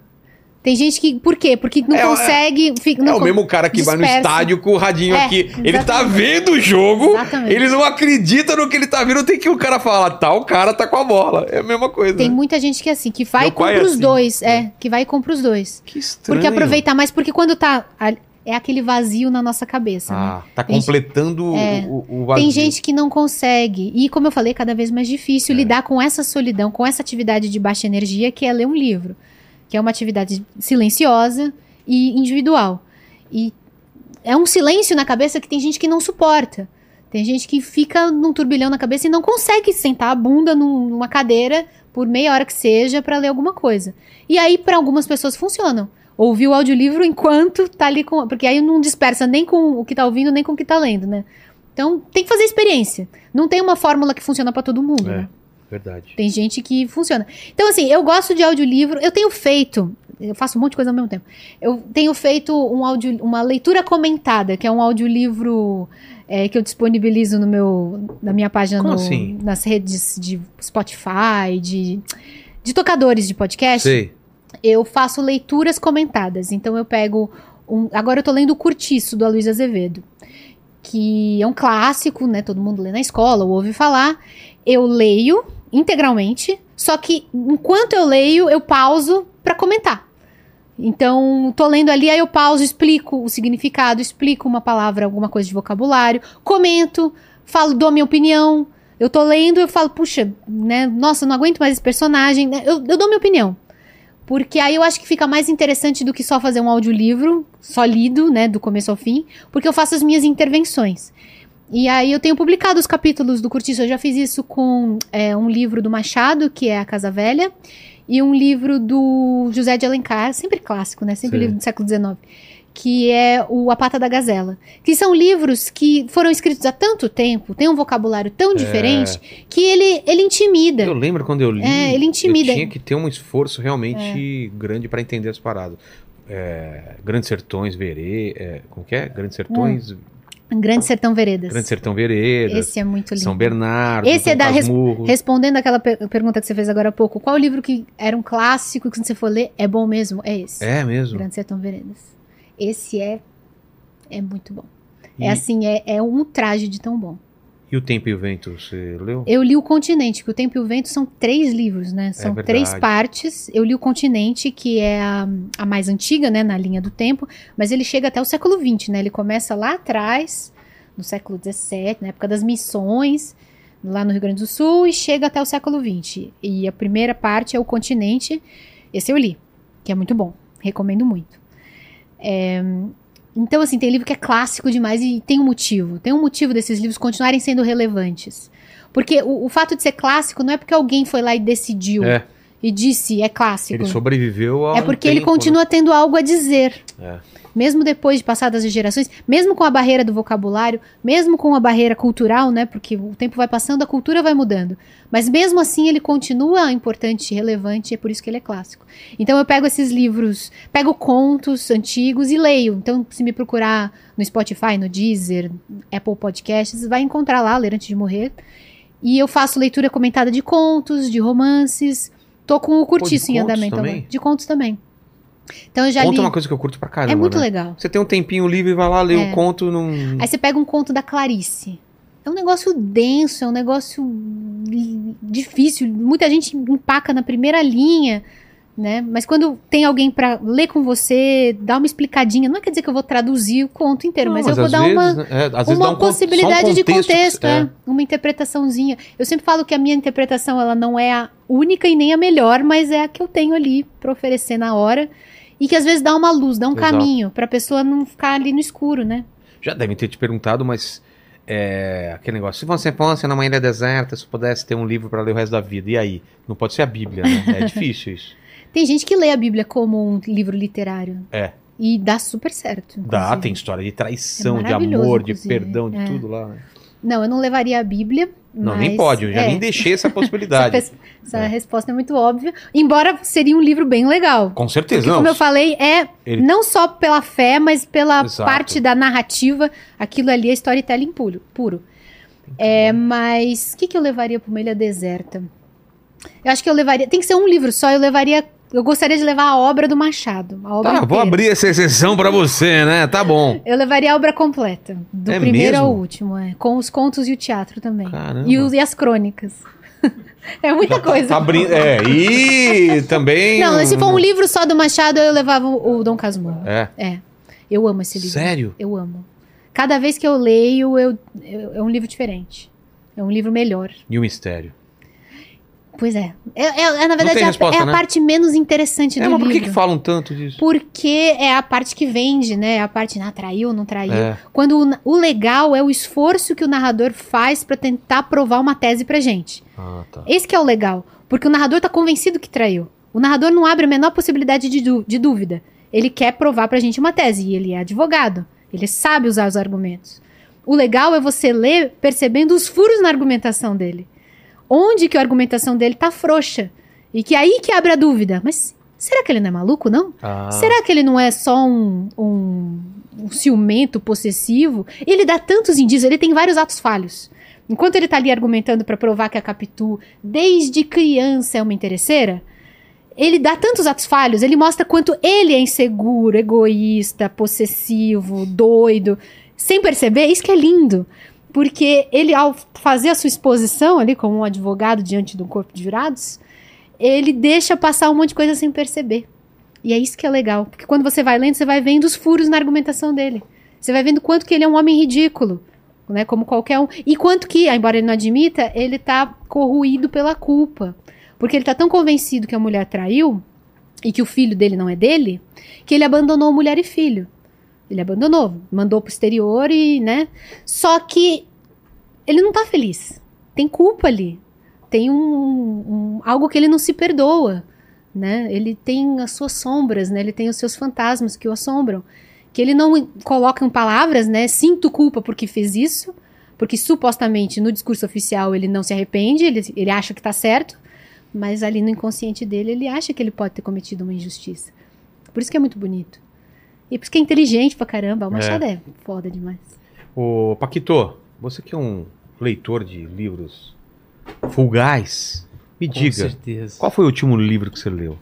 C: Tem gente que. Por quê? Porque não
A: É, é-
C: consegue. fica-
A: É
C: não
A: o
C: con-
A: mesmo cara que vai no
C: dispersa.
A: estádio com o radinho
C: É,
A: aqui. Ele tá
C: exatamente.
A: vendo o jogo,
C: Exatamente.
A: ele não acredita no que ele tá vendo, tem que o cara falar, tal cara tá com a bola. É a mesma coisa.
C: Tem muita gente que é assim, que vai e
A: Meu pai é
C: compra os
A: assim.
C: dois. É, que vai e compra os dois.
A: Que estranho.
C: Porque aproveita mais, porque quando tá. ali- É aquele vazio na nossa cabeça. né?
A: Ah, tá
C: Tem gente-
A: completando o-
C: É.
A: o, o vazio.
C: Tem gente que não consegue. E, como eu falei, é cada vez mais difícil lidar com essa solidão, com essa atividade de baixa energia, que é ler um livro. Que é uma atividade silenciosa e individual. E é um silêncio na cabeça que tem gente que não suporta. Tem gente que fica num turbilhão na cabeça e não consegue sentar a bunda num- numa cadeira por meia hora que seja pra ler alguma coisa. E aí, pra algumas pessoas, funcionam. Ouvir o audiolivro enquanto tá ali com. Porque aí não dispersa nem com o que tá ouvindo, nem com o que tá lendo, né? Então, tem que fazer experiência. Não tem uma fórmula que funciona pra todo mundo,
A: É.
C: né?
A: Verdade.
C: Tem gente que funciona. Então, assim, eu gosto de audiolivro. Eu tenho feito. Eu faço um monte de coisa ao mesmo tempo. Eu tenho feito um audio, uma leitura comentada, que é um audiolivro é, que eu disponibilizo no meu, na minha página
A: Como
C: no-
A: assim?
C: nas redes de Spotify, de, de tocadores de podcast
A: Sei.
C: eu faço leituras comentadas. Então eu pego um, agora eu tô lendo o Curtiço do Luiz Azevedo, que é um clássico, né? Todo mundo lê na escola, ou ouve falar. Eu leio integralmente, só que enquanto eu leio, eu pauso pra comentar. Então, tô lendo ali, aí eu pauso, explico o significado, explico uma palavra, alguma coisa de vocabulário, comento, falo, dou a minha opinião. Eu tô lendo, eu falo, puxa, né? Nossa, não aguento mais esse personagem. né, Eu, eu dou minha opinião. Porque aí eu acho que fica mais interessante do que só fazer um audiolivro, só lido, né, do começo ao fim, porque eu faço as minhas intervenções. E aí eu tenho publicado os capítulos do Curtiço, eu já fiz isso com é, um livro do Machado, que é A Casa Velha, e um livro do José de Alencar, sempre clássico, né, sempre
A: Sim.
C: livro do século XIX, que é o A Pata da Gazela. Que são livros que foram escritos há tanto tempo, tem um vocabulário tão diferente, que ele, ele intimida.
A: É. Eu lembro quando eu li.
C: É, ele intimida. É.
A: Eu tinha que ter um esforço realmente grande pra entender as paradas. É, Grandes Sertões, Verê. É, como que é? Grandes Sertões.
C: Grande Sertão Veredas.
A: Grande Sertão Veredas.
C: Esse é muito lindo.
A: São Bernardo.
C: Esse é
A: Dom
C: da res-
A: Casmurro.
C: Respondendo aquela per- pergunta que você fez agora há pouco, qual livro que era um clássico que quando você for ler é bom mesmo? É esse.
A: É mesmo.
C: Grande Sertão Veredas. Esse é é muito bom.
A: E,
C: É assim, é, é um traje de tão bom.
A: e O Tempo e o Vento, você leu?
C: Eu li O Continente, que O Tempo e o Vento são três livros, né? São
A: verdade.
C: três partes. Eu li O Continente, que é a, a mais antiga, né? Na linha do tempo, mas ele chega até o século XX, né? Ele começa lá atrás, no século XVII, na época das missões, lá no Rio Grande do Sul, e chega até o século XX. E a primeira parte é O Continente. Esse eu li, que é muito bom. Recomendo muito. É, Então, assim, tem livro que é clássico demais e tem um motivo. Tem um motivo desses livros continuarem sendo relevantes. Porque o, o fato de ser clássico não é porque alguém foi lá e decidiu
A: É,
C: e disse é clássico.
A: ele sobreviveu ao. né?
C: É porque ele continua tendo algo a dizer.
A: É.
C: mesmo depois de passadas as gerações, mesmo com a barreira do vocabulário, mesmo com a barreira cultural, né? Porque o tempo vai passando, a cultura vai mudando. Mas mesmo assim ele continua importante, relevante, e é por isso que ele é clássico. Então eu pego esses livros, pego contos antigos e leio. Então se me procurar no Spotify, no Deezer, Apple Podcasts, vai encontrar lá Ler Antes de Morrer. E eu faço leitura comentada de contos, de romances. Tô com o curtiço em
A: contos
C: andamento
A: também?
C: agora. De contos também. Então eu já
A: Conta
C: li.
A: uma coisa que eu curto pra caramba.
C: é muito
A: né?
C: legal. É.
A: Você tem um tempinho livre, vai lá, lê o conto num.
C: Aí você pega um conto da Clarice. É um negócio denso, é um negócio li- difícil. Muita gente empaca na primeira linha, né? Mas quando tem alguém pra ler com você, dá uma explicadinha. Não quer dizer que eu vou traduzir o conto inteiro,
A: Não,
C: mas, eu vou
A: às
C: dar uma,
A: vezes, né? É, às vezes
C: uma
A: dá um con- só um
C: possibilidade de
A: contexto que-
C: contexto,
A: é.
C: é. uma interpretaçãozinha. Eu sempre falo que a minha interpretação ela não é a única e nem a melhor, mas é a que eu tenho ali pra oferecer na hora e que às vezes dá uma luz, dá um
A: Exato.
C: caminho pra pessoa não ficar ali no escuro, né?
A: Já devem ter te perguntado, mas é, aquele negócio. Se você fosse numa ilha deserta, se pudesse ter um livro pra ler o resto da vida, e aí? Não pode ser a Bíblia, né? É difícil isso.
C: Tem gente que lê a Bíblia como um livro literário.
A: É.
C: E dá super certo.
A: Dá,
C: inclusive.
A: tem história de traição,
C: É
A: de
C: maravilhoso,
A: amor, de
C: inclusive.
A: perdão, de
C: É.
A: tudo lá. né?
C: Não, eu não levaria a Bíblia.
A: Não,
C: mas-
A: nem pode, eu já
C: é,
A: nem deixei essa
C: essa,
A: possibilidade.
C: pes- essa
A: É.
C: resposta é muito óbvia. Embora seria um livro bem legal.
A: Com certeza,
C: Porque,
A: não.
C: como eu falei, é
A: Ele-
C: não só pela fé, mas pela
A: Exato.
C: parte da narrativa. Aquilo ali é storytelling puro. puro. É, mas o que, que eu levaria para uma ilha deserta? Eu acho que eu levaria. Tem que ser um livro só. Eu levaria. Eu gostaria de levar a obra do Machado. A obra
A: Tá, vou
C: inteira.
A: abrir essa exceção pra você, né? Tá bom.
C: Eu levaria a obra completa. Do
A: É
C: primeiro ao
A: mesmo?
C: último, é. Com os contos e o teatro também.
A: Caramba.
C: E, os- e as crônicas. é muita
A: Já tá-
C: coisa.
A: Tá abrindo. É, e também.
C: Não, se for um livro só do Machado, eu levava o Dom Casmurro.
A: É.
C: É. Eu amo esse livro.
A: Sério?
C: Eu amo. Cada vez que eu leio, eu, eu- é um livro diferente. É um livro melhor.
A: E o mistério?
C: Pois é. É, é- é, na verdade,
A: tem
C: é a-
A: resposta,
C: é a
A: né?
C: parte menos interessante
A: É,
C: do
A: mas por
C: livro.
A: que, que falam tanto disso?
C: Porque é a parte que vende, né? É a parte, ah, traiu, não traiu.
A: É.
C: Quando o, na- o legal é o esforço que o narrador faz pra tentar provar uma tese pra gente.
A: Ah, tá.
C: Esse que é o legal, porque o narrador tá convencido que traiu. O narrador não abre a menor possibilidade de, dú- de dúvida. Ele quer provar pra gente uma tese e ele é advogado. Ele sabe usar os argumentos. O legal é você ler percebendo os furos na argumentação dele. Onde que a argumentação dele tá frouxa e que é aí que abre a dúvida. Mas será que ele não é maluco não?
A: Ah,
C: Será que ele não é só um, um- um ciumento possessivo? Ele dá tantos indícios, ele tem vários atos falhos. Enquanto ele tá ali argumentando pra provar que a Capitu, desde criança, é uma interesseira, ele dá tantos atos falhos, ele mostra quanto ele é inseguro, egoísta, possessivo, doido, sem perceber, isso que é lindo. Porque ele, ao fazer a sua exposição ali como um advogado diante de um corpo de jurados, ele deixa passar um monte de coisa sem perceber. E é isso que é legal, porque quando você vai lendo, você vai vendo os furos na argumentação dele. Você vai vendo quanto que ele é um homem ridículo, né, como qualquer um, e quanto que, embora ele não admita, ele tá corroído pela culpa. Porque ele tá tão convencido que a mulher traiu e que o filho dele não é dele, que ele abandonou mulher e filho. Ele abandonou, mandou pro exterior e, né? Só que ele não tá feliz. Tem culpa ali. Tem um, um- algo que ele não se perdoa, né? Ele tem as suas sombras, né? Ele tem os seus fantasmas que o assombram. Que ele não coloca em palavras, né? Sinto culpa porque fez isso, porque supostamente no discurso oficial ele não se arrepende, ele, ele acha que tá certo, mas ali no inconsciente dele ele acha que ele pode ter cometido uma injustiça. Por isso que é muito bonito. E por isso que é inteligente pra caramba. O Machado é foda demais.
A: Ô, Paquito, você que é um leitor de livros fulgais, me
B: Com
A: diga,
B: certeza.
A: qual foi o último livro que você leu?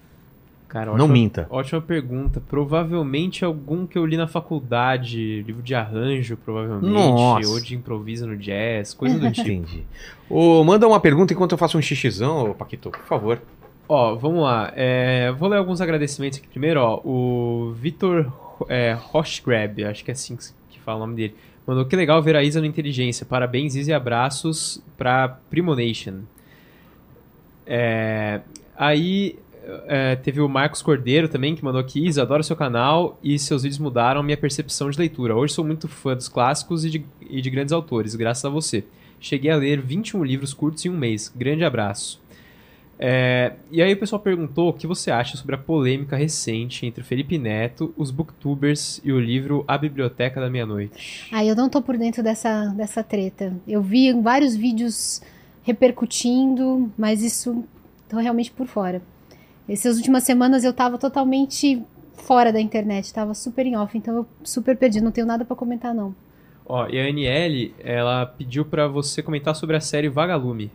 B: Cara,
A: Não
B: ótima-
A: minta.
B: Ótima pergunta. Provavelmente algum que eu li na faculdade, livro de arranjo, provavelmente,
A: Nossa.
B: ou de improviso no jazz, coisa do tipo.
A: Entendi. Ô, manda uma pergunta enquanto eu faço um xixizão, ô, Paquito, por favor.
B: Ó, vamos lá. É, vou ler alguns agradecimentos aqui primeiro, ó. O Vitor é, Hochgrab, acho que é assim que se- que fala o nome dele. Mandou que legal ver a Isa no Inteligência. Parabéns, Isa, e abraços pra Primonation. É, aí é, teve o Marcos Cordeiro também, que mandou aqui, Isa, adoro seu canal e seus vídeos mudaram minha percepção de leitura. Hoje sou muito fã dos clássicos e de, e de grandes autores, graças a você. Cheguei a ler 21 livros curtos em um mês. Grande um abraço. É, e aí o pessoal perguntou o que você acha sobre a polêmica recente entre Felipe Neto, os booktubers e o livro A Biblioteca da Meia-Noite.
C: Ai, eu não tô por dentro dessa, dessa treta. Eu vi vários vídeos repercutindo, mas isso tô realmente por fora. Essas últimas semanas eu tava totalmente fora da internet, tava super em off, então eu super perdi, não tenho nada pra comentar não.
B: Ó, e a Aniele, ela pediu pra você comentar sobre a série Vagalume.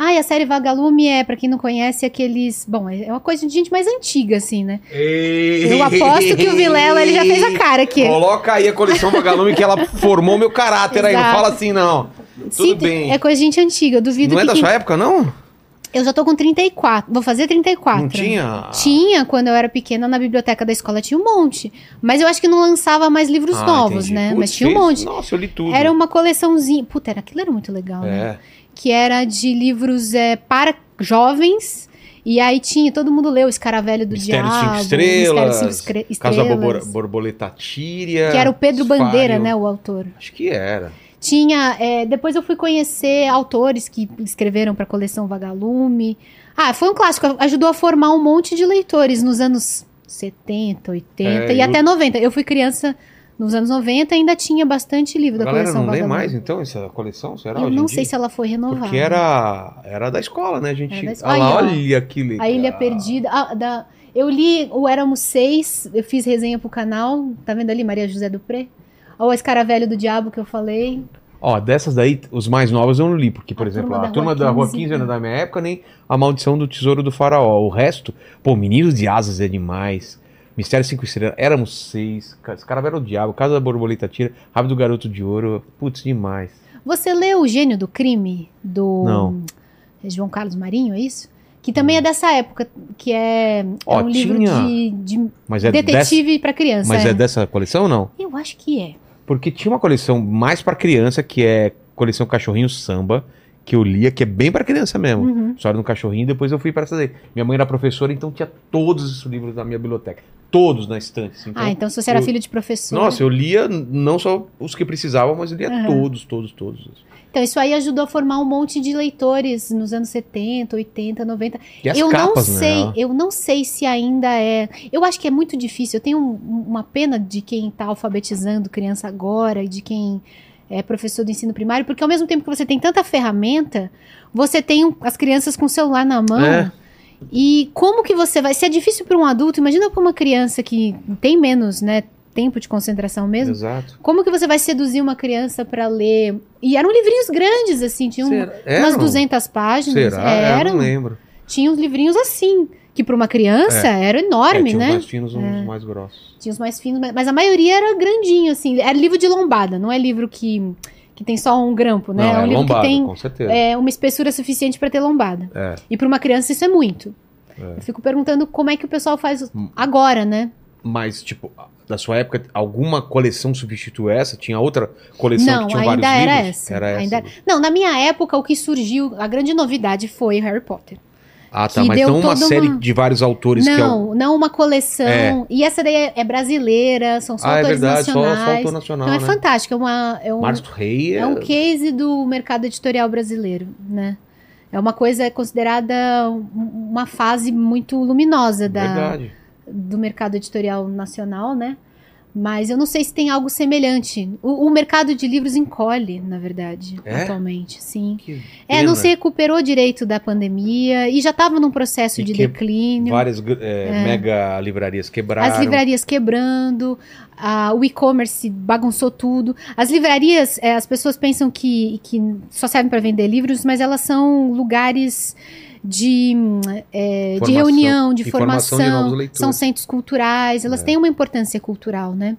C: Ah, e a série Vagalume é, pra quem não conhece, aqueles. Bom, é uma coisa de gente mais antiga, assim, né? Eu aposto que o Vilela ele já fez a cara aqui.
A: Coloca aí a coleção Vagalume que ela formou meu caráter aí. Não
C: Exato.
A: fala assim, não. Tudo
C: Sim,
A: bem.
C: É coisa de gente antiga, eu duvido
A: não é
C: que.
A: da
C: quem-
A: sua época, não?
C: Eu já tô com 34, vou fazer 34.
A: Não tinha?
C: né? Tinha, quando eu era pequena, na biblioteca da escola tinha um monte. Mas eu acho que não lançava mais livros
A: Ah,
C: novos,
A: entendi.
C: né?
A: Putz,
C: mas tinha um
A: fez-
C: monte.
A: Nossa, eu li tudo.
C: Era um uma coleçãozinha. Puta, era, aquilo era muito legal,
A: É.
C: né? Que era de livros é, para jovens. E aí tinha, todo mundo leu Escaravelho do
A: Mistério dos
C: Diabo,
A: Cinco Estrelas,
C: Mistério dos Cinco Estre-
A: Casa
C: Estrelas.
A: Borbo- Borboleta Tíria.
C: que era o Pedro
A: Fário.
C: Bandeira, né? O autor.
A: Acho que era.
C: Tinha. é, depois eu fui conhecer autores que escreveram para a coleção Vagalume. Ah, foi um clássico. Ajudou a formar um monte de leitores nos anos 70, 80
A: É,
C: e
A: eu-
C: até 90. Eu fui criança nos anos 90 ainda tinha bastante livro
A: A
C: da
A: galera
C: coleção
A: não lê
C: Vagalume.
A: mais, então, essa coleção? Será
C: eu
A: hoje em
C: não
A: dia?
C: sei se ela foi renovada.
A: Porque era, era da escola, né,
C: Era
A: gente?
C: da escola.
A: Olha lá,
C: Aí, ó.
A: olha que legal.
C: A Ilha Perdida. ah, da- Eu li o Éramos Seis, eu fiz resenha pro canal. Tá vendo ali, Maria José Dupré? Ou o Escaravelho do Diabo que eu falei.
A: Ó, dessas daí, os mais novos eu não li, porque, por
C: A
A: exemplo,
C: Turma
A: a
C: da
A: turma
C: Rua
A: da Rua
C: 15,
A: 15
C: né?
A: não é da minha época, nem A Maldição do Tesouro do Faraó. O resto, pô, Meninos de Asas é demais. Mistério 5 Estrelas, éramos seis. ca- Os caras eram o diabo. Casa da Borboleta Tira, Rápido Garoto de Ouro. Putz, demais.
C: Você leu O Gênio do Crime, do
A: Não.
C: é João Carlos Marinho, é isso? Que também é dessa época, que é, é
A: Ó,
C: um livro
A: tinha.
C: de, de
A: Mas é, dessa,
C: detetive pra criança.
A: mas
C: é.
A: é dessa coleção ou não?
C: Eu acho que é.
A: Porque tinha uma coleção mais pra criança, que é coleção Cachorrinho Samba, que eu lia, que é bem pra criança mesmo.
C: Uhum.
A: Só era no cachorrinho, depois eu fui para essa daí. Minha mãe era professora, então tinha todos os livros da minha biblioteca. Todos na estante. assim. Então,
C: ah, então se você era
A: eu-
C: filho de professor.
A: nossa, eu lia n- não só os que precisavam, mas eu lia
C: Aham.
A: todos, todos, todos.
C: Então isso aí ajudou a formar um monte de leitores nos anos 70, 80, 90.
A: E as
C: eu
A: capas,
C: não sei,
A: né?
C: eu não sei se ainda é. Eu acho que é muito difícil. Eu tenho um- um- uma pena de quem está alfabetizando criança agora e de quem é professor do ensino primário, porque ao mesmo tempo que você tem tanta ferramenta, você tem um- as crianças com o celular na mão.
A: É.
C: E como que você vai? Se é difícil para um adulto, imagina para uma criança que tem menos, né, tempo de concentração mesmo.
A: Exato.
C: Como que você vai seduzir uma criança para ler? E eram livrinhos grandes assim, tinham
A: Será?
C: umas
A: Eram?
C: 200 páginas. é,
A: Será? É, Eu
C: Eram
A: não lembro.
C: tinha uns livrinhos assim, que para uma criança era enorme,
A: é, tinha
C: né?
A: uns mais finos, uns mais grossos.
C: Tinha os mais finos, mas- mas a maioria era grandinho, assim. Era livro de lombada, não é livro que, que tem só um grampo, né?
A: Não,
C: é um
A: é
C: livro
A: lombado,
C: que tem
A: com certeza.
C: é, uma espessura suficiente para ter lombada.
A: É.
C: E para uma criança isso é muito. Eu fico perguntando como é que o pessoal faz
A: Hum.
C: agora, né?
A: Mas, tipo, da sua época, alguma coleção substituiu essa? Tinha outra coleção
C: Não,
A: que tinha
C: ainda
A: vários
C: era
A: livros?
C: essa.
A: Era essa.
C: Ainda Não, na minha época, o que surgiu, a grande novidade foi Harry Potter.
A: Ah, tá.
C: que
A: Mas
C: deu
A: então uma
C: toda
A: série
C: uma-
A: de vários autores que é o...
C: não, não uma coleção.
A: É.
C: E essa daí é, é brasileira, são só
A: Ah, é
C: autores
A: verdade, só,
C: nacionais.
A: só autor nacional,
C: então é
A: né?
C: fantástico, é, uma, é um
A: Márcio Rei é...
C: É um case do mercado editorial brasileiro, né? É uma coisa considerada um- uma fase muito luminosa da,
A: é Verdade.
C: do mercado editorial nacional, né? Mas eu não sei se tem algo semelhante. O, o mercado de livros encolhe, na verdade,
A: É?
C: atualmente, sim.
A: Que
C: É, não
A: pena.
C: se recuperou direito da pandemia e já estava num processo
A: E
C: de
A: que-
C: declínio.
A: Várias gr- é, mega livrarias quebraram.
C: As livrarias quebrando, a- o e-commerce bagunçou tudo. As livrarias, eh, as pessoas pensam que, que só servem para vender livros, mas elas são lugares de, hum, eh, de
A: Formação.
C: reunião, de
A: E formação de
C: formação,
A: novos leitores.
C: são centros culturais, elas
A: É.
C: têm uma importância cultural, né?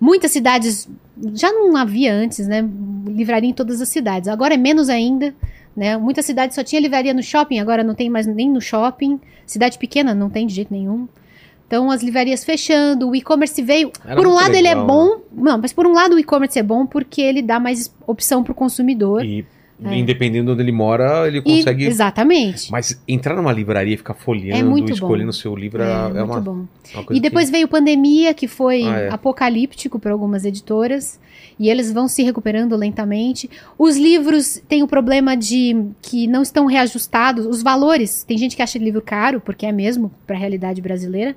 C: Muitas cidades, já não havia antes, né? Livraria em todas as cidades, agora é menos ainda. Né? Muitas cidades só tinha livraria no shopping, agora não tem mais nem no shopping. Cidade pequena não tem de jeito nenhum. Então as livrarias fechando, o e-commerce veio.
A: Era
C: por um
A: muito
C: lado ele é
A: legal, né?
C: bom, não, mas por um lado o e-commerce é bom porque ele dá mais opção para o consumidor.
A: E, Independente de onde ele mora, ele
C: E-
A: consegue.
C: exatamente.
A: Mas entrar numa livraria e ficar folheando,
C: É muito bom.
A: escolhendo o seu livro é,
C: é,
A: é
C: muito
A: uma,
C: bom.
A: uma coisa
C: E depois veio pandemia, que foi
A: Ah, é.
C: apocalíptico para algumas editoras, e eles vão se recuperando lentamente. Os livros têm o problema de que não estão reajustados, os valores. Tem gente que acha livro caro, porque é mesmo para a realidade brasileira,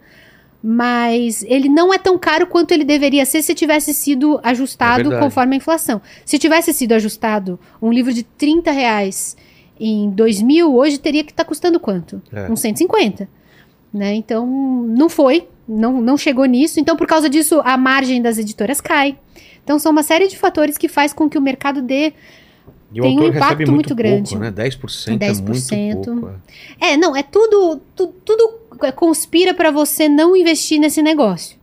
C: mas ele não é tão caro quanto ele deveria ser se tivesse sido
A: É
C: ajustado
A: verdade.
C: conforme a inflação. Se tivesse sido ajustado um livro de 30 reais em 2000, hoje teria que estar custando quanto? Um
A: É.
C: Uns 150. Né? Então, não foi, não, não chegou nisso. Então, por causa disso, a margem das editoras cai. Então, são uma série de fatores que faz com que o mercado dê.
A: que- e o
C: tem um
A: autor recebe
C: impacto muito grande.
A: Pouco, né? 10%, é
C: 10%.
A: muito pouco.
C: É, não, é tudo. tu- Tudo, é, conspira para você não investir nesse negócio.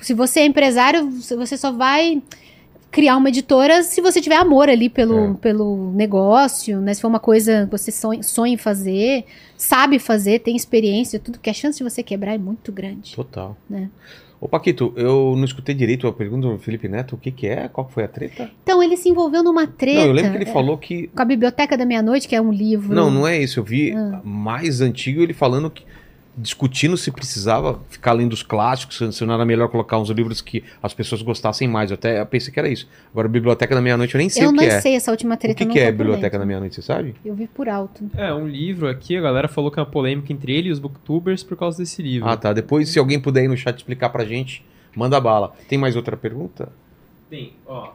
C: Se você é empresário, você só vai criar uma editora se você tiver amor ali pelo,
A: É.
C: pelo negócio, né? Se for uma coisa que você sonha, sonha em fazer, sabe fazer, tem experiência, tudo, porque a chance de você quebrar é muito grande.
A: Total.
C: Né?
A: Ô Paquito, eu não escutei direito a pergunta do Felipe Neto, o que que é? Qual que foi a treta?
C: Então, ele se envolveu numa treta. é.
A: Não, eu lembro que ele falou que...
C: Com a Biblioteca da Meia-Noite, que é um livro.
A: Não, não é isso. Eu vi
C: Ah.
A: mais antigo ele falando que... Discutindo se precisava ficar além dos clássicos, se- se não era melhor colocar uns livros que as pessoas gostassem mais. Eu até pensei que era isso. Agora, Biblioteca da Meia-Noite, eu nem sei
C: Eu
A: o
C: não
A: que é.
C: sei essa última
A: O
C: treta.
A: que,
C: não
A: que
C: tô
A: é
C: por
A: Biblioteca
C: dentro.
A: da Meia-Noite, você sabe?
C: Eu vi por alto.
B: É, um livro aqui, a galera falou que é uma polêmica entre ele e os booktubers por causa desse livro.
A: Ah, tá. Depois, se alguém puder ir no chat explicar pra gente, manda bala. Tem mais outra pergunta?
B: Tem, ó.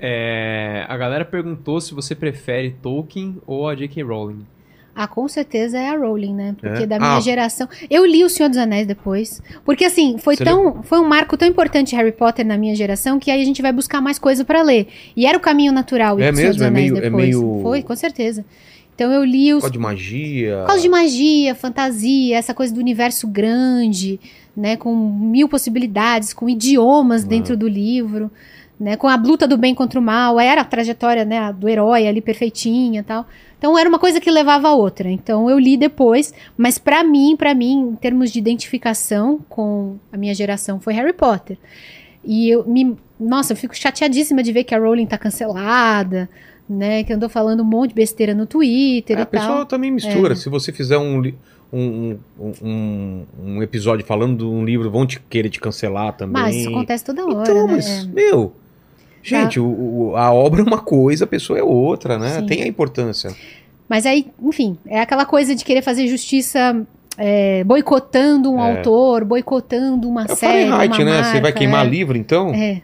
B: É, a galera perguntou se você prefere Tolkien ou a J.K. Rowling.
C: Ah, com certeza é a Rowling, né? Porque
A: É?
C: da minha
A: Ah.
C: geração. Eu li O Senhor dos Anéis depois. Porque, assim, foi,
A: Você
C: tão, foi um marco tão importante Harry Potter na minha geração que aí a gente vai buscar mais coisa pra ler. E era o caminho natural. e
A: É
C: O Senhor dos
A: mesmo? É
C: Anéis
A: meio- é
C: depois.
A: meio-
C: Foi, com certeza. Então eu li os.
A: Código de magia.
C: Por causa de magia, fantasia, essa coisa do universo grande, né? Com mil possibilidades, com idiomas
A: Ah.
C: dentro do livro, né? Com a luta do bem contra o mal, era a trajetória né, a do herói ali perfeitinha e tal. Então era uma coisa que levava a outra. Então eu li depois, mas pra mim, para mim, em termos de identificação com a minha geração, foi Harry Potter. E eu me. Nossa, eu fico chateadíssima de ver que a Rowling tá cancelada, né? Que andou falando um monte de besteira no Twitter
A: É,
C: e
A: a
C: tal.
A: pessoa também mistura.
C: É.
A: Se você fizer um, li- um, um, um- um episódio falando de um livro, vão te querer te cancelar também.
C: Mas isso acontece toda hora,
A: Então,
C: né?
A: mas, meu. Gente, o- o- a obra é uma coisa, a pessoa é outra, né?
C: Sim.
A: Tem a importância.
C: Mas aí, enfim, é aquela coisa de querer fazer justiça é, boicotando um
A: É.
C: autor, boicotando uma
A: É o
C: série, uma
A: Fahrenheit, né? Você vai
C: marca,
A: queimar
C: é.
A: livro, então?
C: É.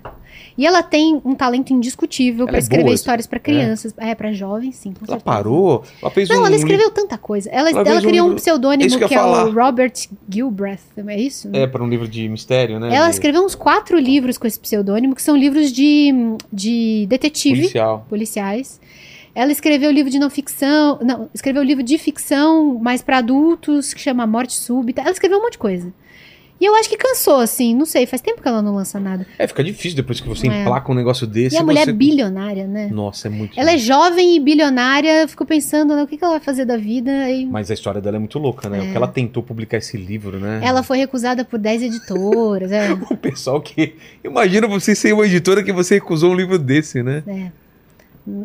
C: E ela tem um talento indiscutível
A: Ela
C: pra
A: é
C: escrever
A: boa,
C: histórias pra crianças. É, pra jovens, sim. com
A: Ela
C: certeza.
A: parou, ela fez um
C: Não, ela
A: livro-
C: escreveu tanta coisa. Ela,
A: Ela
C: ela,
A: fez um
C: criou um,
A: livro- Isso
C: pseudônimo
A: que eu
C: que,
A: ia
C: é
A: falar.
C: o Robert Gilbreth, é isso?
A: É, para um livro de mistério, né?
C: Ela
A: de
C: escreveu um uns quatro livros com esse pseudônimo, que são livros de, de detetive.
A: policial.
C: policiais. Ela escreveu um livro de não ficção, não, escreveu um livro de ficção, mas pra adultos, que chama Morte Súbita. Ela escreveu um monte de coisa. E eu acho que cansou, assim, não sei, faz tempo que ela não lança nada.
A: É, fica difícil depois que você
C: É.
A: emplaca um negócio desse.
C: e a mulher
A: você...
C: é bilionária, né?
A: Nossa, é muito.
C: Ela é jovem e bilionária, eu fico pensando, né, o que, que ela vai fazer da vida? E
A: Mas a história dela é muito louca, né? O que ela tentou publicar esse livro, né?
C: Ela foi recusada por 10 editoras, é.
A: O pessoal que. Imagina você ser uma editora que você recusou um livro desse, né?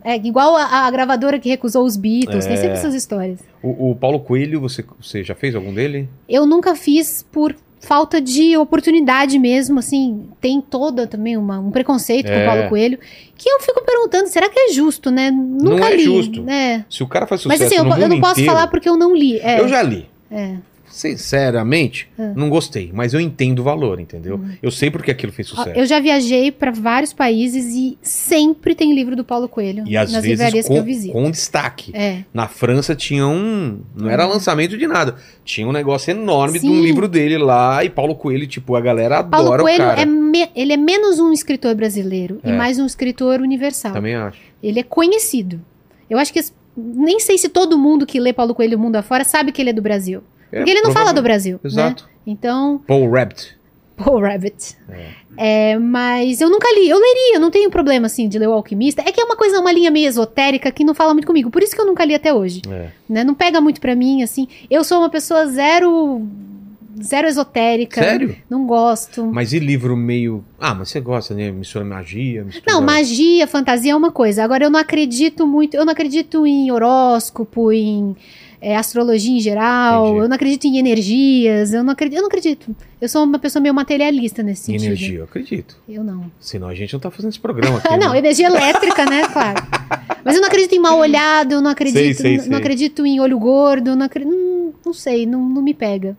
C: É igual a, a gravadora que recusou os Beatles, tem sempre essas histórias.
A: O, o Paulo Coelho, você, você já fez algum dele?
C: Eu nunca fiz por falta de oportunidade mesmo, assim, tem toda também uma- um preconceito com
A: É.
C: o Paulo Coelho, que eu fico perguntando, será que é justo, né? Nunca
A: é
C: li,
A: justo.
C: né?
A: Se o cara faz sucesso
C: Mas assim, eu,
A: no
C: eu
A: mundo
C: não posso
A: inteiro,
C: falar porque eu não li. É,
A: Eu já li.
C: é.
A: Sinceramente, não gostei. Mas eu entendo o valor, entendeu? Eu sei porque aquilo fez
C: Ó,
A: sucesso.
C: Uhum. Ah, Eu já viajei pra vários países e sempre tem livro do Paulo Coelho
A: E às
C: nas
A: vezes
C: livrarias que eu
A: com,
C: visito.
A: com destaque.
C: É, Uhum.
A: Na França tinha um. Não era lançamento de nada. Tinha um negócio enorme de um
C: Sim.
A: livro dele lá. E Paulo Coelho, tipo, a galera
C: Paulo
A: adora
C: Coelho
A: o cara.
C: é me- ele é menos um escritor brasileiro
A: É.
C: e mais um escritor universal.
A: Também acho.
C: Ele é conhecido. Eu acho que as- nem sei se todo mundo que lê Paulo Coelho mundo afora sabe que ele é do Brasil.
A: É,
C: Porque ele não fala do
A: provavelmente.
C: Brasil. Né?
A: Exato.
C: Então,
A: Paul Rabbit.
C: Paul Rabbit. É, mas eu nunca li. Eu leria, eu não tenho problema assim de ler o Alquimista. É que é uma coisa, uma linha meio esotérica que não fala muito comigo. Por isso que eu nunca li até hoje.
A: É.
C: né? Não pega muito pra mim, assim. Eu sou uma pessoa zero zero esotérica.
A: Sério?
C: Não gosto.
A: Mas e livro meio. Ah, mas você gosta, né? Mistura magia? Mistura...
C: Não, magia, fantasia é uma coisa. Agora, eu não acredito muito. Eu não acredito em horóscopo, em é, astrologia em geral.
A: Entendi.
C: Eu não acredito em energias. Eu não acredito. Eu não acredito. Eu sou uma pessoa meio materialista nesse
A: Em
C: sentido.
A: Energia, eu acredito.
C: Eu não.
A: Senão a gente não tá fazendo esse programa aqui.
C: Ah, não,
A: né?
C: energia elétrica, né? Claro. Mas eu não acredito em mal olhado, eu não acredito,
A: Sei, sei,
C: não
A: sei.
C: acredito em olho gordo, eu não acredito. Não, não sei, não, não me pega.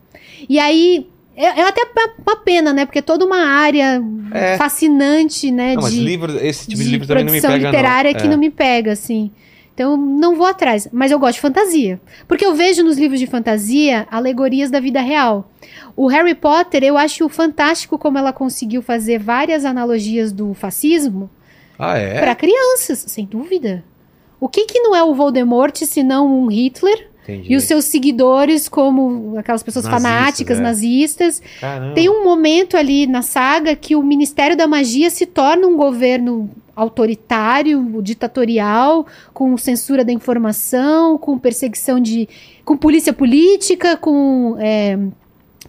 C: E aí. É, é até pa- uma pena, né? Porque é toda uma área
A: É.
C: fascinante, né?
A: Não, mas
C: de,
A: livro, esse tipo de,
C: de
A: livro também não É. me
C: produção
A: pega,
C: literária
A: não.
C: que não me pega, assim. Então, eu não vou atrás. Mas eu gosto de fantasia. Porque eu vejo nos livros de fantasia alegorias da vida real. O Harry Potter, eu acho fantástico como ela conseguiu fazer várias analogias do fascismo
A: Ah, é?
C: para crianças, sem dúvida. O que, que não é o Voldemort senão um Hitler
A: Entendi.
C: e os seus seguidores como aquelas pessoas
A: Nazistas,
C: fanáticas,
A: é.
C: nazistas?
A: Caramba.
C: Tem um momento ali na saga que o Ministério da Magia se torna um governo autoritário, ditatorial, com censura da informação, com perseguição de. com polícia política, com é,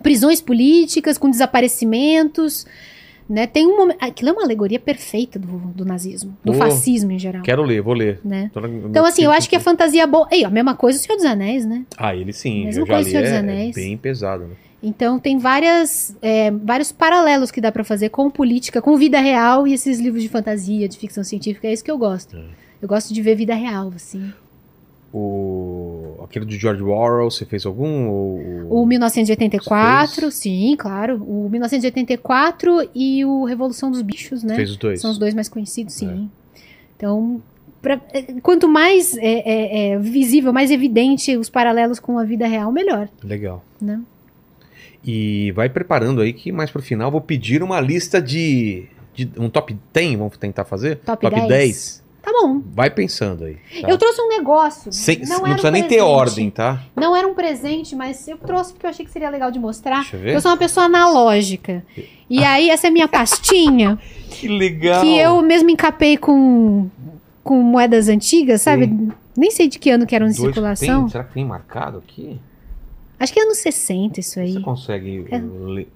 C: prisões políticas, com desaparecimentos. Né? Tem um momento. Aquilo é uma alegoria perfeita do, do nazismo, do
A: Oh,
C: fascismo em geral.
A: Quero ler, vou ler.
C: um- né? Então, assim, eu acho que a fantasia boa. Ei, a mesma coisa o Senhor dos Anéis, né?
A: Ah, ele sim.
C: Mesma
A: eu já
C: coisa,
A: li,
C: Senhor dos
A: é- é
C: Anéis.
A: bem pesado, né?
C: Então tem várias, é, vários paralelos que dá pra fazer com política, com vida real e esses livros de fantasia, de ficção científica, é isso que eu gosto.
A: É.
C: Eu gosto de ver vida real, assim.
A: O... Aquele de George Orwell, você fez algum? Ou...
C: O 1984, sim, claro. O 1984 e o Revolução dos Bichos, né?
A: Fez os dois. É.
C: São os dois mais conhecidos, sim. Então, pra- é, quanto mais é, é, é, visível, mais evidente os paralelos com a vida real, melhor.
A: Legal.
C: Né?
A: E vai preparando aí que mais pro final eu vou pedir uma lista de, de- um top 10, vamos tentar fazer?
C: Top 10. Tá bom.
A: Vai pensando aí. tá?
C: Eu trouxe um negócio.
A: Sem- não
C: era um
A: precisa nem ter
C: presente.
A: ordem, tá?
C: Não era um presente, mas eu trouxe porque eu achei que seria legal de mostrar.
A: Deixa eu ver. Ah.
C: Eu sou uma pessoa analógica. E aí, essa é minha pastinha,
A: Que legal.
C: que eu mesmo encapei com, com moedas antigas, sabe? Nem sei de que ano que eram em
A: Dois-
C: circulação.
A: tem- será que tem marcado aqui?
C: Acho que é anos 60 isso aí.
A: Você consegue
C: É.
A: ler?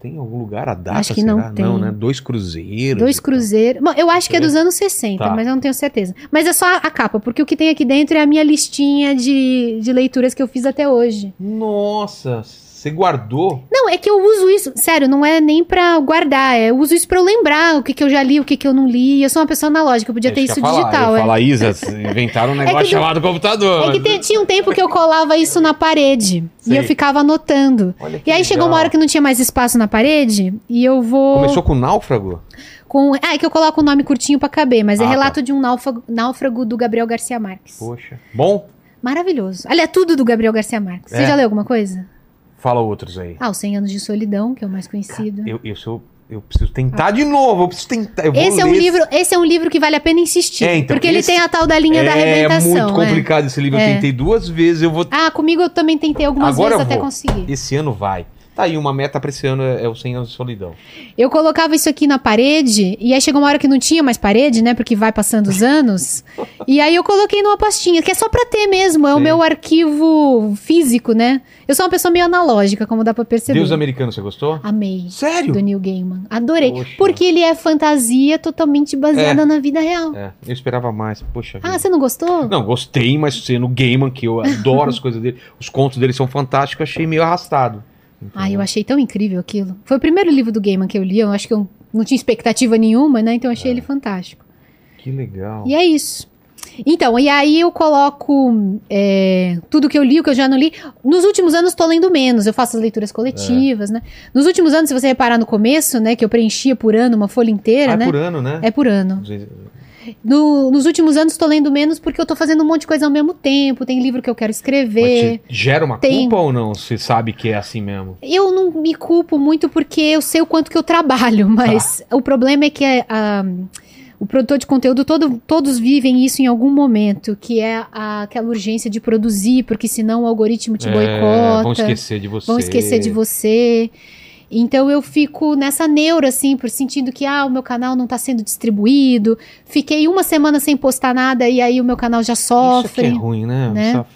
A: Tem em algum lugar a data?
C: Acho que
A: será?
C: não tem.
A: né? Dois cruzeiros.
C: Dois
A: e tal.
C: cruzeiros. Bom, eu acho que é
A: então. Deixa eu
C: dos anos 60,
A: Tá.
C: mas eu não tenho certeza. Mas é só a capa, porque o que tem aqui dentro é a minha listinha de, de leituras que eu fiz até hoje.
A: Nossa, você guardou?
C: Não, é que eu uso isso, sério, não é nem pra guardar, é, eu uso isso pra eu lembrar o que, que eu já li, o que, que eu não li. Eu sou uma pessoa analógica, eu podia ter
A: Deixa
C: isso
A: eu falar,
C: digital.
A: Eu
C: é.
A: falo, Isa, inventaram um negócio
C: que do-
A: chamado computador.
C: É que te- tinha um tempo que eu colava isso na parede
A: Sei.
C: e eu ficava anotando.
A: Olha que
C: E aí chegou uma
A: legal.
C: hora que não tinha mais espaço na parede e eu vou
A: Começou com náufrago?
C: com, ah, é que eu coloco o nome curtinho pra caber, mas
A: Ah,
C: é
A: tá.
C: relato de um náufrago, náufrago do Gabriel Garcia Marques.
A: Poxa. Bom,
C: Maravilhoso. Aliás, tudo do Gabriel Garcia Marques.
A: É.
C: Você já leu alguma coisa?
A: fala outros aí.
C: Ah, os 100 anos de solidão, que é o mais conhecido.
A: Eu, eu, sou- eu preciso tentar de novo. Eu preciso tentar. eu vou
C: Esse é, um
A: ler.
C: livro, esse é um livro que vale a pena insistir.
A: É, então,
C: porque ele
A: esse
C: tem a tal da linha da
A: É
C: arrebentação.
A: muito
C: é.
A: complicado esse livro. Eu
C: É.
A: tentei duas vezes. Eu vou.
C: Ah, comigo eu também tentei algumas
A: Agora eu
C: vezes até
A: vou.
C: conseguir.
A: Esse ano vai. Tá aí, uma meta pra esse ano é é o 100 anos de solidão.
C: Eu colocava isso aqui na parede, e aí chegou uma hora que não tinha mais parede, né? Porque vai passando os anos. e aí eu coloquei numa pastinha, que é só pra ter mesmo, é o
A: Sim.
C: meu arquivo físico, né? Eu sou uma pessoa meio analógica, como dá pra perceber.
A: Deus americano, você gostou?
C: Amei.
A: Sério?
C: Do Neil Gaiman. Adorei.
A: Poxa.
C: Porque ele é fantasia totalmente baseada na vida real.
A: É, eu esperava mais. Poxa.
C: Ah,
A: vida.
C: você não gostou?
A: Não, gostei, mas sendo Gaiman, que eu adoro as coisas dele, os contos dele são fantásticos, eu achei meio arrastado. Então,
C: Ah,
A: Uhum.
C: eu achei tão incrível aquilo. Foi o primeiro livro do Gaiman que eu li, eu acho que eu não tinha expectativa nenhuma, né? Então eu
A: É.
C: achei ele fantástico.
A: Que legal.
C: E é isso. Então, e aí eu coloco é, tudo que eu li, o que eu já não li. Nos últimos anos tô lendo menos, eu faço as leituras coletivas,
A: É.
C: né? Nos últimos anos, se você reparar no começo, né, que eu preenchia por ano uma folha inteira,
A: Ah,
C: né?
A: por ano, né?
C: É por ano. No- nos últimos anos tô lendo menos porque eu tô fazendo um monte de coisa ao mesmo tempo, tem livro que eu quero escrever.
A: Mas te gera uma
C: Tem-
A: culpa ou não? Você sabe que é assim mesmo?
C: Eu não me culpo muito porque eu sei o quanto que eu
A: Tá.
C: trabalho, mas o problema é que ah, o produtor de conteúdo, todo- todos vivem isso em algum momento, que é a- aquela urgência de produzir, porque senão o algoritmo te
A: É,
C: boicota,
A: Vão esquecer de você.
C: vão esquecer de você. Então eu fico nessa neura, assim, por sentindo que, ah, o meu canal não tá sendo distribuído, fiquei uma semana sem postar nada e aí o meu canal já
A: Isso que
C: sofre.
A: é ruim, é né?
C: né?
A: Essa-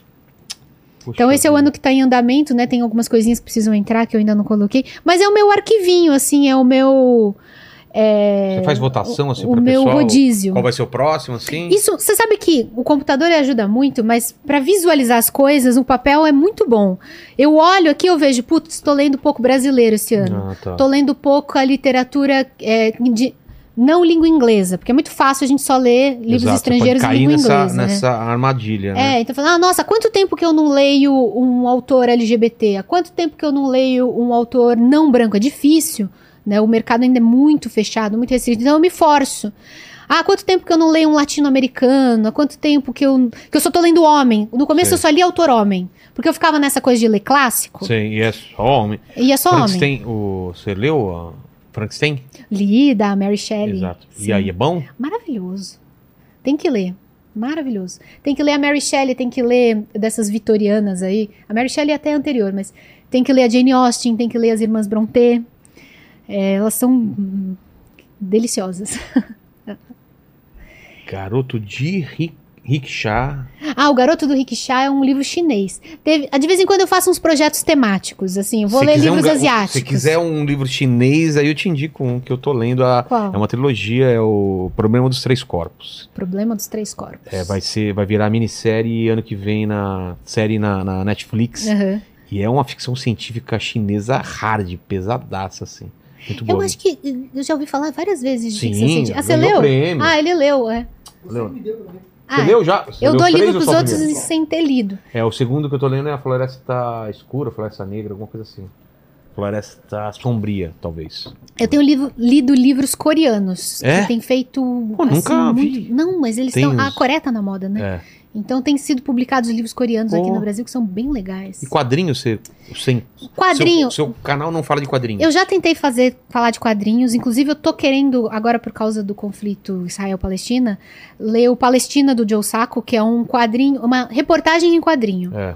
C: Então esse é o ano que tá em andamento, né? Tem algumas coisinhas que precisam entrar que eu ainda não coloquei. Mas é o meu arquivinho, assim, é o meu. é,
A: Você faz votação assim
C: o
A: pro
C: meu
A: pessoal?
C: rodízio.
A: Qual vai ser o próximo, assim?
C: Isso, você sabe que o computador ajuda muito, mas pra visualizar as coisas, o papel é muito bom. Eu olho aqui, eu vejo, putz, tô lendo pouco brasileiro esse ano.
A: Ah, tá.
C: Tô lendo pouco a literatura é, de não língua inglesa, porque é muito fácil a gente só ler livros
A: Exato, você
C: estrangeiros
A: pode
C: em
A: cair
C: língua
A: nessa,
C: inglesa. né?
A: nessa armadilha, né?
C: É, então falando, ah, nossa, quanto tempo que eu não leio um autor LGBT? Há quanto tempo que eu não leio um autor não branco? É difícil, né? O mercado ainda é muito fechado, muito restrito, então eu me forço. Ah, há quanto tempo que eu não leio um latino-americano? Há quanto tempo que eu, que eu só tô lendo homem? No começo
A: Sei.
C: eu só li autor homem, porque eu ficava nessa coisa de ler clássico,
A: Sim, e é só homem.
C: e é só homem.
A: Frankenstein, o... você leu a Frankenstein?
C: Li da Mary Shelley.
A: Exato.
C: Sim.
A: E aí, é bom?
C: Maravilhoso. Tem que ler. Maravilhoso. Tem que ler a Mary Shelley, tem que ler dessas vitorianas aí. A Mary Shelley é até anterior, mas tem que ler a Jane Austen, tem que ler as Irmãs Brontë. É, elas são hum, deliciosas.
A: Garoto de ri- rickshaw.
C: Ah, O Garoto do Rickshaw é um livro chinês. Teve, de vez em quando eu faço uns projetos temáticos, assim. eu Vou
A: Se
C: ler
A: quiser um
C: livros
A: ga-
C: asiáticos.
A: Se quiser um livro chinês, aí eu te indico um que eu tô lendo. A...
C: Qual?
A: É uma trilogia, é o Problema dos Três Corpos.
C: Problema dos Três Corpos.
A: É, vai ser, vai virar minissérie ano que vem na série na, na Netflix.
C: Aham.
A: E é uma ficção científica chinesa hard, pesadaça, assim. Muito
C: Eu
A: boa.
C: acho que eu já ouvi falar várias vezes de ficção
A: Sim,
C: científica. Ah, você
A: ganhou
C: leu?
A: prêmio.
C: Ah, ele leu, é.
D: Você
A: Leon.
D: me deu, né?
A: Você
C: Ah,
A: leu já? Você
C: Eu
A: leu
C: dou
A: três
C: livro
A: ou
C: pros
A: só o
C: outros
A: primeiro?
C: sem ter lido.
A: É, o segundo que eu tô lendo é a Floresta Escura, Floresta Negra, alguma coisa assim. Floresta Sombria, talvez.
C: Eu tenho livo- lido livros coreanos
A: É?
C: que tem feito. assim,
A: nunca vi.
C: muito- Não, mas eles
A: Tem
C: estão. A
A: uns-
C: Coreia tá na moda, né?
A: É.
C: Então tem sido publicados livros coreanos aqui
A: Pô.
C: no Brasil que são bem legais.
A: E quadrinho, você. Sem,
C: Quadrinho.
A: Seu, seu canal não fala de quadrinho.
C: Eu já tentei fazer falar de quadrinhos, inclusive eu tô querendo, agora por causa do conflito Israel-Palestina, ler o Palestina do Joe Sacco, que é um quadrinho, uma reportagem em quadrinho.
A: É.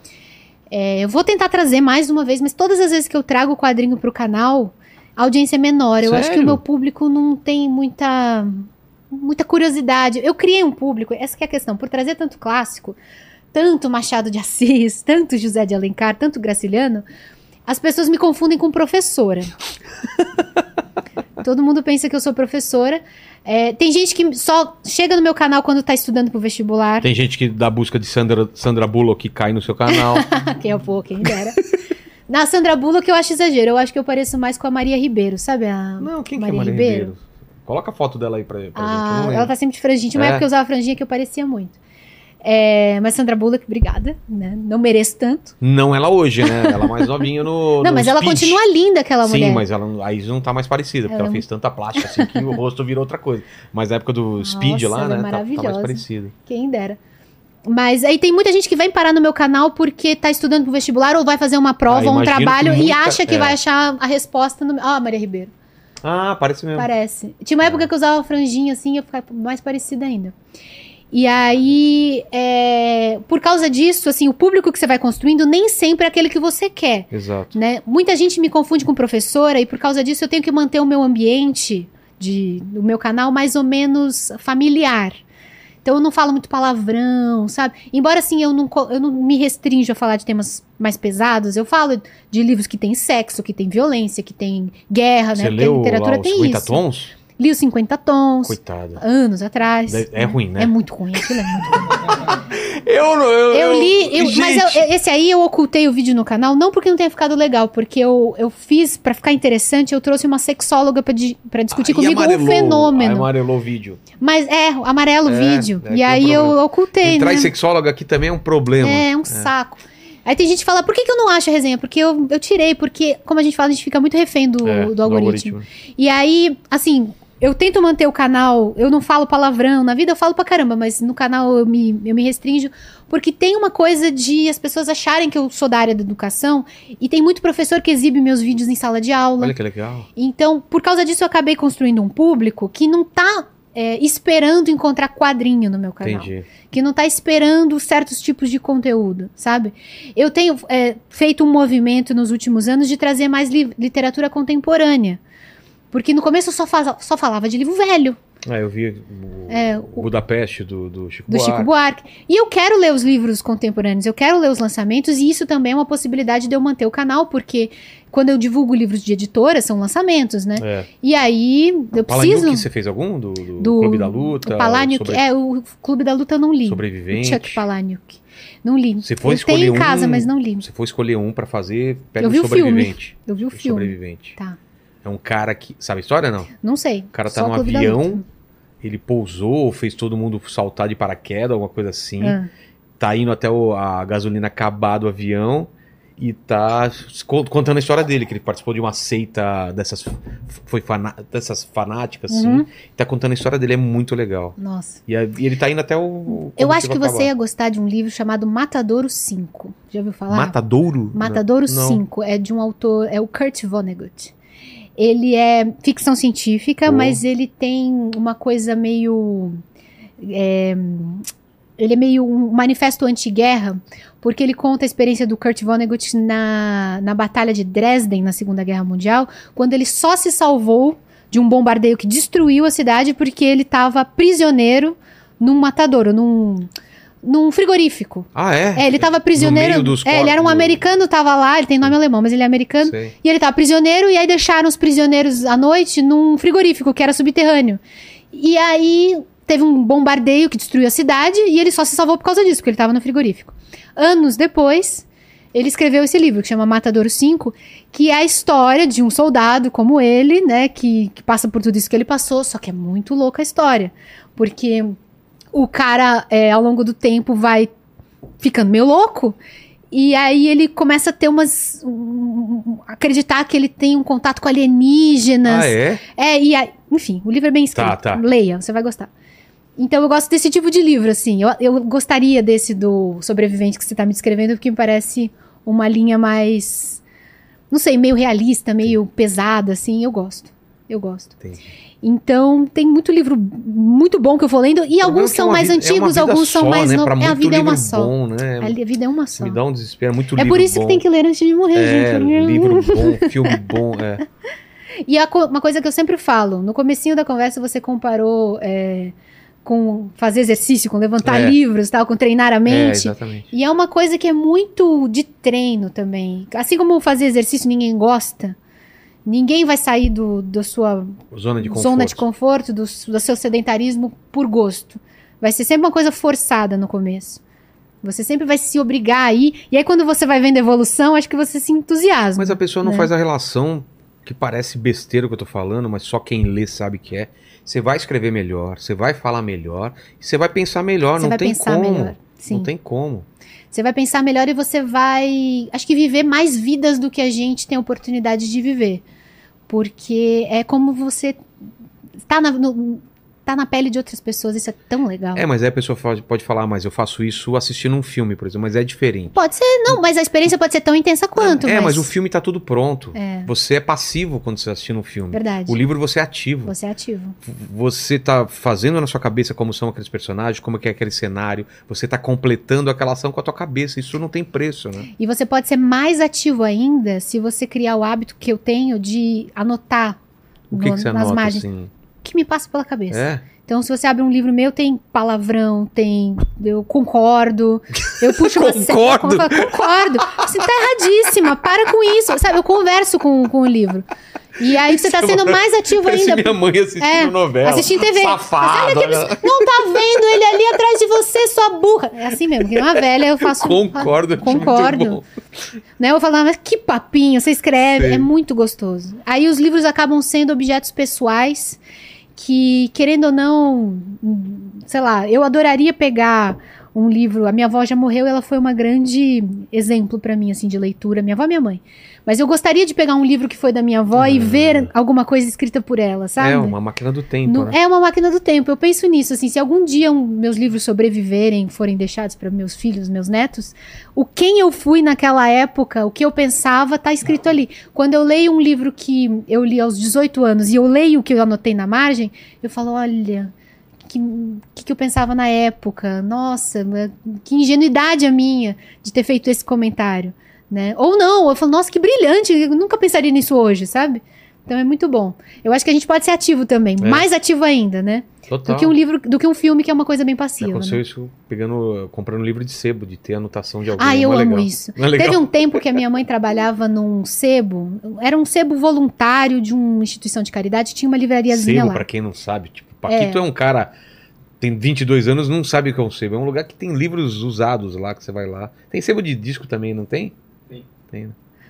C: É, eu vou tentar trazer mais uma vez, mas todas as vezes que eu trago o quadrinho pro canal, a audiência é menor. Eu acho que
A: Sério?
C: o meu público não tem muita muita curiosidade. Eu criei um público, essa que é a questão, por trazer tanto clássico, tanto Machado de Assis, tanto José de Alencar, tanto Graciliano, as pessoas me confundem com professora. Todo mundo pensa que eu sou professora. É, tem gente que só chega no meu canal quando tá estudando pro vestibular.
A: Tem gente que dá busca de Sandra, Sandra Bullock que cai no seu canal.
C: Quem é o pô, quem dera. Na Sandra Bullock eu acho exagero. Eu acho que eu pareço mais com a Maria Ribeiro, sabe? A...
A: não, quem
C: Maria
A: que é Maria
C: Ribeiro?
A: Ribeiro? Coloca a foto dela aí pra, pra gente. eu
C: a-
A: não
C: Ela
A: lembro.
C: tá sempre de franjinha. Tinha uma
A: É.
C: época que eu usava franjinha que eu parecia muito. É, Mas Sandra Bullock, obrigada. né? Não mereço tanto.
A: Não ela hoje, né? Ela mais novinha no.
C: não,
A: no
C: mas ela
A: Speed.
C: continua linda, aquela
A: um Sim,
C: mulher.
A: mas ela não- aí não tá mais parecida, porque
C: Ela
A: ela,
C: não-
A: fez tanta plástica assim que o rosto virou outra coisa. Mas na época do Speed
C: Nossa,
A: lá,
C: ela
A: né? tá-
C: é
A: Tá, mais
C: maravilhosa.
A: parecida.
C: Quem dera. Mas aí tem muita gente que vai parar no meu canal porque tá estudando pro vestibular ou vai fazer uma prova
A: Ah,
C: ou um
A: imagino que
C: trabalho e
A: muita-
C: acha que
A: é.
C: vai achar a resposta no. Ah, Maria Ribeiro.
A: Ah, parece mesmo.
C: Parece. Tinha uma época que eu usava franjinha assim, eu ficava mais parecida ainda. E aí, é, por causa disso, assim, o público que você vai construindo nem sempre é aquele que você quer,
A: Exato.
C: né? Muita gente me confunde com professora e por causa disso eu tenho que manter o meu ambiente de, do meu canal mais ou menos familiar. Então eu não falo muito palavrão, sabe? Embora assim eu não, co- eu não me restrinjo a falar de temas mais pesados, eu falo de livros que tem sexo, que tem violência, que tem guerra,
A: Você
C: né? Porque a
A: leu
C: literatura
A: lá os
C: tem
A: 50
C: isso
A: tons?
C: li os 50 tons
A: Coitada.
C: anos atrás.
A: É- É ruim,
C: É
A: né?
C: muito ruim, aquilo é muito ruim.
A: Eu não. Eu,
C: Eu li, eu- mas eu-
A: Gente,
C: esse aí eu ocultei o vídeo no canal, não porque não tenha ficado legal, porque eu, eu fiz, pra ficar interessante, eu trouxe uma sexóloga pra, di- pra discutir
A: aí
C: comigo
A: Ah, amarelou,
C: um
A: aí
C: fenômeno.
A: Amarelou o vídeo.
C: Mas é, amarelo o
A: É,
C: vídeo.
A: é,
C: e
A: tem um
C: aí eu
A: problema.
C: ocultei,
A: Entrar
C: né?
A: em sexólogo aqui também é um problema.
C: É, um saco. Aí tem gente que fala, por que, que eu não acho a resenha? Porque eu, eu tirei, porque, como a gente fala, a gente fica muito refém do,
A: É,
C: do algoritmo. E aí, assim, eu tento manter o canal, eu não falo palavrão, na vida eu falo pra caramba, mas no canal eu me, eu me restrinjo, porque tem uma coisa de as pessoas acharem que eu sou da área da educação, e tem muito professor que exibe meus vídeos em sala de aula.
A: Olha que legal.
C: Então, por causa disso, eu acabei construindo um público que não tá é, esperando encontrar quadrinho no meu canal
A: Entendi.
C: que não tá esperando certos tipos de conteúdo, sabe? Eu tenho é, feito um movimento nos últimos anos de trazer mais li- literatura contemporânea. Porque no começo eu só, fa- só falava de livro velho.
A: Ah, eu vi o
C: É,
A: o Budapeste do, do Chico
C: do
A: Buarque.
C: Chico Buarque. E eu quero ler os livros contemporâneos, eu quero ler os lançamentos, e isso também é uma possibilidade de eu manter o canal, porque quando eu divulgo livros de editora, são lançamentos, né?
A: É.
C: E aí eu
A: Palahniuk,
C: preciso.
A: você fez algum? Do, do
C: do-
A: Clube da Luta?
C: O Palahniuk,
A: sobre-
C: é, o Clube da Luta eu não li. O
A: Sobrevivente.
C: Chuck Palahniuk. Não li.
A: Se for
C: eu tenho
A: escolher
C: em casa,
A: um-
C: mas não li.
A: Se você for escolher um pra fazer, pega
C: Eu
A: o
C: vi o filme.
A: sobrevivente.
C: Eu vi o
A: O
C: filme.
A: sobrevivente.
C: Tá.
A: É um cara que. Sabe a história não?
C: Não sei.
A: O cara tá
C: Só
A: num
C: Clube da
A: avião,
C: Luta.
A: ele pousou, fez todo mundo saltar de paraquedas, alguma coisa assim.
C: Ah.
A: Tá indo até o- a gasolina acabar do avião e tá co- contando a história dele, que ele participou de uma seita dessas, foi fana- dessas fanáticas,
C: Uhum.
A: assim. Tá contando a história dele, é muito legal.
C: Nossa.
A: E, a- e ele tá indo até o.
C: Eu
A: combustível
C: acho que você
A: acabar.
C: ia gostar de um livro chamado Matadouro 5. Já ouviu falar?
A: Matadouro?
C: Matadouro
A: Não.
C: 5 é de um autor, é o Kurt Vonnegut. Ele é ficção científica,
A: Oh.
C: mas ele tem uma coisa meio. é, ele é meio um manifesto anti-guerra, porque ele conta a experiência do Kurt Vonnegut na, na Batalha de Dresden, na Segunda Guerra Mundial, quando ele só se salvou de um bombardeio que destruiu a cidade porque ele estava prisioneiro num matadouro, num, num frigorífico.
A: Ah, é?
C: É, ele tava prisioneiro.
A: meio dos
C: é, ele era
A: corpos
C: um
A: do-
C: americano, tava lá, ele tem nome alemão, mas ele é americano.
A: Sei.
C: E ele tava prisioneiro, e aí deixaram os prisioneiros à noite num frigorífico que era subterrâneo. E aí teve um bombardeio que destruiu a cidade, e ele só se salvou por causa disso, porque ele tava no frigorífico. Anos depois, ele escreveu esse livro, que chama Matadouro 5, que é a história de um soldado como ele, né, que, que passa por tudo isso que ele passou, só que é muito louca a história. Porque o cara, é, ao longo do tempo, vai ficando meio louco. E aí ele começa a ter umas. um- um- um- acreditar que ele tem um contato com alienígenas.
A: Ah, é?
C: É, e aí, enfim, o livro é bem escrito.
A: Tá, tá.
C: Leia, você vai gostar. Então eu gosto desse tipo de livro, assim. Eu, eu gostaria desse do sobrevivente que você tá me descrevendo, porque me parece uma linha mais. Não sei, meio realista, meio pesada, assim. Eu gosto. Eu gosto.
A: Entendi.
C: Então, tem muito livro muito bom que eu vou lendo, e
A: O problema é
C: alguns
A: que é
C: são
A: uma
C: mais
A: vida- é uma
C: antigos,
A: vida
C: alguns são
A: só,
C: mais
A: né? Pra
C: novos. É, a
A: muito
C: vida é uma
A: livro
C: só.
A: Bom, né?
C: A li- a vida é uma
A: Isso
C: só.
A: me dá um desespero, é muito
C: É
A: livro
C: por isso
A: bom.
C: que tem que ler antes de morrer,
A: É,
C: gente. né?
A: livro bom, filme bom, é.
C: E a co- uma coisa que eu sempre falo, no comecinho da conversa você comparou é, com fazer exercício, com levantar
A: É.
C: livros, tal, com treinar a
A: É,
C: mente.
A: exatamente.
C: e é uma coisa que é muito de treino também. Assim como fazer exercício ninguém gosta, ninguém vai sair do, da sua
A: Zona de conforto.
C: zona de conforto, do, s- do seu sedentarismo por gosto. Vai ser sempre uma coisa forçada no começo. Você sempre vai se obrigar aí. E aí, quando você vai vendo a evolução, acho que você se entusiasma.
A: Mas a pessoa não
C: né?
A: faz a relação que parece besteira o que eu tô falando, mas só quem lê sabe que é. Você vai escrever melhor, você vai falar melhor, e você vai pensar melhor,
C: você
A: não
C: vai
A: tem
C: pensar
A: como.
C: melhor. Sim.
A: Não tem como.
C: Você vai pensar melhor e você vai, acho que viver mais vidas do que a gente tem oportunidade de viver. Porque é como você tá na, no- tá na pele de outras pessoas, isso é tão legal.
A: É, mas aí a pessoa fa- pode falar, "Ah, mas eu faço isso assistindo um filme, por exemplo, mas é diferente.
C: Pode ser, não, mas a experiência pode ser tão intensa quanto.
A: é, mas...
C: mas
A: o filme tá tudo pronto.
C: É.
A: Você é passivo quando você assiste um filme.
C: Verdade.
A: O livro você é ativo.
C: Você é ativo.
A: você tá fazendo na sua cabeça como são aqueles personagens, como que é aquele cenário, você tá completando aquela ação com a tua cabeça, isso não tem preço, né?
C: E você pode ser mais ativo ainda se você criar o hábito que eu tenho de anotar
A: O que,
C: no-
A: que você
C: nas
A: anota,
C: margens
A: assim?
C: o que me passa pela cabeça.
A: É?
C: Então, se você abre um livro meu, tem palavrão, tem. Eu concordo. Eu puxo uma série-
A: Concordo?
C: Concordo. Você tá erradíssima. Para com isso. Sabe, eu converso com, com o livro. E aí você tá sendo mais ativo
A: é Parece
C: ainda.
A: minha mãe assistindo
C: É,
A: novela. né?
C: assistindo TV.
A: Safado, olha,
C: Não tá vendo ele ali atrás de você, sua burra. É assim mesmo, que uma velha eu faço. um
A: concordo. Tipo, acho muito
C: Concordo.
A: bom.
C: Né? Eu falava, mas que papinho, você escreve,
A: Sei.
C: é muito gostoso. Aí os livros acabam sendo objetos pessoais que, querendo ou não, hum, sei lá, eu adoraria pegar um livro. A minha avó já morreu, ela foi uma grande exemplo pra mim assim de leitura, minha avó, e minha mãe. Mas eu gostaria de pegar um livro que foi da minha avó e
A: Ah.
C: ver alguma coisa escrita por ela, sabe?
A: É uma máquina do tempo,
C: Não-
A: né?
C: É uma máquina do tempo. Eu penso nisso, assim, se algum dia um- meus livros sobreviverem, forem deixados para meus filhos, meus netos, o quem eu fui naquela época, o que eu pensava, tá escrito ali. Quando eu leio um livro que eu li aos 18 anos e eu leio o que eu anotei na margem, eu falo, olha, que que, que eu pensava na época? Nossa, mas que ingenuidade a minha de ter feito esse comentário, né? Ou não, eu falo, nossa, que brilhante, eu nunca pensaria nisso hoje, sabe? Então é muito bom. Eu acho que a gente pode ser ativo também,
A: É. Tá.
C: mais ativo ainda, né?
A: Total.
C: Do que um livro, do que um filme que é uma coisa bem passiva.
A: Aconteceu
C: né?
A: isso pegando, comprando livro de sebo, de ter anotação de alguém.
C: Ah,
A: é
C: eu
A: mó
C: amo
A: legal.
C: isso.
A: Não é legal?
C: Teve um tempo que a minha mãe trabalhava num sebo, era um sebo voluntário de uma instituição de caridade, tinha uma livrariazinha
A: Sebo,
C: um lá.
A: pra quem não sabe, tipo, Paquito é. um cara tem 22 anos, não sabe o que é um sebo. É um lugar que tem livros usados lá, que você vai lá. Tem sebo de disco também, não tem?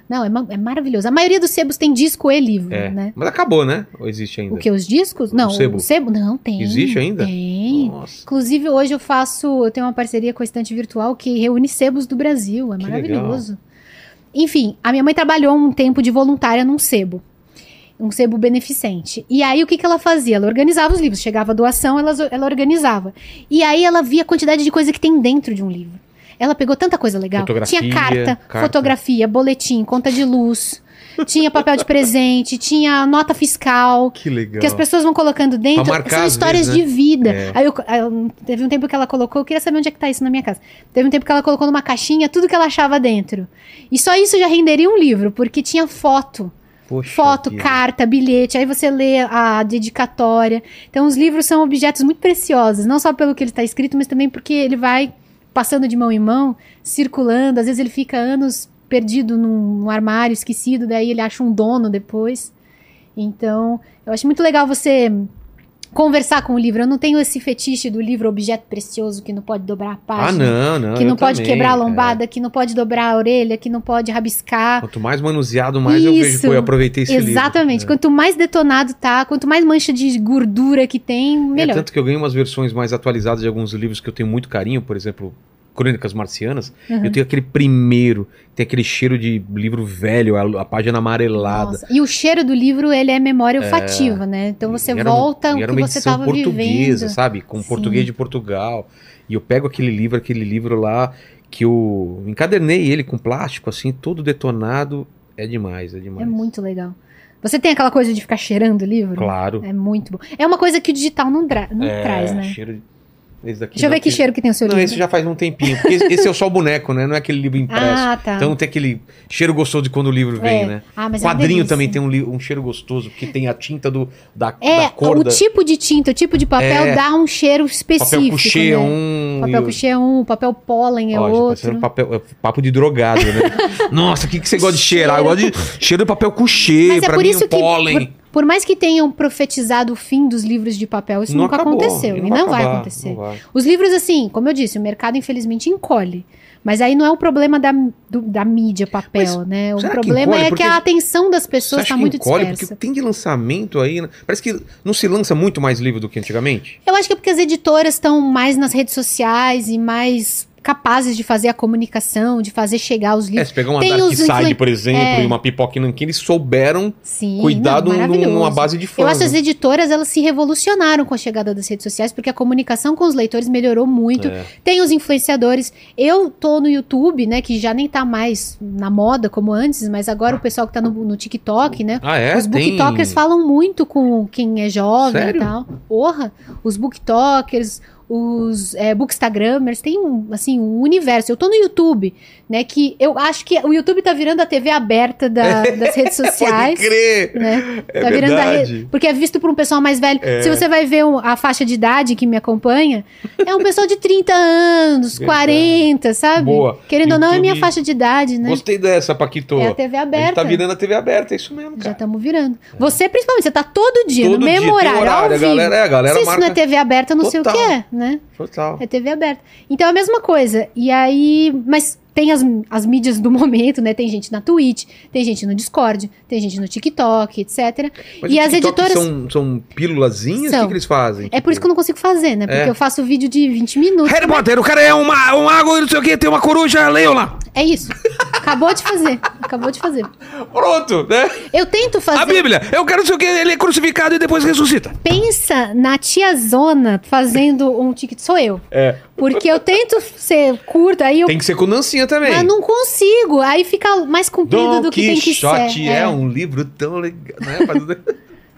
C: Não, é, ma- é maravilhoso. A maioria dos sebos tem disco e livro,
A: É.
C: né?
A: Mas acabou, né? Ou existe ainda?
C: O que? Os discos? Não,
A: O sebo.
C: o sebo não tem.
A: Existe ainda?
C: Tem.
A: Nossa.
C: Inclusive, hoje eu faço, eu tenho uma parceria com a Estante Virtual que reúne sebos do Brasil. É
A: Que
C: maravilhoso. Enfim, a minha mãe trabalhou um tempo de voluntária num sebo. Um sebo beneficente. E aí, o que, que ela fazia? Ela organizava os livros. Chegava a doação, ela, ela organizava. E aí, ela via a quantidade de coisa que tem dentro de um livro. Ela pegou tanta coisa legal.
A: Fotografia,
C: tinha carta,
A: carta.
C: fotografia, boletim, conta de luz. tinha papel de presente, tinha nota fiscal.
A: Que legal.
C: Que as pessoas vão colocando dentro.
A: Pra marcar,
C: são
A: às
C: histórias
A: vezes,
C: de vida.
A: É.
C: Aí eu- aí eu- teve um tempo que ela colocou, eu queria saber onde é que tá isso na minha casa. Teve um tempo que ela colocou numa caixinha tudo que ela achava dentro. E só isso já renderia um livro, porque tinha foto.
A: Poxa
C: foto,
A: vida.
C: carta, bilhete. Aí você lê a dedicatória. Então os livros são objetos muito preciosos, não só pelo que ele está escrito, mas também porque ele vai passando de mão em mão, circulando. Às vezes ele fica anos perdido num, num armário, esquecido, daí ele acha um dono depois. Então, eu acho muito legal você conversar com o livro. Eu não tenho esse fetiche do livro objeto precioso que não pode dobrar a página.
A: Ah, não, não.
C: Que não
A: eu
C: pode
A: também,
C: quebrar a
A: é.
C: lombada, que não pode dobrar a orelha, que não pode rabiscar.
A: Quanto mais manuseado, mais eu vejo.
C: Isso.
A: Pô, eu aproveitei esse livro.
C: Exatamente.
A: É.
C: Quanto mais detonado tá, quanto mais mancha de gordura que tem, melhor.
A: É, tanto que eu ganhei umas versões mais atualizadas de alguns livros que eu tenho muito carinho, por exemplo, Crônicas Marcianas.
C: Uhum.
A: Eu tenho aquele primeiro, tem aquele cheiro de livro velho, a, a página amarelada.
C: Nossa. E o cheiro do livro, ele é memória olfativa, né? Então
A: E
C: você
A: era um-
C: volta o
A: e
C: que
A: era uma
C: você
A: edição
C: estava
A: portuguesa, assim,
C: vivendo.
A: sabe? Com
C: Sim.
A: português de Portugal. E eu pego aquele livro, aquele livro lá que eu encadernei ele com plástico assim, todo detonado, é demais, é demais.
C: É muito legal. Você tem aquela coisa de ficar cheirando o livro?
A: claro. É,
C: É muito bom. É uma coisa que o digital não, dra- não traz, né?
A: Cheiro de... esse daqui
C: Deixa eu
A: não,
C: ver que
A: esse-
C: cheiro que tem o seu
A: Não,
C: livro.
A: esse já faz um tempinho. porque esse, esse é só o boneco, né? Não é aquele livro impresso.
C: Ah, tá.
A: Então tem aquele cheiro gostoso de quando o livro vem,
C: É,
A: né?
C: ah, mas é uma
A: Quadrinho
C: delícia.
A: também tem um, li- um cheiro gostoso, porque tem a tinta do, da,
C: É,
A: da cor
C: o
A: da
C: tipo de tinta, o tipo de papel
A: É.
C: dá um cheiro específico.
A: papel couché é
C: né?
A: um. e
C: Papel
A: o-
C: couché é um, papel pólen é
A: Ó, gente, tá
C: outro.
A: sendo papel- é papo de drogado, né? Nossa, o que, que você gosta de cheirar? Eu gosto de cheiro de papel couché,
C: Mas é
A: pra
C: por
A: mim
C: isso
A: um
C: que,
A: pólen.
C: por, por mais que tenham profetizado o fim dos livros de papel, isso nunca
A: acabou,
C: aconteceu. E não, vai
A: acabar,
C: acontecer.
A: não vai.
C: Os livros, assim, como eu disse, o mercado infelizmente encolhe. Mas aí não é o problema da, do- da mídia papel, né? O
A: será que
C: problema
A: encolhe?
C: é
A: Porque
C: que a atenção das
A: Você
C: pessoas
A: acha
C: está
A: que
C: muito
A: encolhe? Porque
C: dispersa.
A: tem de lançamento aí. né? Parece que não se lança muito mais livro do que antigamente.
C: Eu acho que é porque as editoras estão mais nas redes sociais e mais capazes de fazer a comunicação, de fazer chegar os
A: É,
C: livros.
A: se pegar uma
C: Tem
A: Dark
C: os
A: Side,
C: influen-
A: por exemplo,
C: um É.
A: e uma Pipoca e Nanquim, eles souberam
C: Sim,
A: cuidar
C: não,
A: de um- de
C: maravilhoso.
A: uma base de
C: Eu
A: fãs.
C: acho que as
A: né?
C: editoras elas se revolucionaram com a chegada das redes sociais, porque a comunicação com os leitores melhorou muito.
A: É.
C: Tem os influenciadores. Eu tô no YouTube, né? Que já nem tá mais na moda como antes, mas agora o pessoal que tá no, no TikTok, né?
A: Ah, é?
C: os
A: Tem-
C: booktokers falam muito com quem é jovem
A: Sério?
C: e tal. Porra! Os booktokers, os é, bookstagrammers, tem um, assim, um universo. Eu tô no YouTube, né? Que eu acho que o YouTube tá virando a TV aberta da- das redes
A: Pode
C: sociais.
A: crer!
C: né?
A: É
C: Tá virando a
A: verdade.
C: rede. Porque é visto por um pessoal mais velho.
A: É.
C: Se você vai ver um- a faixa de idade que me acompanha, é um pessoal de 30 anos,
A: Verdade.
C: 40, sabe?
A: Boa.
C: Querendo ou não, é
A: YouTube-
C: minha faixa de idade, né?
A: Gostei dessa, Paquito.
C: É a TV
A: a gente
C: aberta.
A: tá virando a TV aberta, é isso mesmo,
C: Já tá
A: cara. É.
C: estamos virando. Você, principalmente, você tá todo dia,
A: Todo
C: no
A: dia,
C: mesmo
A: tem
C: horário, ao
A: a
C: vivo.
A: galera, é, a galera
C: Se isso
A: marca.
C: não é TV aberta, eu não sei o
A: Total.
C: que é, né?
A: Total.
C: É TV aberta. Então é a mesma coisa. E aí. Mas tem as, as mídias do momento, né? Tem gente na Twitch, tem gente no Discord, tem gente no TikTok, etc.
A: Mas
C: É, e
A: o
C: as
A: TikTok
C: editoras.
A: São, são pílulazinhas? O que,
C: São.
A: que eles fazem?
C: É por isso que eu não consigo fazer, né? Porque
A: É.
C: eu faço vídeo de 20 minutos.
A: Harry Potter, o cara é uma, um mago, não sei o que, tem uma coruja, leiam lá.
C: É isso. Acabou de fazer. Acabou de fazer.
A: Pronto, né?
C: Eu tento
A: A
C: fazer.
A: Bíblia, eu quero não sei o que, ele é crucificado e depois ressuscita.
C: Pensa na tia Zona fazendo um ticket. Sou eu.
A: É.
C: Porque eu tento ser curta, aí eu.
A: Tem que ser com Nancinha também.
C: Mas não consigo. Aí fica mais comprido
A: Don
C: do que tem que
A: Quixote um
C: ser. é.
A: é. um livro tão legal. Né? Pra tudo-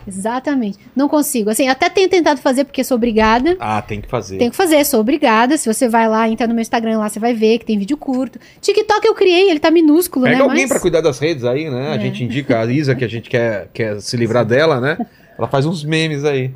C: Exatamente. Não consigo. Assim, até tenho tentado fazer porque sou obrigada.
A: Ah, tem que fazer.
C: Tenho que fazer, sou obrigada. Se você vai lá, entra no meu Instagram lá, você vai ver que tem vídeo curto. TikTok eu criei, ele tá minúsculo,
A: Pega
C: né?
A: alguém
C: Mas-
A: pra cuidar das redes aí, né? A
C: É.
A: gente indica a Isa, que a gente quer, quer se livrar dela, né? Ela faz uns memes aí.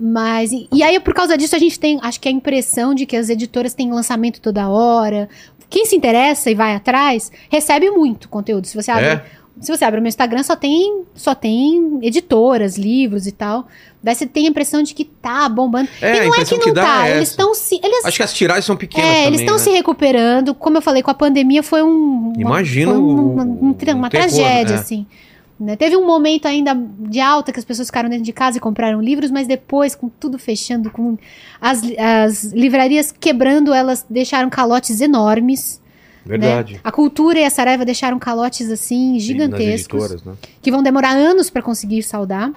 C: Mas, e, e aí, por causa disso, a gente tem, acho que a impressão de que as editoras têm lançamento toda hora. Quem se interessa e vai atrás, recebe muito conteúdo. Se você abre,
A: É?
C: se você abre o meu Instagram, só tem, só tem editoras, livros e tal. Daí você tem a impressão de que tá bombando.
A: É,
C: e
A: a
C: não é que
A: impressão
C: não
A: que dá
C: tá,
A: é
C: eles
A: essa.
C: estão se. Eles,
A: Acho que as tiragens são pequenas
C: é,
A: também,
C: eles estão
A: né?
C: se recuperando. Como eu falei, com a pandemia foi um. uma-
A: Imagino
C: foi um- uma,
A: o-
C: um tra-
A: o
C: uma
A: terror,
C: tragédia,
A: né?
C: assim. né? Teve um momento ainda de alta que as pessoas ficaram dentro de casa e compraram livros, mas depois, com tudo fechando, com as, li- as livrarias quebrando, elas deixaram calotes enormes. né?
A: Verdade.
C: A cultura e a Saraiva deixaram calotes assim gigantescos
A: Nas editoras, né?
C: que vão demorar anos para conseguir saudar.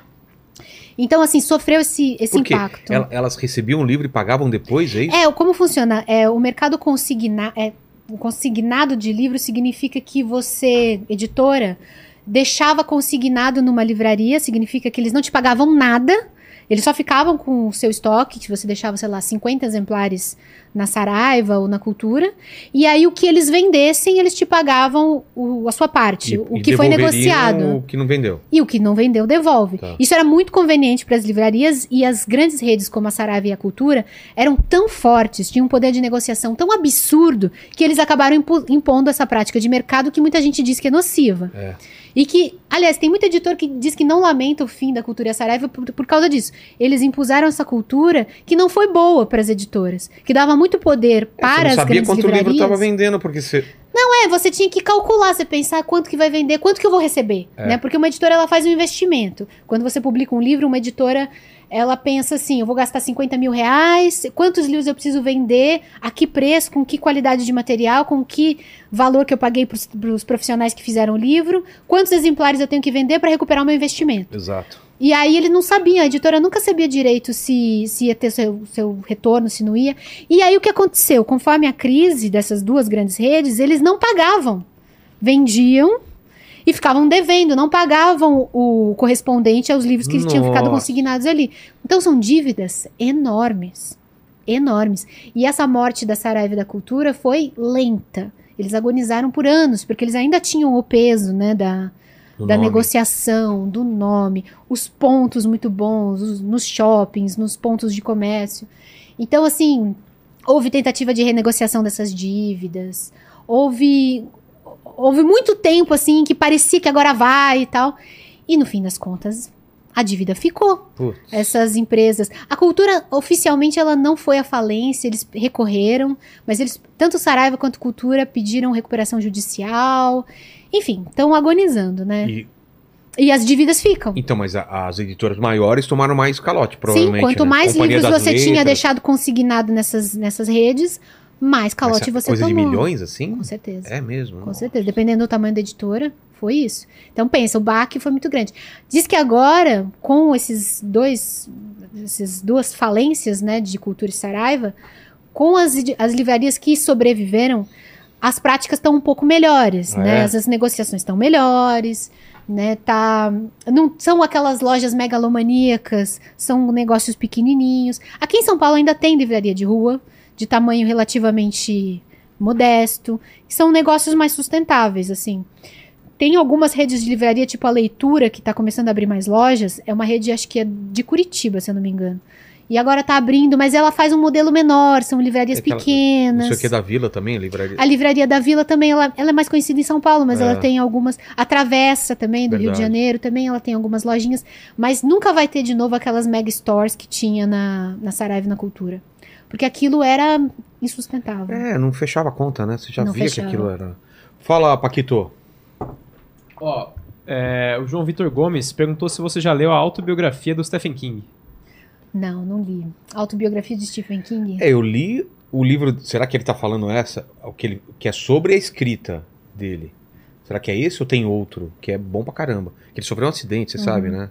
C: Então, assim, sofreu esse, esse
A: Por quê?
C: impacto.
A: Ela- Elas recebiam o livro e pagavam depois, é isso?
C: É, o- como funciona? É, o mercado consigna, é, o consignado de livro significa que você, editora, deixava consignado numa livraria, significa que eles não te pagavam nada, eles só ficavam com o seu estoque, que você deixava, sei lá, 50 exemplares na Saraiva ou na Cultura, e aí o que eles vendessem, eles te pagavam o- a sua parte,
A: E-
C: É, o
A: e
C: que foi
A: devolveriam
C: negociado.
A: O que não vendeu.
C: E o que não vendeu, devolve.
A: Tá.
C: Isso era muito conveniente para as livrarias e as grandes redes como a Saraiva e a Cultura eram tão fortes, tinham um poder de negociação tão absurdo, que eles acabaram impo- impondo essa prática de mercado que muita gente diz que é nociva.
A: É.
C: E que, aliás, tem muito editor que diz que não lamenta o fim da cultura e a Saraiva por, por causa disso. Eles impuseram essa cultura que não foi boa para as editoras, que dava muito poder
A: É, Você
C: para
A: não
C: as
A: sabia
C: grandes
A: quanto
C: livrarias.
A: o livro estava vendendo, porque você...
C: É, você tinha que calcular, você pensar quanto que vai vender, quanto que eu vou receber,
A: É.
C: né? Porque uma editora, ela faz um investimento. Quando você publica um livro, uma editora, ela pensa assim, eu vou gastar 50 mil reais, quantos livros eu preciso vender, a que preço, com que qualidade de material, com que valor que eu paguei pros, pros profissionais que fizeram o livro, quantos exemplares eu tenho que vender para recuperar o meu investimento.
A: Exato.
C: E aí ele não sabia, a editora nunca sabia direito se, se ia ter seu, seu retorno, se não ia. E aí o que aconteceu? Conforme a crise dessas duas grandes redes, eles não pagavam. Vendiam e ficavam devendo, não pagavam o correspondente aos livros que tinham ficado
A: Nossa.
C: consignados ali. Então são dívidas enormes. Enormes. E essa morte da Saraiva e da Cultura foi lenta. Eles agonizaram por anos, porque eles ainda tinham o peso, né, da,
A: Do
C: da
A: nome.
C: negociação, do nome, os pontos muito bons, os- nos shoppings, nos pontos de comércio. Então, assim, houve tentativa de renegociação dessas dívidas, houve, houve muito tempo, assim, que parecia que agora vai e tal. E no fim das contas, a dívida ficou.
A: Putz.
C: Essas empresas. A cultura, oficialmente, ela não foi à falência, eles recorreram, mas eles, tanto Saraiva quanto Cultura, pediram recuperação judicial. Enfim, estão agonizando, né?
A: E-
C: E as dívidas ficam.
A: então, mas a- as editoras maiores tomaram mais calote,
C: Sim,
A: provavelmente.
C: quanto
A: né?
C: mais
A: Companhia
C: livros
A: das
C: você tinha
A: Letras.
C: deixado consignado nessas, nessas redes, mais
A: Mas
C: calote
A: essa
C: você
A: coisa
C: tomou.
A: de milhões, assim?
C: Com certeza.
A: É mesmo.
C: Com
A: nossa.
C: certeza, dependendo do tamanho da editora, foi isso. Então pensa, o baque foi muito grande. Diz que agora, com esses dois, essas duas falências, né, de Cultura e Saraiva, com as, edi- as livrarias que sobreviveram, as práticas estão um pouco melhores,
A: Ah,
C: né?
A: é?
C: As, as negociações estão melhores, né? Tá, não são aquelas lojas megalomaníacas, são negócios pequenininhos. Aqui em São Paulo ainda tem livraria de rua, de tamanho relativamente modesto, que são negócios mais sustentáveis, assim. Tem algumas redes de livraria, tipo a Leitura, que está começando a abrir mais lojas. É uma rede, acho que é de Curitiba, se eu não me engano. E agora está abrindo, mas ela faz um modelo menor, são livrarias
A: É aquela-
C: pequenas.
A: Não sei o que da Vila também, a livraria.
C: A Livraria da Vila também, ela, ela é mais conhecida em São Paulo, mas
A: É.
C: ela tem algumas. A Travessa também, do Rio de
A: Verdade.
C: Janeiro, também ela tem algumas lojinhas. Mas nunca vai ter de novo aquelas mega stores que tinha na, na Saraiva e na Cultura. Porque aquilo era insustentável.
A: É, não fechava a conta, né? Você já
C: Não
A: via
C: fechava.
A: que aquilo era. Fala, Paquito.
B: Ó, é, o João Vitor Gomes perguntou se você já leu a autobiografia do Stephen King.
C: Não, não li. Autobiografia de Stephen King?
A: É, eu li o livro. Será que ele tá falando essa? O que, ele, que é sobre a escrita dele. Será que é esse ou tem outro? Que é bom pra caramba. Que ele sofreu um acidente, você sabe,
C: Uhum.
A: né?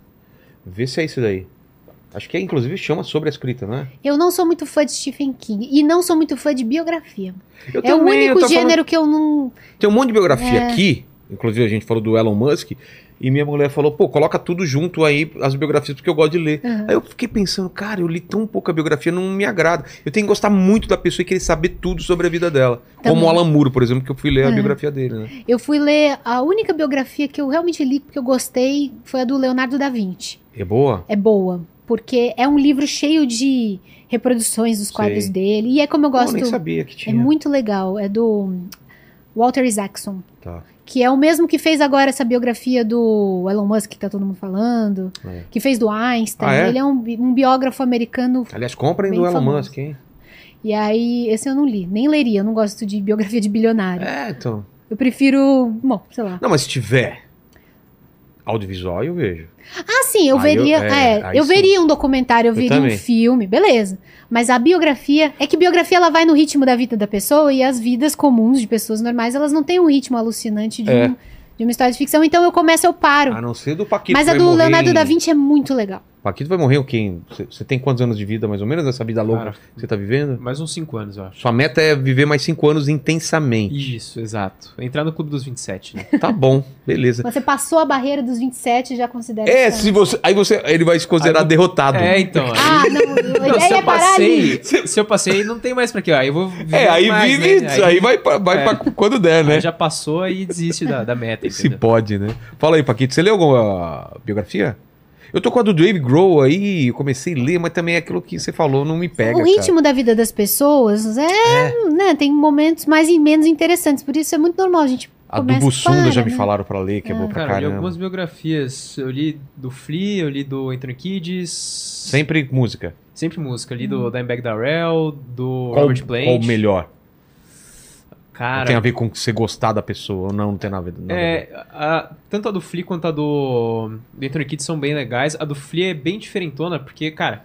A: Vê se é esse daí. Acho que é, inclusive, chama sobre a escrita, né?
C: Eu não sou muito fã de Stephen King. E não sou muito fã de biografia.
A: Eu
C: é o
A: também, eu
C: único
A: tô falando-
C: gênero que eu não. É.
A: Tem um monte de biografia aqui Inclusive, a gente falou do Elon Musk. E minha mulher falou, pô, coloca tudo junto aí, as biografias, porque eu gosto de ler.
C: Aham.
A: Aí eu fiquei pensando, cara, eu li tão pouca biografia, não me agrada. Eu tenho que gostar muito da pessoa e querer saber tudo sobre a vida dela. Como
C: Também.
A: o Alan Muro, por exemplo, que eu fui ler a
C: É.
A: biografia dele, né?
C: Eu fui ler a única biografia que eu realmente li porque eu gostei foi a do Leonardo da Vinci.
A: É boa?
C: É boa, porque é um livro cheio de reproduções dos quadros
A: Sei.
C: dele e é como eu
A: Pô,
C: gosto.
A: nem sabia que
C: é
A: tinha.
C: muito legal, é do hum, Walter Isaacson,
A: Tá.
C: que é o mesmo que fez agora essa biografia do Elon Musk que tá todo mundo falando,
A: É.
C: que fez do Einstein.
A: Ah, é?
C: Ele é um, bi- um biógrafo americano
A: Aliás, comprem
C: Bem
A: do Elon
C: famoso.
A: Musk, hein?
C: e aí esse eu não li, nem leria, eu não gosto de biografia de bilionário.
A: É, então.
C: Eu prefiro, bom, sei lá.
A: Não, mas se tiver audiovisual, eu vejo.
C: Ah, sim, eu
A: Aí
C: veria.
A: eu-
C: Eu,
A: é, aí
C: eu
A: sim.
C: veria um documentário, eu
A: Eu
C: veria
A: também.
C: um filme, beleza. Mas a biografia. É que biografia ela vai no ritmo da vida da pessoa e as vidas comuns de pessoas normais, elas não têm um ritmo alucinante de,
A: É.
C: um- de uma história de ficção. Então eu começo, eu paro.
A: A não ser do Paquito.
C: Mas
A: que
C: a
A: vai
C: do
A: morrer
C: Leonardo
A: em-
C: da Vinci é muito legal.
A: Paquito vai morrer o quê? Em- Você você tem quantos anos de vida, mais ou menos, essa vida louca
B: Cara,
A: que você tá vivendo?
B: mais uns 5 anos, eu acho.
A: Sua meta é viver mais cinco anos intensamente.
B: Isso, exato. Entrar no clube dos 27, né?
A: Tá bom, beleza.
C: Você passou a barreira dos 27 e já considera.
A: É,
C: que-
A: se você. Aí você. Ele vai se considerar
B: Aí-
A: derrotado.
B: É, então. aí-
C: Ah, não, a
B: Não, se
C: ideia é
B: eu
C: parar ali.
B: passei, se eu passei, não tem mais pra quê. Aí eu vou viver
A: É, aí
B: mais,
A: vive.
B: né?
A: Aí, vai, pra, vai
B: é.
A: pra quando der, né?
B: aí já passou e desiste da, da meta,
A: Se
B: entendeu?
A: pode, né? Fala aí, Paquito, você leu alguma biografia? Eu tô com a do Dave Grohl aí, eu comecei a ler, mas também é aquilo que você falou, não me pega,
C: o ritmo da vida das pessoas é, né, tem momentos mais e menos interessantes, por isso é muito normal a gente
A: cara. A do
C: começa,
A: Bussunda
C: para,
A: já me
C: né?
A: falaram pra ler, que é, boa pra
B: Cara, eu li
A: caramba.
B: algumas biografias. Eu li do Flea, eu li do Anthony Kids.
A: Sempre música.
B: Sempre música. Eu li do Dimebag Darrell, do
A: Qual,
B: Robert Plant.
A: qual o melhor?
B: Cara,
A: Tem a ver com você gostar da pessoa, ou não, não tem nada a ver. nada a ver.
B: É, a- tanto a do Flea quanto a do, do Anthony Kidd são bem legais. A do Flea é bem diferentona, porque, cara,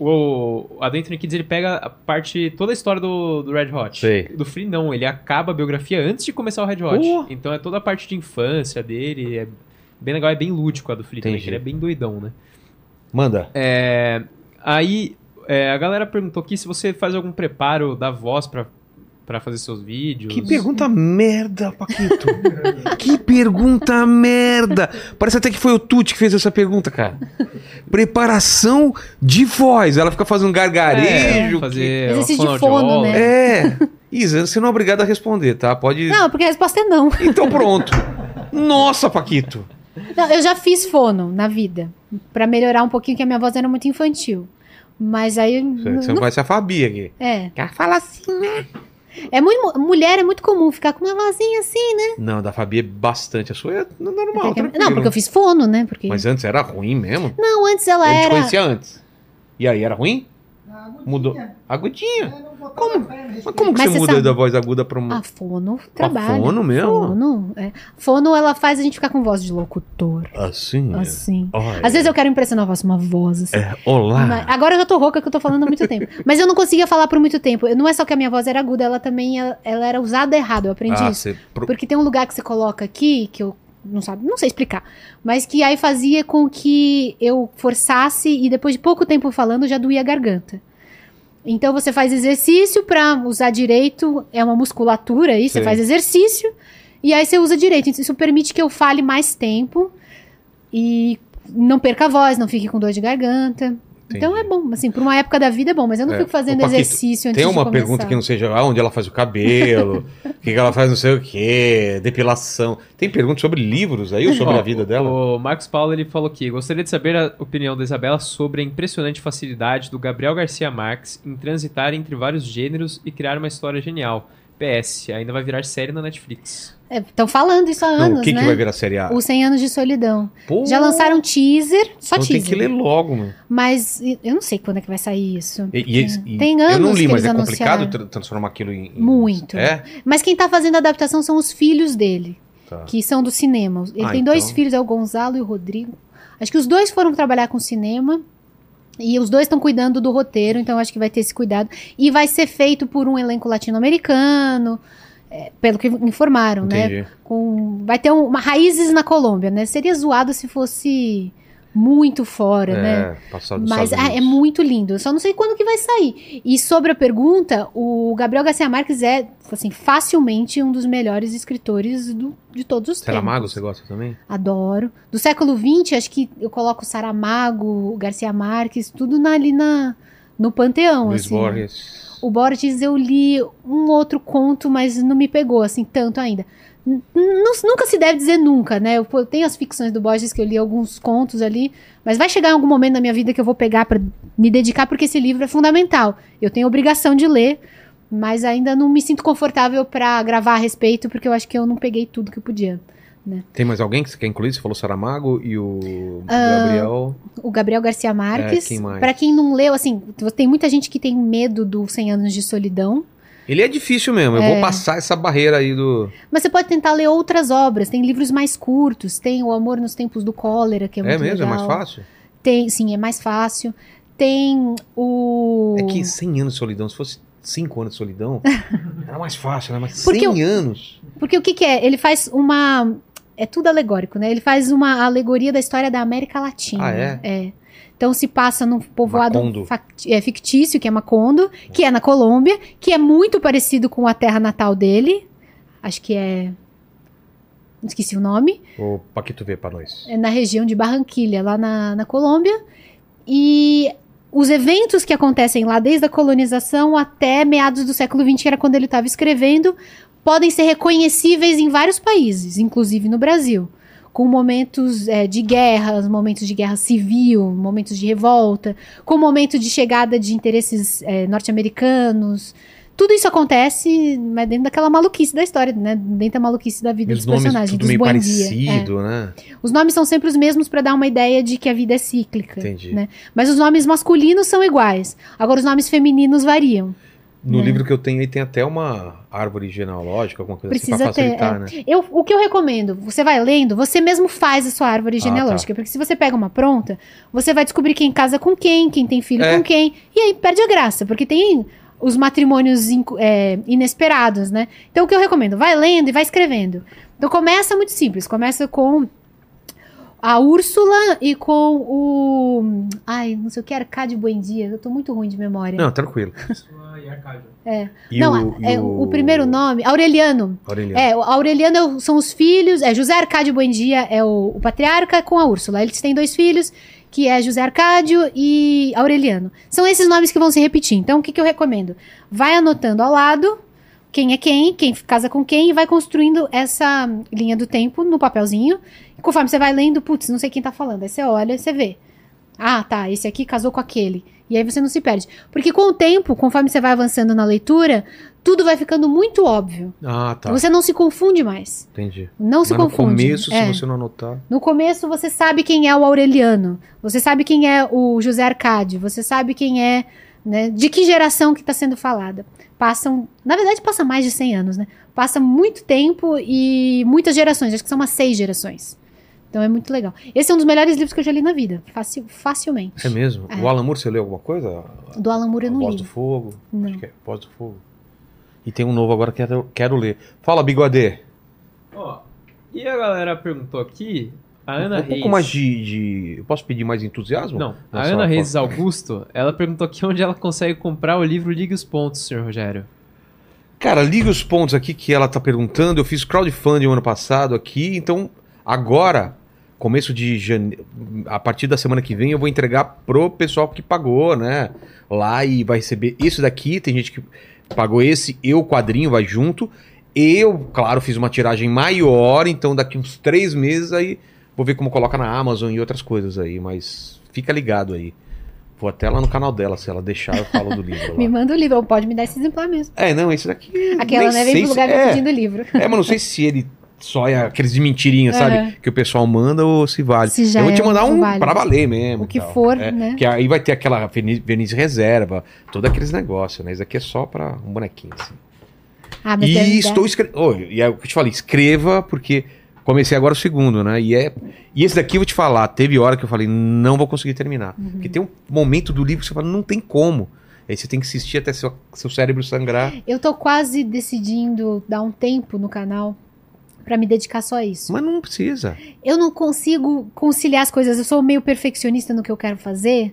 B: o, a do Anthony Kidd ele pega a parte, toda a história do, do Red Hot.
A: Sei.
B: Do Flea não, ele acaba a biografia antes de começar o Red Hot.
A: Pô!
B: Então é toda a parte de infância dele, é bem legal, é bem lúdico a do Flea também,
A: Entendi.
B: que ele é bem doidão, né?
A: Manda.
B: é, Aí, é, a galera perguntou aqui se você faz algum preparo da voz pra, pra fazer seus vídeos.
A: Que pergunta merda, Paquito. que pergunta merda. Parece até que foi o Tuti que fez essa pergunta, cara. Preparação de voz. Ela fica fazendo gargarejo.
B: É, fazer
C: Exercício de
B: uma
C: fono,
B: fonoaudióloga.
C: né?
A: É. Isa, você não é obrigado a responder, tá? Pode.
C: Não, porque a resposta é não.
A: Então pronto. Nossa, Paquito.
C: Não, eu já fiz fono na vida. Pra melhorar um pouquinho, que a minha voz era muito infantil. Mas aí.
A: Você
C: n-
A: você não conhece a Fabi aqui.
C: É.
A: Quer falar assim, né?
C: é muito, mulher é muito comum ficar com uma vozinha assim, né? Não,
A: Não, da Fabi é bastante. A sua é normal, tranquilo.
C: não, porque eu fiz fono, né? Porque...
A: Mas antes era ruim mesmo?
C: Não, antes ela
A: a gente
C: era.
A: conhecia antes. E aí, era ruim? Mudou. Agudinha. Como? Mas como que
C: Mas
A: você
C: você
A: muda
C: sabe- Ah.
A: da voz aguda pra um- uma... Ah,
C: A fono trabalha.
A: fono mesmo?
C: Fono, é. fono, ela faz a gente ficar com voz de locutor.
A: Assim? é.
C: Assim.
A: Olha.
C: Às vezes eu quero impressionar, eu faço uma voz assim.
A: É, olá.
C: Mas- agora eu já tô rouca que eu tô falando há muito tempo. Mas eu não conseguia falar por muito tempo. Eu- Não é só que a minha voz era aguda, ela também ela, ela era usada errado. Eu aprendi
A: Ah,
C: isso.
A: você pro-
C: Porque tem um lugar que você coloca aqui, que eu não, sabe, não sei explicar, mas que aí fazia com que eu forçasse e depois de pouco tempo falando já doía a garganta. Então você faz exercício pra usar direito, é uma musculatura aí, você
A: Sim.
C: faz exercício e aí você usa direito. Então, Isso permite que eu fale mais tempo e não perca a voz, não fique com dor de garganta.
A: Entendi.
C: Então é bom, assim, pra uma época da vida é bom, mas eu não
A: É.
C: fico fazendo
A: Ô, Paquito,
C: exercício antes
A: Tem uma
C: de começar.
A: pergunta que não seja ah, onde ela faz o cabelo, o que que ela faz não sei o quê, depilação. Tem pergunta sobre livros aí ou sobre
B: Ó,
A: a vida dela?
B: O Marcos Paulo ele falou que gostaria de saber a opinião da Isabela sobre a impressionante facilidade do Gabriel Garcia Marques em transitar entre vários gêneros e criar uma história genial. PS, ainda vai virar série na Netflix.
C: Estão É, falando isso há
A: Não,
C: anos,
A: o que,
C: né?
A: que vai virar série A?
C: Os 100 anos de solidão.
A: Pô,
C: Já lançaram teaser, só
A: então tem
C: teaser.
A: que ler logo, mano.
C: Mas e- eu não sei quando é que vai sair isso.
A: E- e eles- e-
C: Tem
A: Eu não
C: anos
A: li,
C: que
A: mas é
C: eles
A: complicado
C: anunciaram.
A: tra- transformar aquilo em. em-
C: Muito.
A: É?
C: Mas quem tá fazendo a adaptação são os filhos dele,
A: Tá.
C: que são do cinema. Ele
A: Ah,
C: tem dois
A: então.
C: filhos, é o Gonzalo e o Rodrigo. Acho que os dois foram trabalhar com cinema. E os dois estão cuidando do roteiro, então acho que vai ter esse cuidado. E vai ser feito por um elenco latino-americano, é, pelo que informaram, né?
A: Entendi.
C: com vai ter um- uma raízes na Colômbia, né? Seria zoado se fosse muito fora, né?
A: passado É, dos
C: Mas
A: Estados
C: ah, é
A: Unidos.
C: muito lindo. Eu só não sei quando que vai sair. E sobre a pergunta, o Gabriel Garcia Marques é, assim, facilmente um dos melhores escritores do- de todos os tempos.
A: Saramago, você gosta também?
C: Adoro. Do século XX, acho que eu coloco Saramago, Garcia Marques, tudo na- ali na, no panteão.
A: Luiz
C: assim.
A: Borges.
C: O Borges eu li um outro conto, mas não me pegou assim tanto ainda. N- nu- Nunca se deve dizer nunca, né? Eu, pô, eu tenho as ficções do Borges que eu li alguns contos ali, mas vai chegar em algum momento na minha vida que eu vou pegar pra me dedicar porque esse livro é fundamental. Eu tenho obrigação de ler, mas ainda não me sinto confortável pra gravar a respeito porque eu acho que eu não peguei tudo que eu podia.
A: Tem mais alguém que você quer incluir? Você falou Saramago e o
C: Ah,
A: Gabriel.
C: O Gabriel Garcia Marques,
A: É, quem mais?
C: pra quem não leu, assim, tem muita gente que tem medo do 100 anos de solidão.
A: Ele é difícil mesmo. Eu vou passar essa barreira aí do.
C: Mas você pode tentar ler outras obras. Tem livros mais curtos. Tem O Amor nos Tempos do Cólera, que é,
A: É,
C: muito
A: mesmo?
C: legal.
A: É mais fácil?
C: Tem, sim, é mais fácil. Tem o...
A: É que 100 anos de solidão, se fosse 5 anos de solidão, era mais fácil, né? Mas 100
C: Porque
A: anos.
C: Porque o que que é? Ele faz uma... É tudo alegórico, né? Ele faz uma alegoria da história da América Latina.
A: Ah, é?
C: Então se passa num povoado
A: Macondo.
C: fact- é, fictício, que é Macondo, que é na Colômbia, que é muito parecido com a terra natal dele. Acho que é... Esqueci o nome.
A: Ô, Paquito vê pra nós.
C: é na região de Barranquilha, lá na, na Colômbia. E os eventos que acontecem lá, desde a colonização até meados do século XX, que era quando ele estava escrevendo, podem ser reconhecíveis em vários países, inclusive no Brasil. Com momentos eh, de guerras, momentos de guerra civil, momentos de revolta, com momento de chegada de interesses eh, norte-americanos. Tudo isso acontece mas dentro daquela maluquice da história, né? Dentro da maluquice da vida
A: E os
C: dos
A: nomes
C: personagens,
A: tudo
C: dos
A: meio
C: Buendia. É.
A: parecido, né?
C: Os nomes são sempre os mesmos pra dar uma ideia de que a vida é cíclica.
A: Entendi.
C: Né? Mas os nomes masculinos são iguais. Agora os nomes femininos variam.
A: No
C: Né?
A: livro que eu tenho aí tem até uma árvore genealógica, alguma coisa assim, pra
C: Precisa ter, é.
A: facilitar, né?
C: Eu, o que eu recomendo, você vai lendo, você mesmo faz a sua árvore
A: Ah,
C: genealógica, porque se você pega uma pronta, você vai descobrir quem casa com quem, quem tem filho
A: É.
C: com quem, e aí perde a graça, porque tem os matrimônios inco- é, inesperados, né? Então o que eu recomendo, vai lendo e vai escrevendo. Então começa muito simples, começa com a Úrsula e com o ai, não sei o que era, Cade Buendia, eu tô muito ruim de memória.
A: Não, tranquilo. E
C: Não, é, o primeiro nome, Aureliano.
A: Aureliano.
C: É, o Aureliano é o- são os filhos, é José Arcádio Buendia é o, o patriarca com a Úrsula. Eles têm dois filhos, que é José Arcádio e Aureliano. São esses nomes que vão se repetir. Então, o que, que eu recomendo? Vai anotando ao lado quem é quem, quem casa com quem, e vai construindo essa linha do tempo no papelzinho. E conforme você vai lendo, putz, não sei quem tá falando. Aí você olha e você vê. Ah, tá, esse aqui casou com aquele. E aí você não se perde. Porque com o tempo, conforme você vai avançando na leitura, tudo vai ficando muito óbvio.
A: Ah, tá.
C: Você não se confunde mais.
A: Entendi.
C: Não se
A: Mas no
C: confunde.
A: começo,
C: É.
A: se você não anotar.
C: No começo você sabe quem é o Aureliano, você sabe quem é o José Arcádio, você sabe quem é, né, de que geração que está sendo falada. Passam, na verdade passa mais de 100 anos, né? Passa muito tempo e muitas gerações, acho que são umas seis gerações. Então é muito legal. Esse é um dos melhores livros que eu já li na vida, facil- facilmente.
A: É mesmo?
C: É.
A: O Alan Moore, você leu alguma coisa?
C: Do Alan Moore eu
A: A
C: não
A: Voz do
C: li.
A: Fogo.
C: Não.
A: Acho que é Voz do Fogo. E tem um novo agora que eu quero ler. Fala, Bigodê.
B: Ó, e a galera perguntou aqui, a Ana
A: um
B: Reis...
A: pouco mais de, de- Eu posso pedir mais entusiasmo?
B: Não, a
A: Nossa,
B: Ana
A: ó,
B: Reis Augusto, ela perguntou aqui onde ela consegue comprar o livro Ligue os Pontos, senhor Rogério.
A: Cara, liga os pontos aqui que ela tá perguntando. Eu fiz crowdfunding ano passado aqui, então agora, começo de janeiro, a partir da semana que vem, eu vou entregar pro pessoal que pagou, né? Lá e vai receber isso daqui. Tem gente que pagou esse e o quadrinho vai junto. Eu, claro, fiz uma tiragem maior, então daqui uns três meses aí vou ver como coloca na Amazon e outras coisas aí, mas fica ligado aí. Vou até lá no canal dela, se ela deixar, eu falo do livro lá.
C: Me manda o livro, ou pode me dar esse exemplar mesmo.
A: É, não, esse daqui.
C: Aquela,
A: nem
C: né?
A: sei
C: Vem pro
A: se-
C: lugar
A: é.
C: pedindo o livro.
A: É, mas não sei se ele só é aqueles de mentirinha,
C: Aham.
A: sabe? Que o pessoal manda ou se vale.
C: Se já
A: Eu vou
C: é
A: te mandar um
C: válido.
A: pra valer mesmo.
C: O
A: e
C: que
A: tal.
C: for,
A: É,
C: né?
A: Que aí vai ter aquela verniz verniz reserva, todos aqueles negócios, né? Isso aqui é só pra um bonequinho. assim.
C: Ah, mas deve
A: E
C: dar.
A: estou escrevendo. e é o que eu te falei, escreva, porque comecei agora o segundo, né? E, é... e esse daqui eu vou te falar, teve hora que eu falei, não vou conseguir terminar.
C: Uhum.
A: Porque tem um momento do livro que você fala, não tem como. Aí você tem que assistir até seu, seu cérebro sangrar.
C: Eu tô quase decidindo dar um tempo no canal pra me dedicar só a isso.
A: Mas não precisa.
C: Eu não consigo conciliar as coisas. Eu sou meio perfeccionista no que eu quero fazer.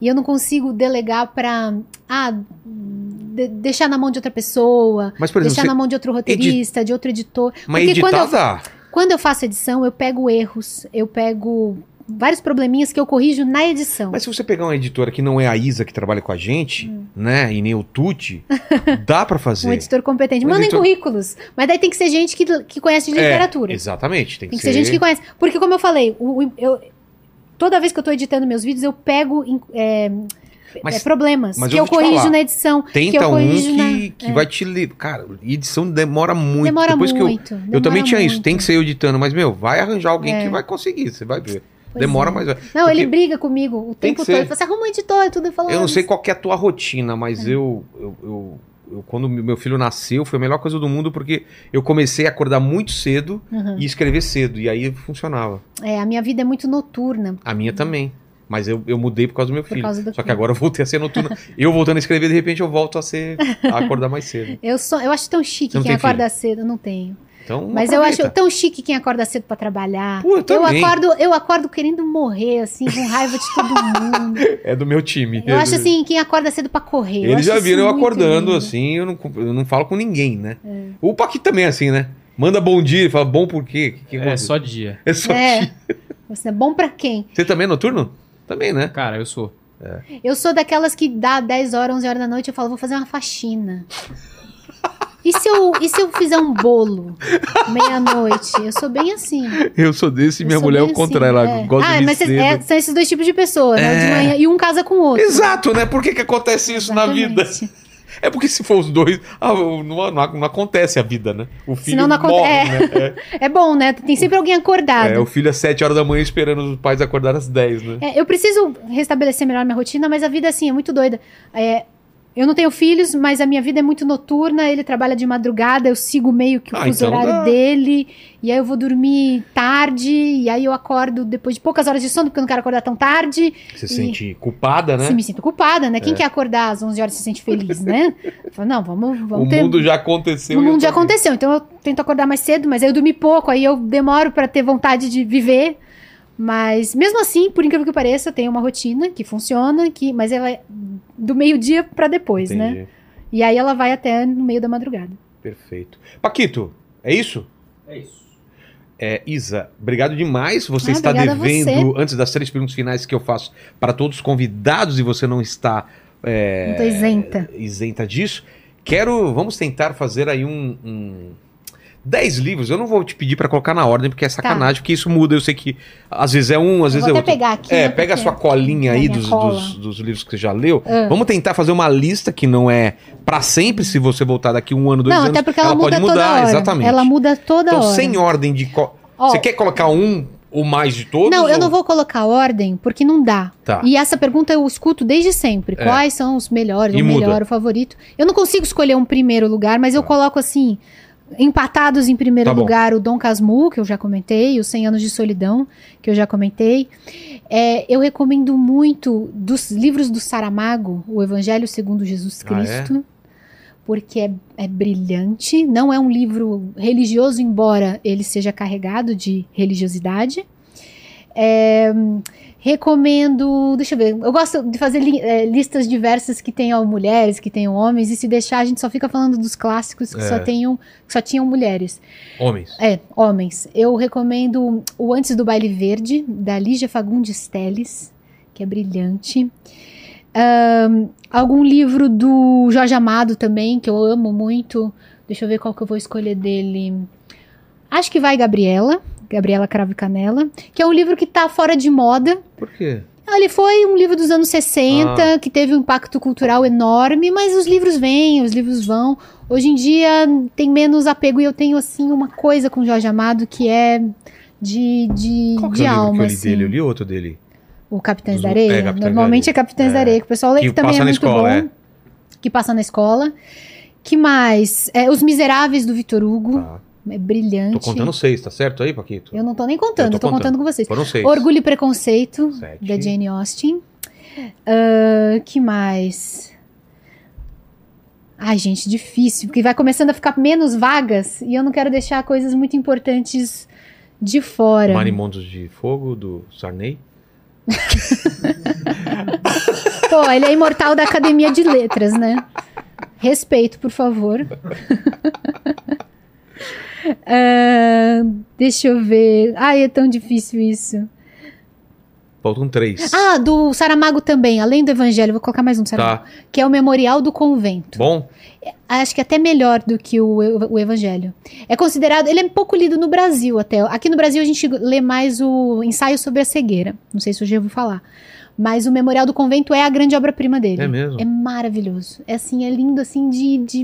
C: E eu não consigo delegar pra. Ah, de- deixar na mão de outra pessoa.
A: Mas, por exemplo,
C: deixar
A: você-
C: na mão de outro roteirista, de outro editor.
A: mas
C: Porque
A: editar
C: quando eu,
A: dá.
C: quando eu faço edição, eu pego erros, eu pego vários probleminhas que eu corrijo na edição.
A: Mas se você pegar uma editora que não é a Isa que trabalha com a gente, né? E nem o Tuti, dá pra fazer.
C: Um editor competente.
A: Um
C: Mandem
A: editor-
C: currículos. Mas daí tem que ser gente que, que conhece de
A: É,
C: literatura.
A: Exatamente. Tem que,
C: Tem que ser gente que conhece. Porque, como eu falei, o- o- eu- toda vez que eu tô editando meus vídeos, eu pego em- é,
A: Mas-
C: é, problemas
A: mas
C: que
A: eu
C: eu,
A: vou te
C: corrijo
A: falar.
C: na edição.
A: Tenta
C: que eu
A: um
C: corrijo
A: que,
C: na- é.
A: que vai te. li- Cara, edição demora muito.
C: demora
A: Depois que eu.
C: muito. É.
A: Eu também tinha isso, tem que ser eu editando, mas, meu, vai arranjar alguém que vai conseguir, você vai ver. Demora, mas. vai.
C: Não,
A: porque-
C: ele briga comigo o
A: Tem que
C: tempo todo.
A: ser.
C: Ele fala, Você arruma um editor e tudo falando.
A: Eu não sei qual que é a tua rotina,
C: É.
A: mas eu, eu, eu, eu- Quando meu filho nasceu, foi a melhor coisa do mundo, porque eu comecei a acordar muito cedo
C: Uhum.
A: e escrever cedo, e aí funcionava.
C: É, a minha vida é muito noturna.
A: A minha também. Mas eu, eu mudei por causa do meu
C: Por
A: filho.
C: causa do
A: Só que
C: filho.
A: agora eu voltei a ser noturno. eu voltando a escrever, de repente eu volto a ser. a acordar mais cedo.
C: Eu, sou, eu acho tão chique
A: Você não
C: quem
A: tem filho?
C: acorda cedo. Eu não tenho.
A: Então.
C: Mas eu
A: aproveita.
C: acho tão chique quem acorda cedo pra trabalhar.
A: Pô, eu também.
C: acordo, eu acordo querendo morrer, assim, com raiva de todo mundo.
A: É do meu time.
C: Eu acho assim, quem acorda cedo pra correr. eu
A: Eles
C: acho
A: já
C: isso
A: viram eu
C: muito
A: acordando
C: lindo.
A: assim, eu não, eu não falo com ninguém, né? O Paquito também é assim, né? Manda bom dia, ele fala bom por quê? Que que
B: É
A: aconteceu?
B: só dia.
A: É só
C: É.
A: dia.
C: Assim, é bom pra quem?
A: Você também é noturno? Também, né?
B: Cara, eu sou.
C: Eu sou daquelas que dá 10 horas, 11 horas da noite, eu falo, vou fazer uma faxina. E se eu, e se eu fizer um bolo meia-noite? Eu sou bem assim.
A: Eu sou desse e
C: Eu
A: minha
C: sou
A: mulher é
C: bem
A: o
C: assim,
A: contrário.
C: é.
A: Ela gosta
C: Ah,
A: de
C: mas
A: cedo.
C: cês- é, são esses dois tipos de pessoa, né? O De
A: É.
C: manhã, e um casa com o outro.
A: Exato, né? Por que, que acontece isso na vida?
C: Exatamente.
A: É porque se for os dois, ah, não, não- não acontece a vida, né? O filho
C: Senão não aconte-
A: morre,
C: é. Ah,
A: né?
C: É bom, né? Tem sempre alguém
A: É,
C: acordado.
A: é, o filho às 7 horas da manhã esperando os pais acordarem às 10, né?
C: É, eu preciso restabelecer melhor minha rotina, mas a vida, assim, é muito doida. É, eu não tenho filhos, mas a minha vida é muito noturna, ele trabalha de madrugada, eu sigo meio que o
A: Ah,
C: fuso
A: então
C: horário
A: dá.
C: dele, e aí eu vou dormir tarde, e aí eu acordo depois de poucas horas de sono, porque eu não quero acordar tão tarde,
A: Você se sente culpada, né?
C: É,
A: É.
C: se me sinto culpada, né? Quem quer acordar às 11 horas e se sente feliz, né? Fala, não, vamos, vamos
A: o
C: ter...
A: mundo já aconteceu.
C: O
A: e eu
C: mundo já
A: tô aqui.
C: aconteceu, então eu tento acordar mais cedo, mas aí eu dormi pouco, aí eu demoro pra ter vontade de viver. Mas mesmo assim, por incrível que pareça, eu tenho uma rotina que funciona, que, mas ela é do meio-dia pra depois, né?
A: Entendi.
C: E aí ela vai até no meio da madrugada.
A: Perfeito. Paquito, é isso?
B: É isso.
A: É, Isa, obrigado demais. Você
C: Ah,
A: está
C: obrigada a
A: devendo, antes das três perguntas finais que eu faço para todos os convidados e você não está é,
C: Não tô isenta.
A: isenta disso. Quero, vamos tentar fazer aí um, um- dez livros. Eu não vou te pedir para colocar na ordem porque é sacanagem, porque isso muda. Eu sei que às vezes é um, às
C: Tá.
A: vezes
C: eu vou
A: é
C: até
A: outro.
C: pegar aqui.
A: É,
C: né,
A: pega a
C: porque-
A: sua colinha
C: É,
A: aí
C: minha
A: dos,
C: cola.
A: dos- dos livros que você já leu.
C: Ah.
A: Vamos tentar fazer uma lista que não é para sempre, se você voltar daqui um ano, dois
C: Não,
A: anos.
C: até porque ela, muda
A: pode mudar,
C: toda hora.
A: exatamente.
C: Ela muda toda
A: então,
C: hora.
A: sem ordem de. co-
C: Ó,
A: Você quer colocar um ou mais de todos?
C: Não, eu
A: ou-
C: não vou colocar ordem, porque não dá.
A: Tá.
C: E essa pergunta eu escuto desde sempre.
A: É.
C: Quais são os melhores,
A: E
C: o
A: muda.
C: melhor, o favorito? Eu não consigo escolher um primeiro lugar, mas eu
A: Tá.
C: coloco assim, empatados em primeiro
A: Tá bom.
C: lugar, o Dom Casmurro, que eu já comentei, o 100 Anos de Solidão, que eu já comentei. É, eu recomendo muito dos livros do Saramago, o Evangelho segundo Jesus
A: Ah, é?
C: Cristo. Porque é, é brilhante, não é um livro religioso, embora ele seja carregado de religiosidade. É, hum, recomendo. Deixa eu ver. Eu gosto de fazer li- eh, listas diversas que tenham mulheres, que tenham homens, e se deixar, a gente só fica falando dos clássicos que,
A: É.
C: só, tenham, que só tinham mulheres.
A: Homens.
C: É, homens. Eu recomendo o Antes do Baile Verde, da Lígia Fagundes Teles, que é brilhante. Ahn, algum livro do Jorge Amado também, que eu amo muito. Deixa eu ver qual que eu vou escolher dele. Acho que vai Gabriela, Gabriela Cravo e Canela, que é um livro que tá fora de moda,
A: Por quê?
C: ele foi um livro dos anos
A: Ah.
C: 60 que teve um impacto cultural enorme, mas os livros vêm, os livros vão. Hoje em dia tem menos apego e eu tenho assim uma coisa com Jorge Amado que é de, de,
A: Qual que é o livro
C: de
A: que
C: alma,
A: eu li
C: assim.
A: dele? Eu li outro dele.
C: O Capitães
A: Dos-
C: da Areia.
A: é, Capitães
C: Normalmente
A: da
C: é Capitães
A: É.
C: da Areia, que o pessoal lê,
A: Que
C: que, também
A: passa
C: é
A: na
C: muito
A: escola,
C: bom.
A: é.
C: Que passa na escola. Que mais? É, Os Miseráveis do Vitor Hugo.
A: Tá.
C: É brilhante.
A: Tô contando seis, tá certo aí, Paquito?
C: Eu não tô nem contando,
A: Eu
C: eu
A: tô
C: tô, contando. com vocês.
A: Foram seis.
C: Orgulho e Preconceito,
A: Sete.
C: da Jane Ah, Austen. Ahn, que mais? Ai, gente, difícil, porque vai começando a ficar menos vagas e eu não quero deixar coisas muito importantes de fora.
A: Marimondos de Fogo, do Sarney.
C: Pô, ele é imortal da Academia de Letras, né? Respeito, por favor. Ah, deixa eu ver. Ai, é tão difícil isso.
A: Faltam três.
C: Ah, do Saramago também, além do Evangelho, vou colocar mais um do Saramago,
A: tá.
C: que é o Memorial do Convento.
A: Bom?
C: Acho que é até melhor do que o, ev- o Evangelho. É considerado, ele é pouco lido no Brasil até. Aqui no Brasil a gente lê mais o Ensaio sobre a Cegueira. Não sei se hoje eu vou falar. Mas o Memorial do Convento é a grande obra-prima dele.
A: É mesmo?
C: É maravilhoso. É assim, é lindo assim de, de,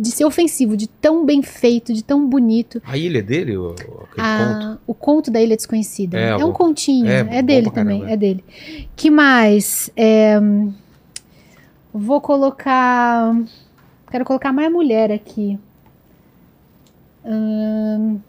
C: de ser ofensivo, de tão bem feito, de tão bonito.
A: A ilha é dele, o, aquele
C: Ah,
A: conto?
C: O conto da Ilha Desconhecida.
A: É,
C: É,
A: bom.
C: um continho.
A: É,
C: É,
A: bom
C: dele
A: pra
C: também.
A: caramba.
C: É dele. Que mais? É, hum, vou colocar. Quero colocar mais mulher aqui. Hum,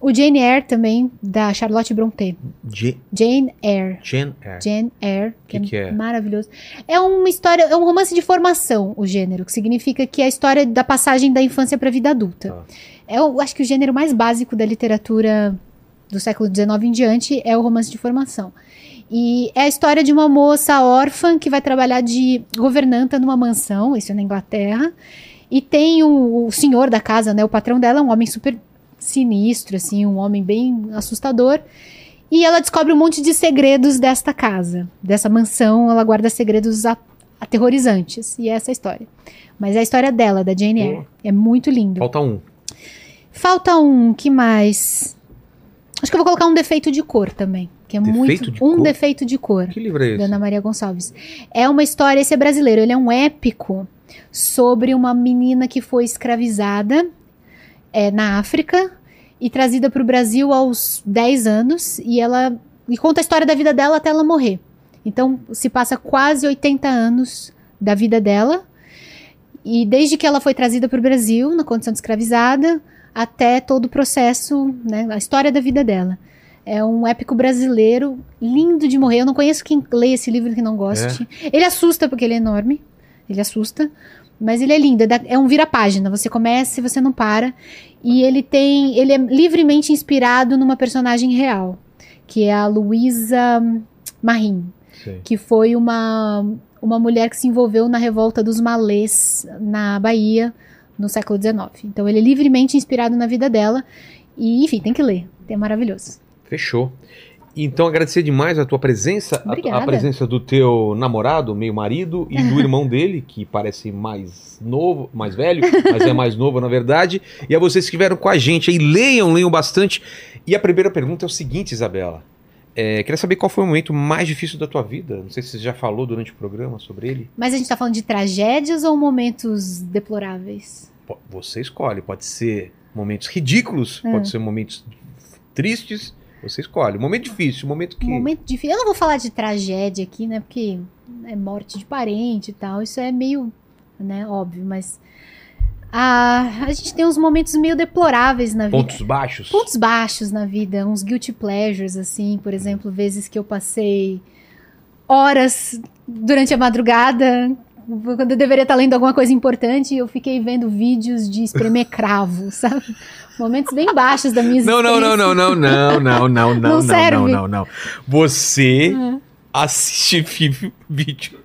C: o Jane Eyre também, da Charlotte Brontë.
A: Je-
C: Jane Eyre.
A: Jane Eyre.
C: Jane Eyre, que,
A: É. Que que é?
C: é maravilhoso. É uma história, é um romance de formação, o gênero, que significa que é a história da passagem da infância para a vida adulta.
A: Tá.
C: É, o- acho que o gênero mais básico da literatura do século XIX em diante é o romance de formação. E é a história de uma moça órfã que vai trabalhar de governanta numa mansão, isso é na Inglaterra. E tem o, o senhor da casa, né, o patrão dela, um homem super sinistro, assim, um homem bem assustador. E ela descobre um monte de segredos desta casa, dessa mansão. Ela guarda segredos a- aterrorizantes. E é essa a história. Mas é a história dela, da Jane Eyre. É muito lindo.
A: Falta um.
C: Falta um, que mais? Acho que eu vou colocar um defeito de cor também. Que é
A: Defeito
C: muito.
A: de
C: um
A: cor?
C: defeito de cor.
A: Que livro é
C: Da
A: esse?
C: Ana Maria Gonçalves. É uma história, esse é brasileiro, ele é um épico sobre uma menina que foi escravizada é, na África e trazida para o Brasil aos 10 anos e ela e conta a história da vida dela até ela morrer. Então se passa quase 80 anos da vida dela e desde que ela foi trazida para o Brasil na condição de escravizada até todo o processo, né, a história da vida dela. É um épico brasileiro, lindo de morrer. Eu não conheço quem lê esse livro que não goste. Ele assusta, porque ele é enorme. Ele assusta. Mas ele é lindo. É, da- é um vira-página. Você começa e você não para. E ele tem. Ele é livremente inspirado numa personagem real, que é a Luísa hum, Marim,
A: Sei.
C: que foi uma, uma mulher que se envolveu na revolta dos malês na Bahia no século XIX. Então ele é livremente inspirado na vida dela. E, enfim, tem que ler. É maravilhoso.
A: Fechou. Então, agradecer demais a tua presença, a, tu- a
C: Obrigada.
A: presença do teu namorado, meio marido, e do irmão dele, que parece mais novo, mais velho, mas é mais novo, na verdade. E a vocês que estiveram com a gente aí, leiam, leiam bastante. E a primeira pergunta é o seguinte, Isabela. É, queria saber qual foi o momento mais difícil da tua vida. Não sei se você já falou durante o programa sobre ele.
C: Mas a gente tá falando de tragédias ou momentos deploráveis?
A: Po- Você escolhe. Pode ser momentos ridículos,
C: É.
A: pode ser momentos tristes. Você escolhe. Momento difícil, momento que.
C: Um momento difícil. Eu não vou falar de tragédia aqui, né? Porque é morte de parente e tal. Isso é meio, né, óbvio, mas ah, a gente tem uns momentos meio deploráveis na vida.
A: Pontos baixos.
C: pontos baixos na vida, uns guilty pleasures, assim, por exemplo, vezes que eu passei horas durante a madrugada, quando eu deveria estar lendo alguma coisa importante, eu fiquei vendo vídeos de espremer cravo, sabe? Momentos bem baixos da minha
A: Não,
C: existência.
A: não, não, não, não, não, não, não, não, não, não,
C: serve.
A: não, não. Você assiste vi- vídeo.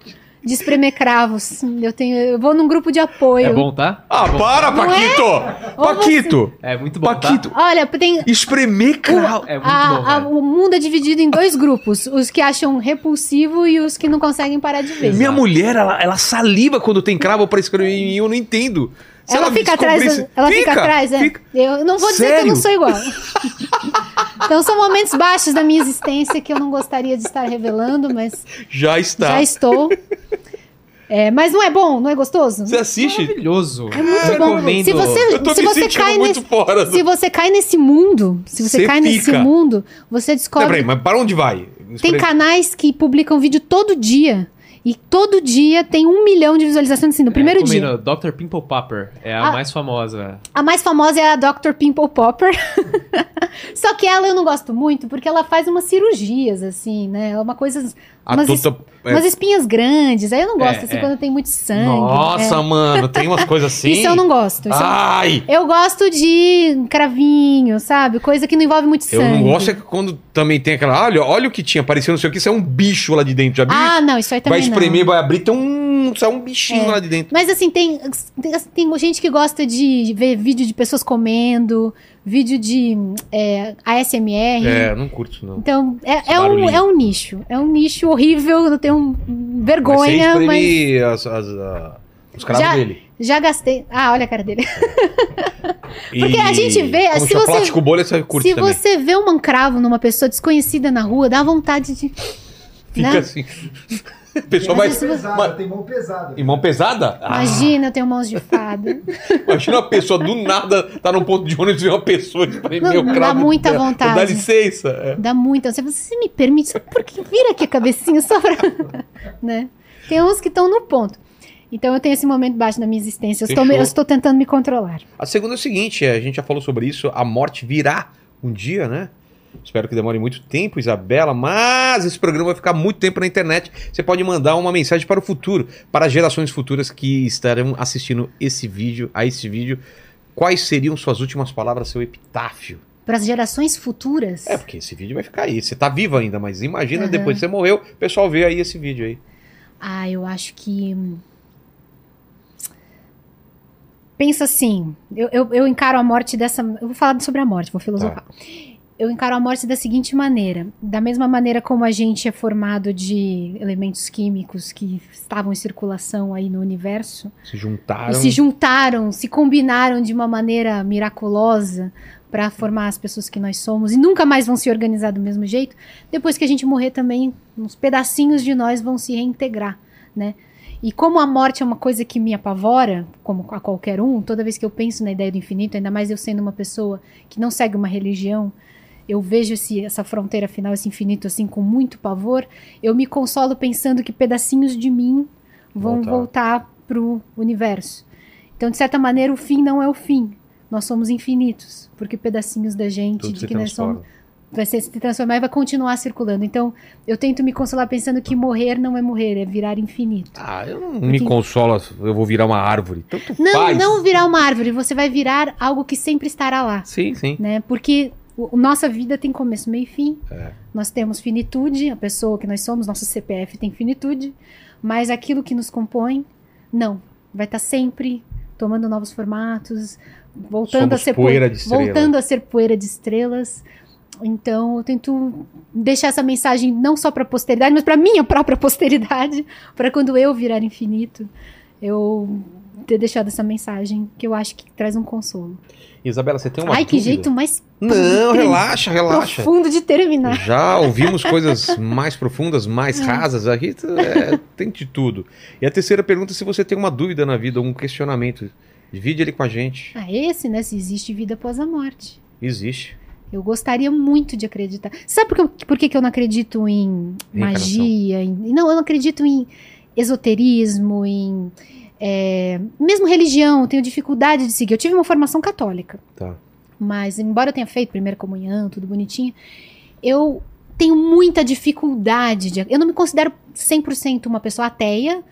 C: É, De espremer cravos. Eu tenho, eu vou num grupo de apoio.
B: É bom, tá?
A: Ah, para,
C: Não é?
A: Paquito!
C: Ou
A: Paquito!
B: É muito bom, tá?
A: Paquito!
C: Olha, tem
A: Espremer crau.
B: É muito
C: a-
B: bom,
C: a-
B: velho.
C: o mundo é dividido em dois grupos, os que acham repulsivo e os que não conseguem parar de ver.
A: Minha mulher, ela, ela saliva quando tem cravo pra escrever em mim, eu não entendo. Se
C: ela, fica atrás,
A: descobrisse-
C: ela fica, atrás, é.
A: fica.
C: Eu não vou dizer que
A: Sério?
C: eu não sou igual. então são momentos baixos da minha existência que eu não gostaria de estar revelando, mas
A: Já está.
C: já estou. É, mas não é bom, não é gostoso?
A: Você assiste?
B: Maravilhoso.
C: É muito bom.
B: Recomendo.
C: Se você- é
A: Eu tô
C: Se
A: me
C: você
A: sentindo
C: cai
A: muito fora. do-
C: Se você cai nesse mundo, se você
A: Você
C: cai nesse
A: fica.
C: mundo, você
A: Não,
C: descobre
A: peraí, mas para onde vai?
C: Tem
A: Espremer-
C: canais que publicam vídeo todo dia. E todo dia tem um milhão de visualizações assim, no primeiro
B: é,
C: dia.
B: combina, Dr. Pimple Popper é a
C: Ah.
B: mais famosa.
C: A mais famosa é a Dr. Pimple Popper. Só que ela eu não gosto muito porque ela faz umas cirurgias, assim, né? É uma coisa
A: A
C: Mas
A: tuta- é,
C: Umas espinhas grandes, aí eu não gosto,
B: É,
C: assim,
B: é.
C: quando tem muito sangue.
A: Nossa, mano, tem umas coisas
C: é.
A: assim.
C: Isso eu não gosto. isso eu-
A: Ai!
C: Eu gosto de cravinho, sabe? Coisa que não envolve muito
A: Eu
C: sangue.
A: não gosto é quando também tem aquela. Olha, olha o que tinha, parecia não sei o que, isso é um bicho lá de dentro. Já viu isso?
C: Ah, não, isso aí
A: vai
C: também
A: espremer,
C: não.
A: vai abrir, tem um. Sai um bichinho lá de dentro.
C: Mas assim, tem, tem, tem gente que gosta de ver vídeo de pessoas comendo, vídeo de é, ASMR.
A: É, eu não curto isso, não.
C: Então,
A: Esse
C: é, é um,
A: barulhinho.
C: é um nicho. É um nicho horrível, eu tenho um- vergonha,
A: mas.
C: mas
A: Você espreme as- as- a- os cravos
C: Já-
A: dele.
C: já gastei. Ah, olha a cara dele. Porque
A: E-
C: a gente vê,
A: como
C: se
A: chama?
C: você-
A: Plástico bolha, você curte
C: Se
A: também.
C: você vê um mancravo numa pessoa desconhecida na rua, dá vontade de.
A: Fica
C: né?
A: assim. Pessoa
C: Mas
A: mais.
C: isso-
D: pesada,
A: mas-
D: tem mão pesada.
A: E mão pesada? Ah,
C: Imagina, eu tenho mãos de fada.
A: imagina uma pessoa do nada tá num ponto de ônibus e vê uma pessoa espremer
C: Não,
A: o
C: dá
A: cravo.
C: muita
A: dela.
C: vontade.
A: Dá licença. é.
C: Dá muita. Você, você me permite, só por que vira aqui a cabecinha só pra. né? Tem uns que estão no ponto. Então eu tenho esse momento baixo na minha existência. Eu estou, me-
A: Fechou.
C: eu estou tentando me controlar.
A: A segunda é o seguinte: é, a gente já falou sobre isso, a morte virá um dia, né? Espero que demore muito tempo, Isabela, mas esse programa vai ficar muito tempo na internet. Você pode mandar uma mensagem para o futuro, para as gerações futuras que estarão assistindo esse vídeo, a esse vídeo. Quais seriam suas últimas palavras, seu epitáfio?
C: Para as gerações futuras.
A: É, porque esse vídeo vai ficar aí. Você tá vivo ainda, mas imagina
C: Aham.
A: depois que você morreu, o pessoal vê aí esse vídeo aí.
C: Ah, eu acho que. hum, Pensa assim, eu, eu, eu encaro a morte dessa. Eu vou falar sobre a morte, vou filosofar. Eu encaro a morte da seguinte maneira: da mesma maneira como a gente é formado de elementos químicos que estavam em circulação aí no universo,
A: Se juntaram.
C: e se juntaram, se combinaram de uma maneira miraculosa para formar as pessoas que nós somos e nunca mais vão se organizar do mesmo jeito. Depois que a gente morrer também, uns pedacinhos de nós vão se reintegrar, né? E como a morte é uma coisa que me apavora, como a qualquer um, toda vez que eu penso na ideia do infinito, ainda mais eu sendo uma pessoa que não segue uma religião, eu vejo esse, essa fronteira final, esse infinito assim com muito pavor, eu me consolo pensando que pedacinhos de mim vão
A: Voltar.
C: voltar pro universo. Então, de certa maneira, o fim não é o fim. Nós somos infinitos, porque pedacinhos da gente,
A: tudo
C: de
A: se
C: que nós somos,
A: transforma.
C: vai ser- se transformar e vai continuar circulando. Então, eu tento me consolar pensando que morrer não é morrer, é virar infinito.
A: Ah, eu não me consola, eu vou virar uma árvore. Tanto
C: Não,
A: faz.
C: não virar uma árvore, você vai virar algo que sempre estará lá,
A: Sim, sim.
C: né? Porque o, nossa vida tem começo, meio e fim.
A: É.
C: Nós temos finitude, a pessoa que nós somos, nosso CPF tem finitude, mas aquilo que nos compõe, não. Vai estar sempre tomando novos formatos, voltando a
A: Somos
C: ser
A: poeira de estrela.
C: voltando a ser poeira de estrelas. Então, eu tento deixar essa mensagem não só para a posteridade, mas para minha própria posteridade, para quando eu virar infinito, eu ter deixado essa mensagem que eu acho que traz um consolo.
A: Isabela, você tem uma
C: Ai, que
A: dúvida?
C: jeito mais
A: Não, relaxa, relaxa.
C: profundo de terminar.
A: Já ouvimos coisas mais profundas, mais rasas. Aqui é, tem de tudo. E a terceira pergunta é se você tem uma dúvida na vida, um questionamento. Divide ele com a gente.
C: Ah, esse, né? Se existe vida após a morte.
A: Existe.
C: Eu gostaria muito de acreditar. Sabe por que, eu- por que, que eu não acredito em
A: Reencarnação.
C: magia? em- não, eu não acredito em esoterismo, em. é, mesmo religião, eu tenho dificuldade de seguir. Eu tive uma formação católica.
A: Tá.
C: Mas, embora eu tenha feito primeira comunhão, tudo bonitinho, eu tenho muita dificuldade de. Eu não me considero 100% uma pessoa ateia,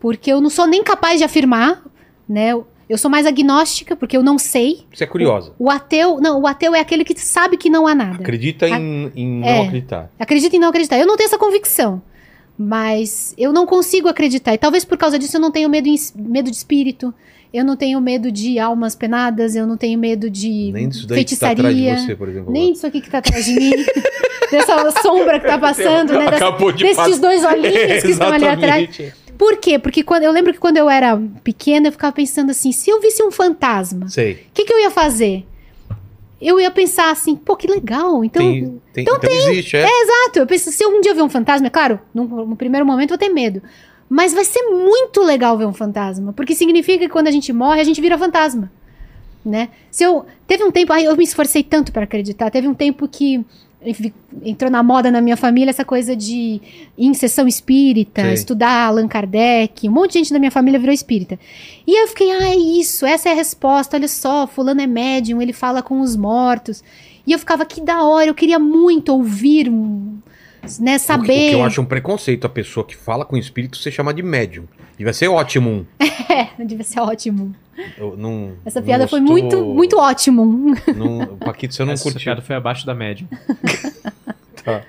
C: porque eu não sou nem capaz de afirmar, né? Eu- Eu sou mais agnóstica, porque eu não sei.
A: Você é curiosa.
C: O ateu, não, o ateu é aquele que sabe que não há nada.
A: Acredita em, em não
C: É.
A: acreditar.
C: Acredita em não acreditar. Eu não tenho essa convicção, mas eu não consigo acreditar. E talvez por causa disso eu não tenho medo, em- medo de espírito, eu não tenho medo de almas penadas, eu não tenho medo de
A: Nem disso daí que tá atrás de
C: feitiçaria,
A: você, por exemplo.
C: nem disso aqui que tá atrás de mim, dessa sombra que tá passando, né? dessa-
A: Acabou de
C: desses dois olhinhos que estão ali atrás.
A: Exatamente.
C: Por quê? Porque quando, eu lembro que quando eu era pequena eu ficava pensando assim: se eu visse um fantasma,
A: Sei.
C: o que, que eu ia fazer? Eu ia pensar assim, pô, que legal. Então,
A: tem, tem, então existe, é.
C: exato, eu penso, se um dia eu ver um fantasma, é claro, num- no, primeiro momento eu vou ter medo. Mas vai ser muito legal ver um fantasma, porque significa que quando a gente morre, a gente vira fantasma. Né? Se eu teve um tempo, ai, eu me esforcei tanto para acreditar, teve um tempo que enfim, entrou na moda na minha família essa coisa de ir em sessão espírita,
A: Sei.
C: estudar Allan Kardec, um monte de gente da minha família virou espírita. E eu fiquei, ah, é isso, essa é a resposta, olha só, fulano é médium, ele fala com os mortos. E eu ficava, que da hora, eu queria muito ouvir um,
A: O que- O
C: né,
A: que
C: saber.
A: eu acho um preconceito a pessoa que fala com espírito você chama de médium. E vai ser ótimo. um.
C: É, devia ser ótimo.
A: Eu não-
C: Essa
A: não
C: piada foi
A: gostou.
C: muito, muito ótimo.
A: Não, Paquito, você não
B: Essa
A: curtiu.
B: piada foi abaixo da média.
A: Tá.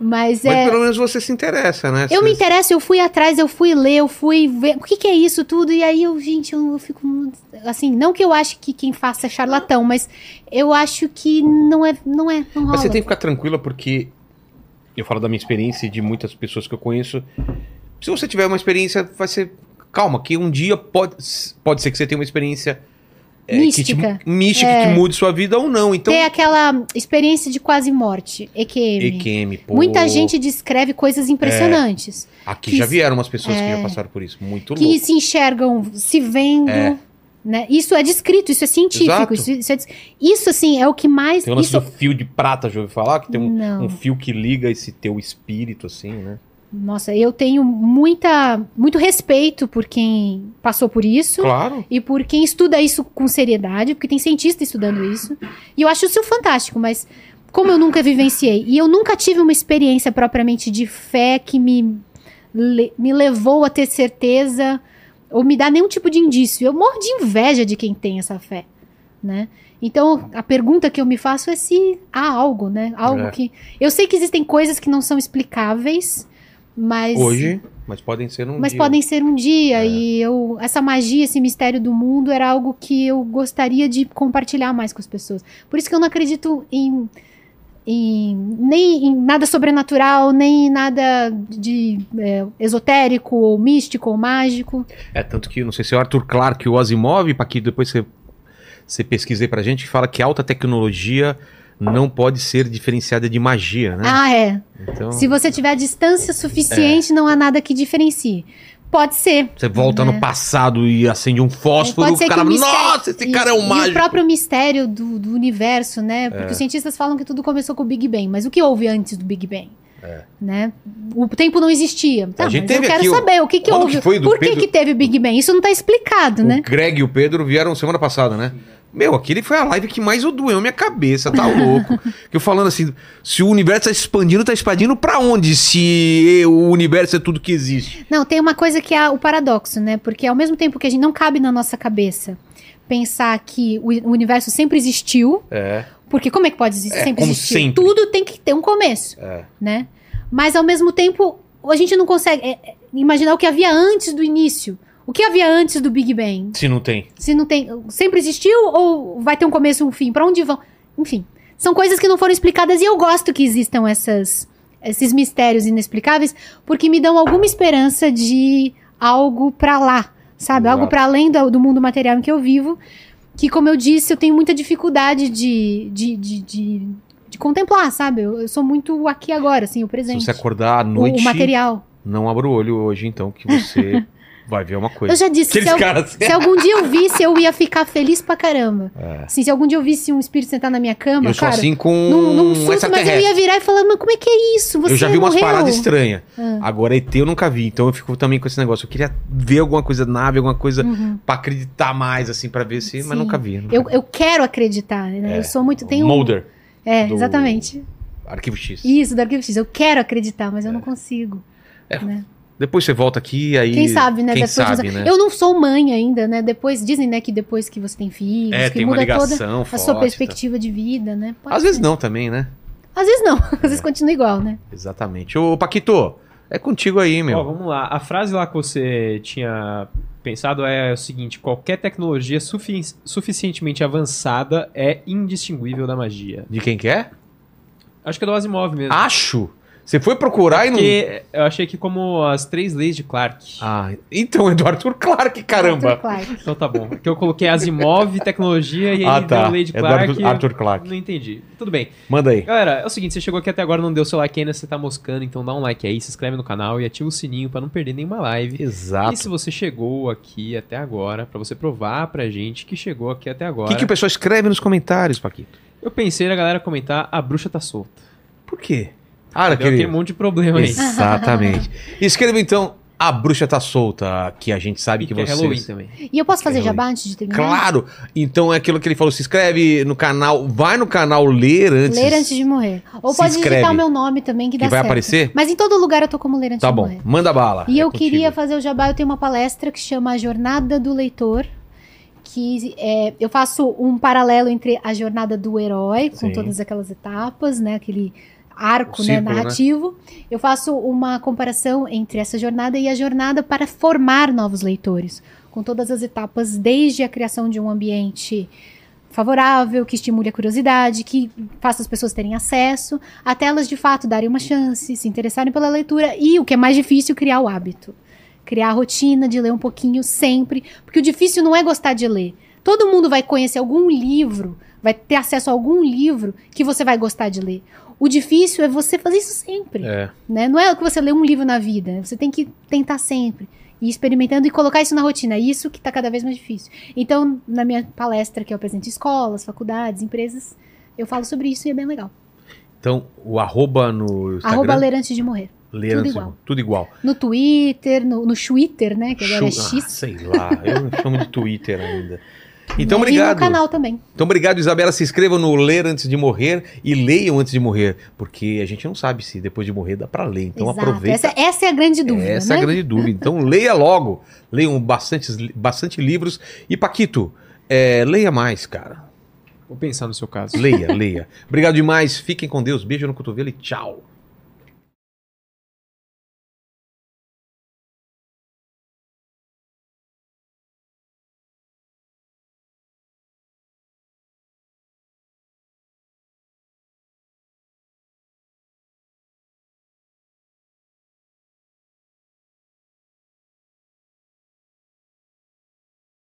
C: Mas
A: Mas
C: é.
A: pelo menos você se interessa, né?
C: Eu
A: Você-
C: me interesso, eu fui atrás, eu fui ler, eu fui ver. O que, que é isso tudo? E aí eu, gente, eu, eu fico. muito- Assim, não que eu ache que quem faça é charlatão, mas eu acho que não é. Não é. Não rola.
A: Mas você tem que ficar tranquila porque eu falo da minha experiência e de muitas pessoas que eu conheço. Se você tiver uma experiência, vai ser calma, que um dia pode, pode ser que você tenha uma experiência é,
C: Mística. É.
A: que, te, mística que mude sua vida ou não. Então,
C: Ter aquela experiência de quase morte, EQM.
A: EQM, pô,
C: Muita gente descreve coisas
A: É.
C: impressionantes.
A: aqui
C: que
A: já
C: se-
A: vieram umas pessoas que já passaram por isso, muito
C: que
A: louco. É.
C: se enxergam se vendo. Né? Isso é descrito, isso é científico.
A: Exato.
C: Isso, isso, é des- isso, assim, é o que mais.
A: Tem o lance
C: isso...
A: do fio de prata, já ouviu falar? Que tem um,
C: Não.
A: um fio que liga esse teu espírito, assim, né?
C: Nossa, eu tenho muita, muito respeito por quem passou por isso.
A: Claro.
C: E por quem estuda isso com seriedade, porque tem cientista estudando isso. E eu acho isso fantástico, mas como eu nunca vivenciei, e eu nunca tive uma experiência propriamente de fé que me, le- me levou a ter certeza ou me dá nenhum tipo de indício. Eu morro de inveja de quem tem essa fé, né? Então, a pergunta que eu me faço é se há algo, né? Algo
A: É.
C: que... Eu sei que existem coisas que não são explicáveis, mas...
A: Hoje, mas podem ser um
C: Mas
A: dia. É.
C: podem ser um dia, e eu, essa magia, esse mistério do mundo era algo que eu gostaria de compartilhar mais com as pessoas. Por isso que eu não acredito em, em- nem em nada sobrenatural, nem em nada de é, esotérico, ou místico, ou mágico.
A: É, tanto que, não sei se é o Arthur Clarke ou o Asimov, Paquito, depois você, você pesquisa aí pra gente, que fala que alta tecnologia não pode ser diferenciada de magia, né?
C: Ah, é.
A: então,
C: Se você tiver a distância suficiente,
A: É.
C: não há nada que diferencie. Pode ser.
A: você volta no passado e acende um fósforo,
C: né? É, Pode ser
A: o cara,
C: que o mistério-
A: nossa, esse cara é
C: E-
A: um
C: E o
A: mágico. É.
C: próprio mistério do, do universo, né? Porque os cientistas falam que tudo começou com o Big Bang, mas o que houve antes do Big Bang? Né? O tempo não existia. Tá,
A: É. gente
C: mas
A: teve
C: eu quero
A: aqui o-
C: saber o que, que
A: Quando
C: houve.
A: que foi do
C: Por que,
A: Pedro-
C: que teve Big Bang? Isso não está explicado, né?
A: O Greg e o Pedro vieram semana passada, né? Meu, aquele foi a live que mais doeu minha cabeça, tá louco. que eu falando assim, se o universo tá expandindo, tá expandindo pra onde? Se o universo é tudo que existe.
C: Não, tem uma coisa que é o paradoxo, né? Porque ao mesmo tempo que a gente não cabe na nossa cabeça pensar que o o universo sempre existiu,
A: É.
C: porque como é que pode existir,
A: É,
C: sempre
A: como
C: existir?
A: sempre.
C: Tudo tem que ter um começo,
A: É.
C: né? Mas ao mesmo tempo, a gente não consegue é, é, imaginar o que havia antes do início. O que havia antes do Big Bang?
A: Se não tem.
C: Se não tem, sempre existiu ou vai ter um começo, um fim? Pra onde vão? Enfim, são coisas que não foram explicadas e eu gosto que existam essas esses mistérios inexplicáveis, porque me dão alguma esperança de algo pra lá, sabe? Algo
A: Exato.
C: pra além do, do mundo material em que eu vivo, que como eu disse, eu tenho muita dificuldade de de, de, de, de contemplar, sabe? Eu, eu sou muito aqui agora, assim, o
A: Se
C: presente,
A: você acordar à
C: o-
A: noite.
C: o material.
A: Não abra o olho hoje, então, que você vai ver uma coisa.
C: Eu já disse, se é
A: Aqueles
C: eu,
A: caras. assim.
C: se algum dia eu visse, eu ia ficar feliz pra caramba. Assim, se algum dia eu visse um espírito sentar na minha cama,
A: É. eu sou
C: cara,
A: assim com
C: num, num
A: um
C: susto, mas eu
A: extraterrestre.
C: ia virar e falar, mas como é que é isso? Você
A: Eu já vi umas
C: morreu?"
A: paradas estranhas.
C: Ah.
A: Agora ET eu nunca vi, então eu fico também com esse negócio. Eu queria ver alguma coisa, nave, alguma coisa
C: Uhum.
A: pra acreditar mais, assim, pra ver se.
C: Sim.
A: Mas nunca vi. nunca
C: Eu,
A: vi.
C: eu quero acreditar, né? Eu sou muito. Tem um...
A: É. Mulder,
C: É,
A: do-
C: exatamente.
A: Arquivo X.
C: Isso, do Arquivo X. Eu quero acreditar, mas
A: É.
C: eu não consigo. né?
A: Depois você volta aqui aí.
C: Quem sabe, né?
A: É. Quem
C: Depois de uns-
A: sabe, né?
C: Eu não sou mãe ainda, né? Depois, dizem, né, que depois que você tem filhos,
A: É,
C: que
A: tem uma
C: muda toda
A: ligação
C: a
A: forte.
C: sua
A: tá?
C: perspectiva de vida, né? Pode
A: Às vezes
C: ser.
A: não também, né?
C: Às vezes não. Às vezes continua igual, né?
A: Exatamente. Ô, Paquito, é contigo aí, meu.
B: Ó, vamos lá. A frase lá que você tinha pensado é o seguinte: qualquer tecnologia sufi- suficientemente avançada é indistinguível da magia.
A: De quem que é?
B: Acho que é do Asimov
A: Ah.
B: mesmo.
A: Acho. Você foi procurar e não.
B: Porque eu achei que como as três leis de Clark.
A: Ah, então é do Arthur Clarke,
C: Arthur
A: caramba.
C: Clarke.
B: Então tá bom. Que eu coloquei Asimov, tecnologia e aí
A: Ah, tá.
B: deu Lady
A: É do
B: Clark.
A: Arthur, Arthur Clarke.
B: Não entendi. Tudo bem.
A: Manda aí.
B: Galera, é o seguinte, você chegou aqui até agora, não deu seu like ainda, você tá moscando, então dá um like aí, se inscreve no canal e ativa o sininho pra não perder nenhuma live. E
A: Exato.
B: se você chegou aqui até agora, pra você provar pra gente que chegou aqui até
A: O
B: agora,
A: que, que o pessoal escreve nos comentários, Paquito?
B: eu pensei na galera comentar, a bruxa tá solta.
A: Por quê? Ah,
B: Deu aquele
A: aquele...
B: monte de problema aí.
A: Exatamente. Escreva então, A Bruxa Tá Solta, que a gente sabe
B: E
A: que
B: que é
A: vocês...
B: Halloween também.
C: E eu posso fazer
A: Quero
C: jabá antes de terminar?
A: Claro! Então é aquilo que ele falou, se inscreve no canal, vai no canal ler antes.
C: Ler antes de morrer. Ou
A: Se
C: pode
A: inscreve.
C: digitar o meu nome também, que,
A: Que
C: dá
A: vai
C: certo.
A: aparecer?
C: Mas em todo lugar eu tô como ler antes
A: Tá
C: de
A: bom,
C: morrer.
A: manda bala.
C: E
A: é
C: eu
A: contigo.
C: queria fazer o jabá, eu tenho uma palestra que chama A Jornada do Leitor, que é, eu faço um paralelo entre a jornada do herói, com
A: Sim.
C: todas aquelas etapas, né, aquele arco
A: O
C: né,
A: círculo, né?
C: narrativo. Eu faço uma comparação entre essa jornada e a jornada para formar novos leitores, com todas as etapas, desde a criação de um ambiente favorável, que estimule a curiosidade, que faça as pessoas terem acesso, até elas de fato darem uma chance, se interessarem pela leitura e, o que é mais difícil, criar o hábito. Criar a rotina de ler um pouquinho sempre, porque o difícil não é gostar de ler. Todo mundo vai conhecer algum livro, vai ter acesso a algum livro que você vai gostar de ler. O difícil é você fazer isso sempre
A: É.
C: né? Não é que você lê um livro na vida, você tem que tentar sempre e ir experimentando e colocar isso na rotina. É Isso que está cada vez mais difícil. Então, na minha palestra que eu apresento em escolas, faculdades, empresas, eu falo sobre isso e é bem legal.
A: Então, o arroba no Instagram...
C: Arroba ler antes de morrer.
A: Ler
C: tudo
A: antes de-
C: igual.
A: Tudo igual.
C: No Twitter, no, no Twitter, né? Que agora é
A: Chu- Ah,
C: X.
A: sei lá, eu não chamo de Twitter ainda. Então,
C: né, E
A: obrigado.
C: no canal também.
A: Então, obrigado, Isabela. Se inscrevam no Ler Antes de Morrer e leiam antes de morrer, porque a gente não sabe se depois de morrer dá pra ler. Então,
C: Exato.
A: aproveita.
C: Essa, essa é a grande dúvida,
A: Essa é
C: né?
A: a grande dúvida. Então, leia logo. Leiam bastante, bastante livros. E, Paquito, é, leia mais, cara.
B: Vou pensar no seu caso.
A: Leia, leia. Obrigado demais. Fiquem com Deus. Beijo no cotovelo e tchau.